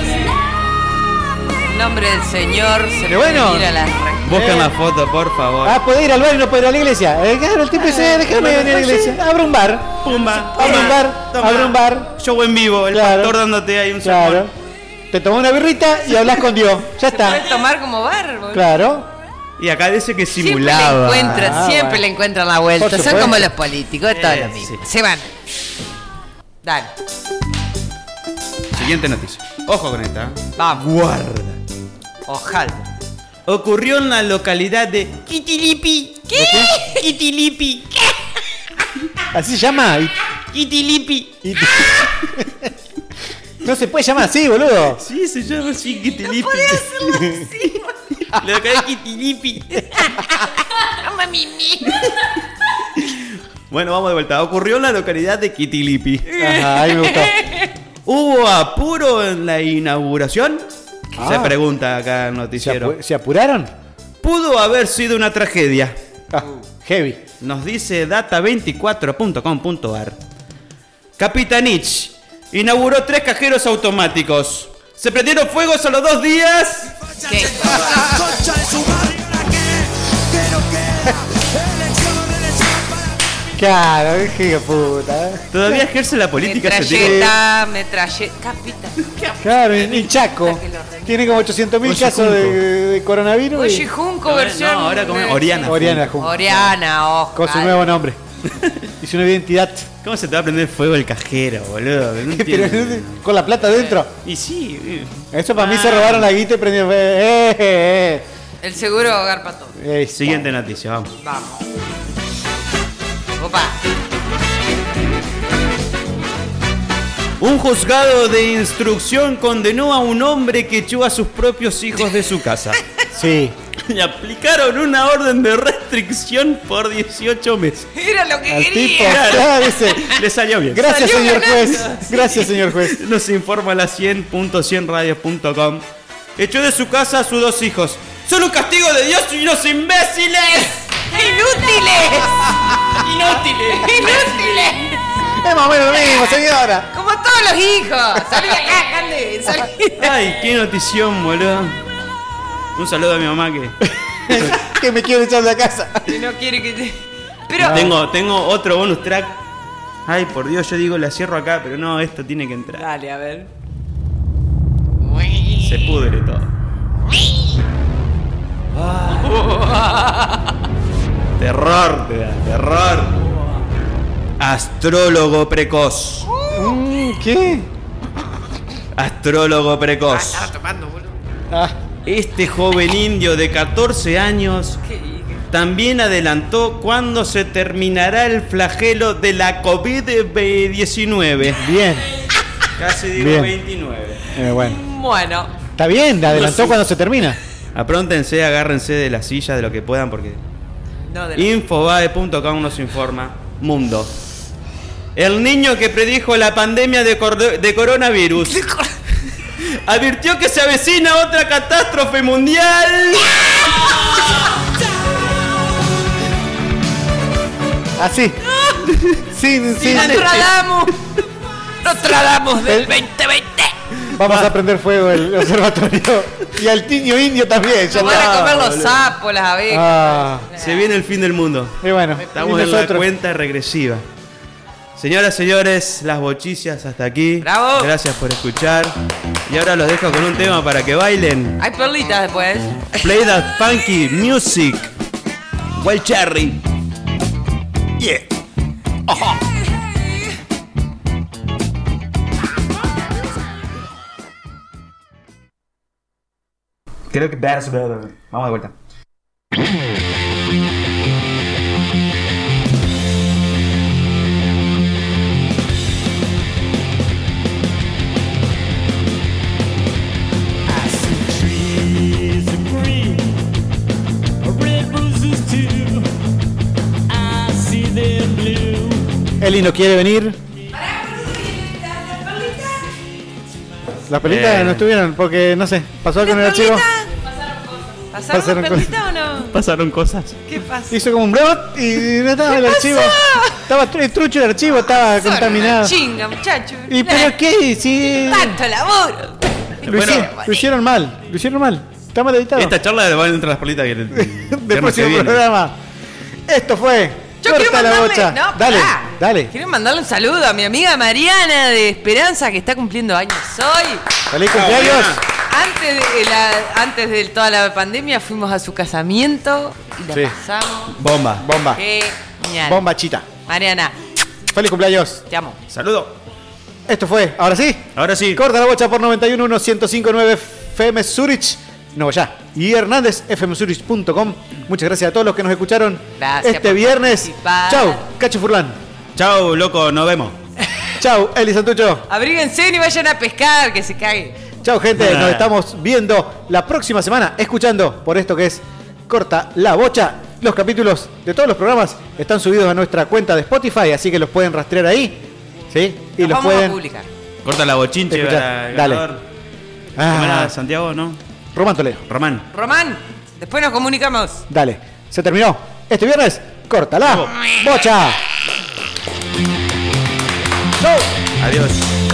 En nombre del Señor se Pero bueno. mira la Busca la foto, por favor. Ah, puede ir al bar y no puede ir a la iglesia. Eh, claro, el tipo dice, déjame bueno, venir a la está iglesia. Abre un bar. Pumba, Abre un bar, Toma. abre un bar. Show en vivo, el pastor dándote ahí un Claro. Te tomás una birrita y hablas con Dios. Ya Puedes está. tomar como bar, boludo. Claro. Y acá dice que Siempre le simulaba. Ah, encuentran, siempre le encuentran la vuelta. Por Son supuesto. como los políticos, es todo Eh, lo mismo. Se van. Dale. Siguiente noticia. Ojo con esta. ¿eh? Vamos. Guarda. Ojalá. Ocurrió en la localidad de Kitilipi. ¿Qué? Kitilipi. Así se llama. y- Kitilipi. No se puede llamar así, boludo. Sí, se llama así Kitilipi. [LAUGHS] La localidad de Kitilipi. Mami, mi. Bueno, vamos de vuelta. Ocurrió en la localidad de Kitilipi. Ajá, ahí me gustó. ¿Hubo apuro en la inauguración? Se Ah. pregunta acá el noticiero. ¿Se apuraron? Ah, Pudo haber sido una tragedia. Uh. heavy. Nos dice data24.com.ar. Capitanich inauguró tres cajeros automáticos. Se prendieron fuegos a los dos días. Claro, qué hijo de puta. eh. Todavía ejerce la política ese tipo. Metralleta, metralleta. Capita. Claro, en en Chaco. Tiene como 800.000 Oye, casos Junco. de, de coronavirus. Oye, y- Junco versión. no, ahora como de- Oriana. Oriana, Junco. Oriana, Oscar. Con su [LAUGHS] nuevo nombre. Y su nueva identidad. ¿Cómo se te va a prender fuego el cajero, [LAUGHS] boludo? No Pero, entiendo. con la plata dentro. Y sí. eh. Eso para mí Ah. se robaron la guita y prendieron. fuego. Eh, eh, El seguro garpa todo. eh. Ahí está. Siguiente noticia, vamos. Vamos. Opa. Un juzgado de instrucción condenó a un hombre que echó a sus propios hijos de su [LAUGHS] casa. Sí. [LAUGHS] Le aplicaron una orden de restricción por 18 meses. Era lo que Al tipo, quería. claro, ese. Le salió bien. Gracias, Salió señor ganando. juez. Gracias, señor juez. Nos informa la 100.100radios.com. Echó de su casa a sus dos hijos. Son un castigo de Dios y unos [LAUGHS] imbéciles. ¡Inútiles! Inútiles. ¡Inútiles! Es más o menos lo mismo, señora. Como todos los hijos. Salí de acá, Cande. Salí. Ay, qué notición, boludo. Un saludo a mi mamá que Que me quiero echar de la casa. Y no quiere que te. Pero. tengo, tengo otro bonus track. Ay, por Dios, yo digo la cierro acá, pero no, esto tiene que entrar. Dale, a ver. Se pudre todo. [LAUGHS] Terror, te da, terror. Astrólogo precoz. Mm, ¿Qué? Astrólogo precoz. tomando, boludo. Ah, Este joven indio de 14 años ¿Qué dije? también adelantó cuándo se terminará el flagelo de la [LAUGHS] COVID-19. bien. Casi digo Bien. 29. Eh, bueno. Bueno. Está bien, la adelantó No sé. cuando se termina. Apróntense, agárrense de la silla, de lo que puedan, porque No, de Infobae.com nos informa. Mundo. El niño que predijo la pandemia de, cordo- de coronavirus [LAUGHS] advirtió que se avecina otra catástrofe mundial. [LAUGHS] Así. Sin, sin. Nostradamus. Nostradamus del El- 2020. Vamos a prender fuego el observatorio. Y al tiño indio también. ya Se van a está. comer los sapos, las abejas. Ah, Se viene el fin del mundo. y bueno. Estamos y en la nosotros. cuenta regresiva. Señoras, señores, las bochicias hasta aquí. Bravo. Gracias por escuchar. Y ahora los dejo con un tema para que bailen. Hay perlitas después. Play that funky music. Wild Cherry. Yeah. Creo que Vamos de vuelta. I see trees of green Eli no quiere venir. Las perlitas Eh. no estuvieron porque, no sé, pasó algo en el archivo. ¿Pasaron Pasaron cosas. perlita o no? Pasaron cosas. ¿Qué pasa? Hizo como un blot y no estaba el archivo. Estaba tru- trucho el archivo, estaba Son una contaminado. Chinga, muchacho. ¿Y pero qué? Sí. Tanto laburo. Lo, hicieron, lo hicieron mal, lo hicieron mal. Está mal editado. Esta charla va entre las perlitas [LAUGHS] que Del Del próximo programa. Esto fue. Yo Corta quiero la mandarle- bocha. no, dale, pará. dale. Quiero mandarle un saludo a mi amiga Mariana de Esperanza que está cumpliendo años hoy. Feliz Ah, cumpleaños. Antes de, la- antes de toda la pandemia fuimos a su casamiento y la Sí. pasamos. Bomba. Bomba. Genial. Bomba chita. Mariana, Feliz cumpleaños. te amo. Saludo. Esto fue. Ahora sí. Ahora sí. Corta la bocha por 91.1059 FM Zurich. No, ya. Y Hernández, fmzurich.com. Muchas gracias a todos los que nos escucharon Gracias este por viernes. participar. Chau, Cacho Furlan. Chau, loco, nos vemos. Chau, Eli Santucho. Abríguense y vayan a pescar, que se cague. Chau, gente. Nah. Nos estamos viendo la próxima semana, escuchando por esto que es Corta la Bocha. Los capítulos de todos los programas están subidos a nuestra cuenta de Spotify, así que los pueden rastrear ahí. ¿Sí? Y los Vamos a pueden. publicar. Corta la bochinche, Escuchá, para el dale. ganador. Ah. ¿Cómo era? Santiago, ¿no? Román Toledo. Román. Román, después nos comunicamos. Dale. Se terminó. Este viernes, Corta la Bocha. Adiós.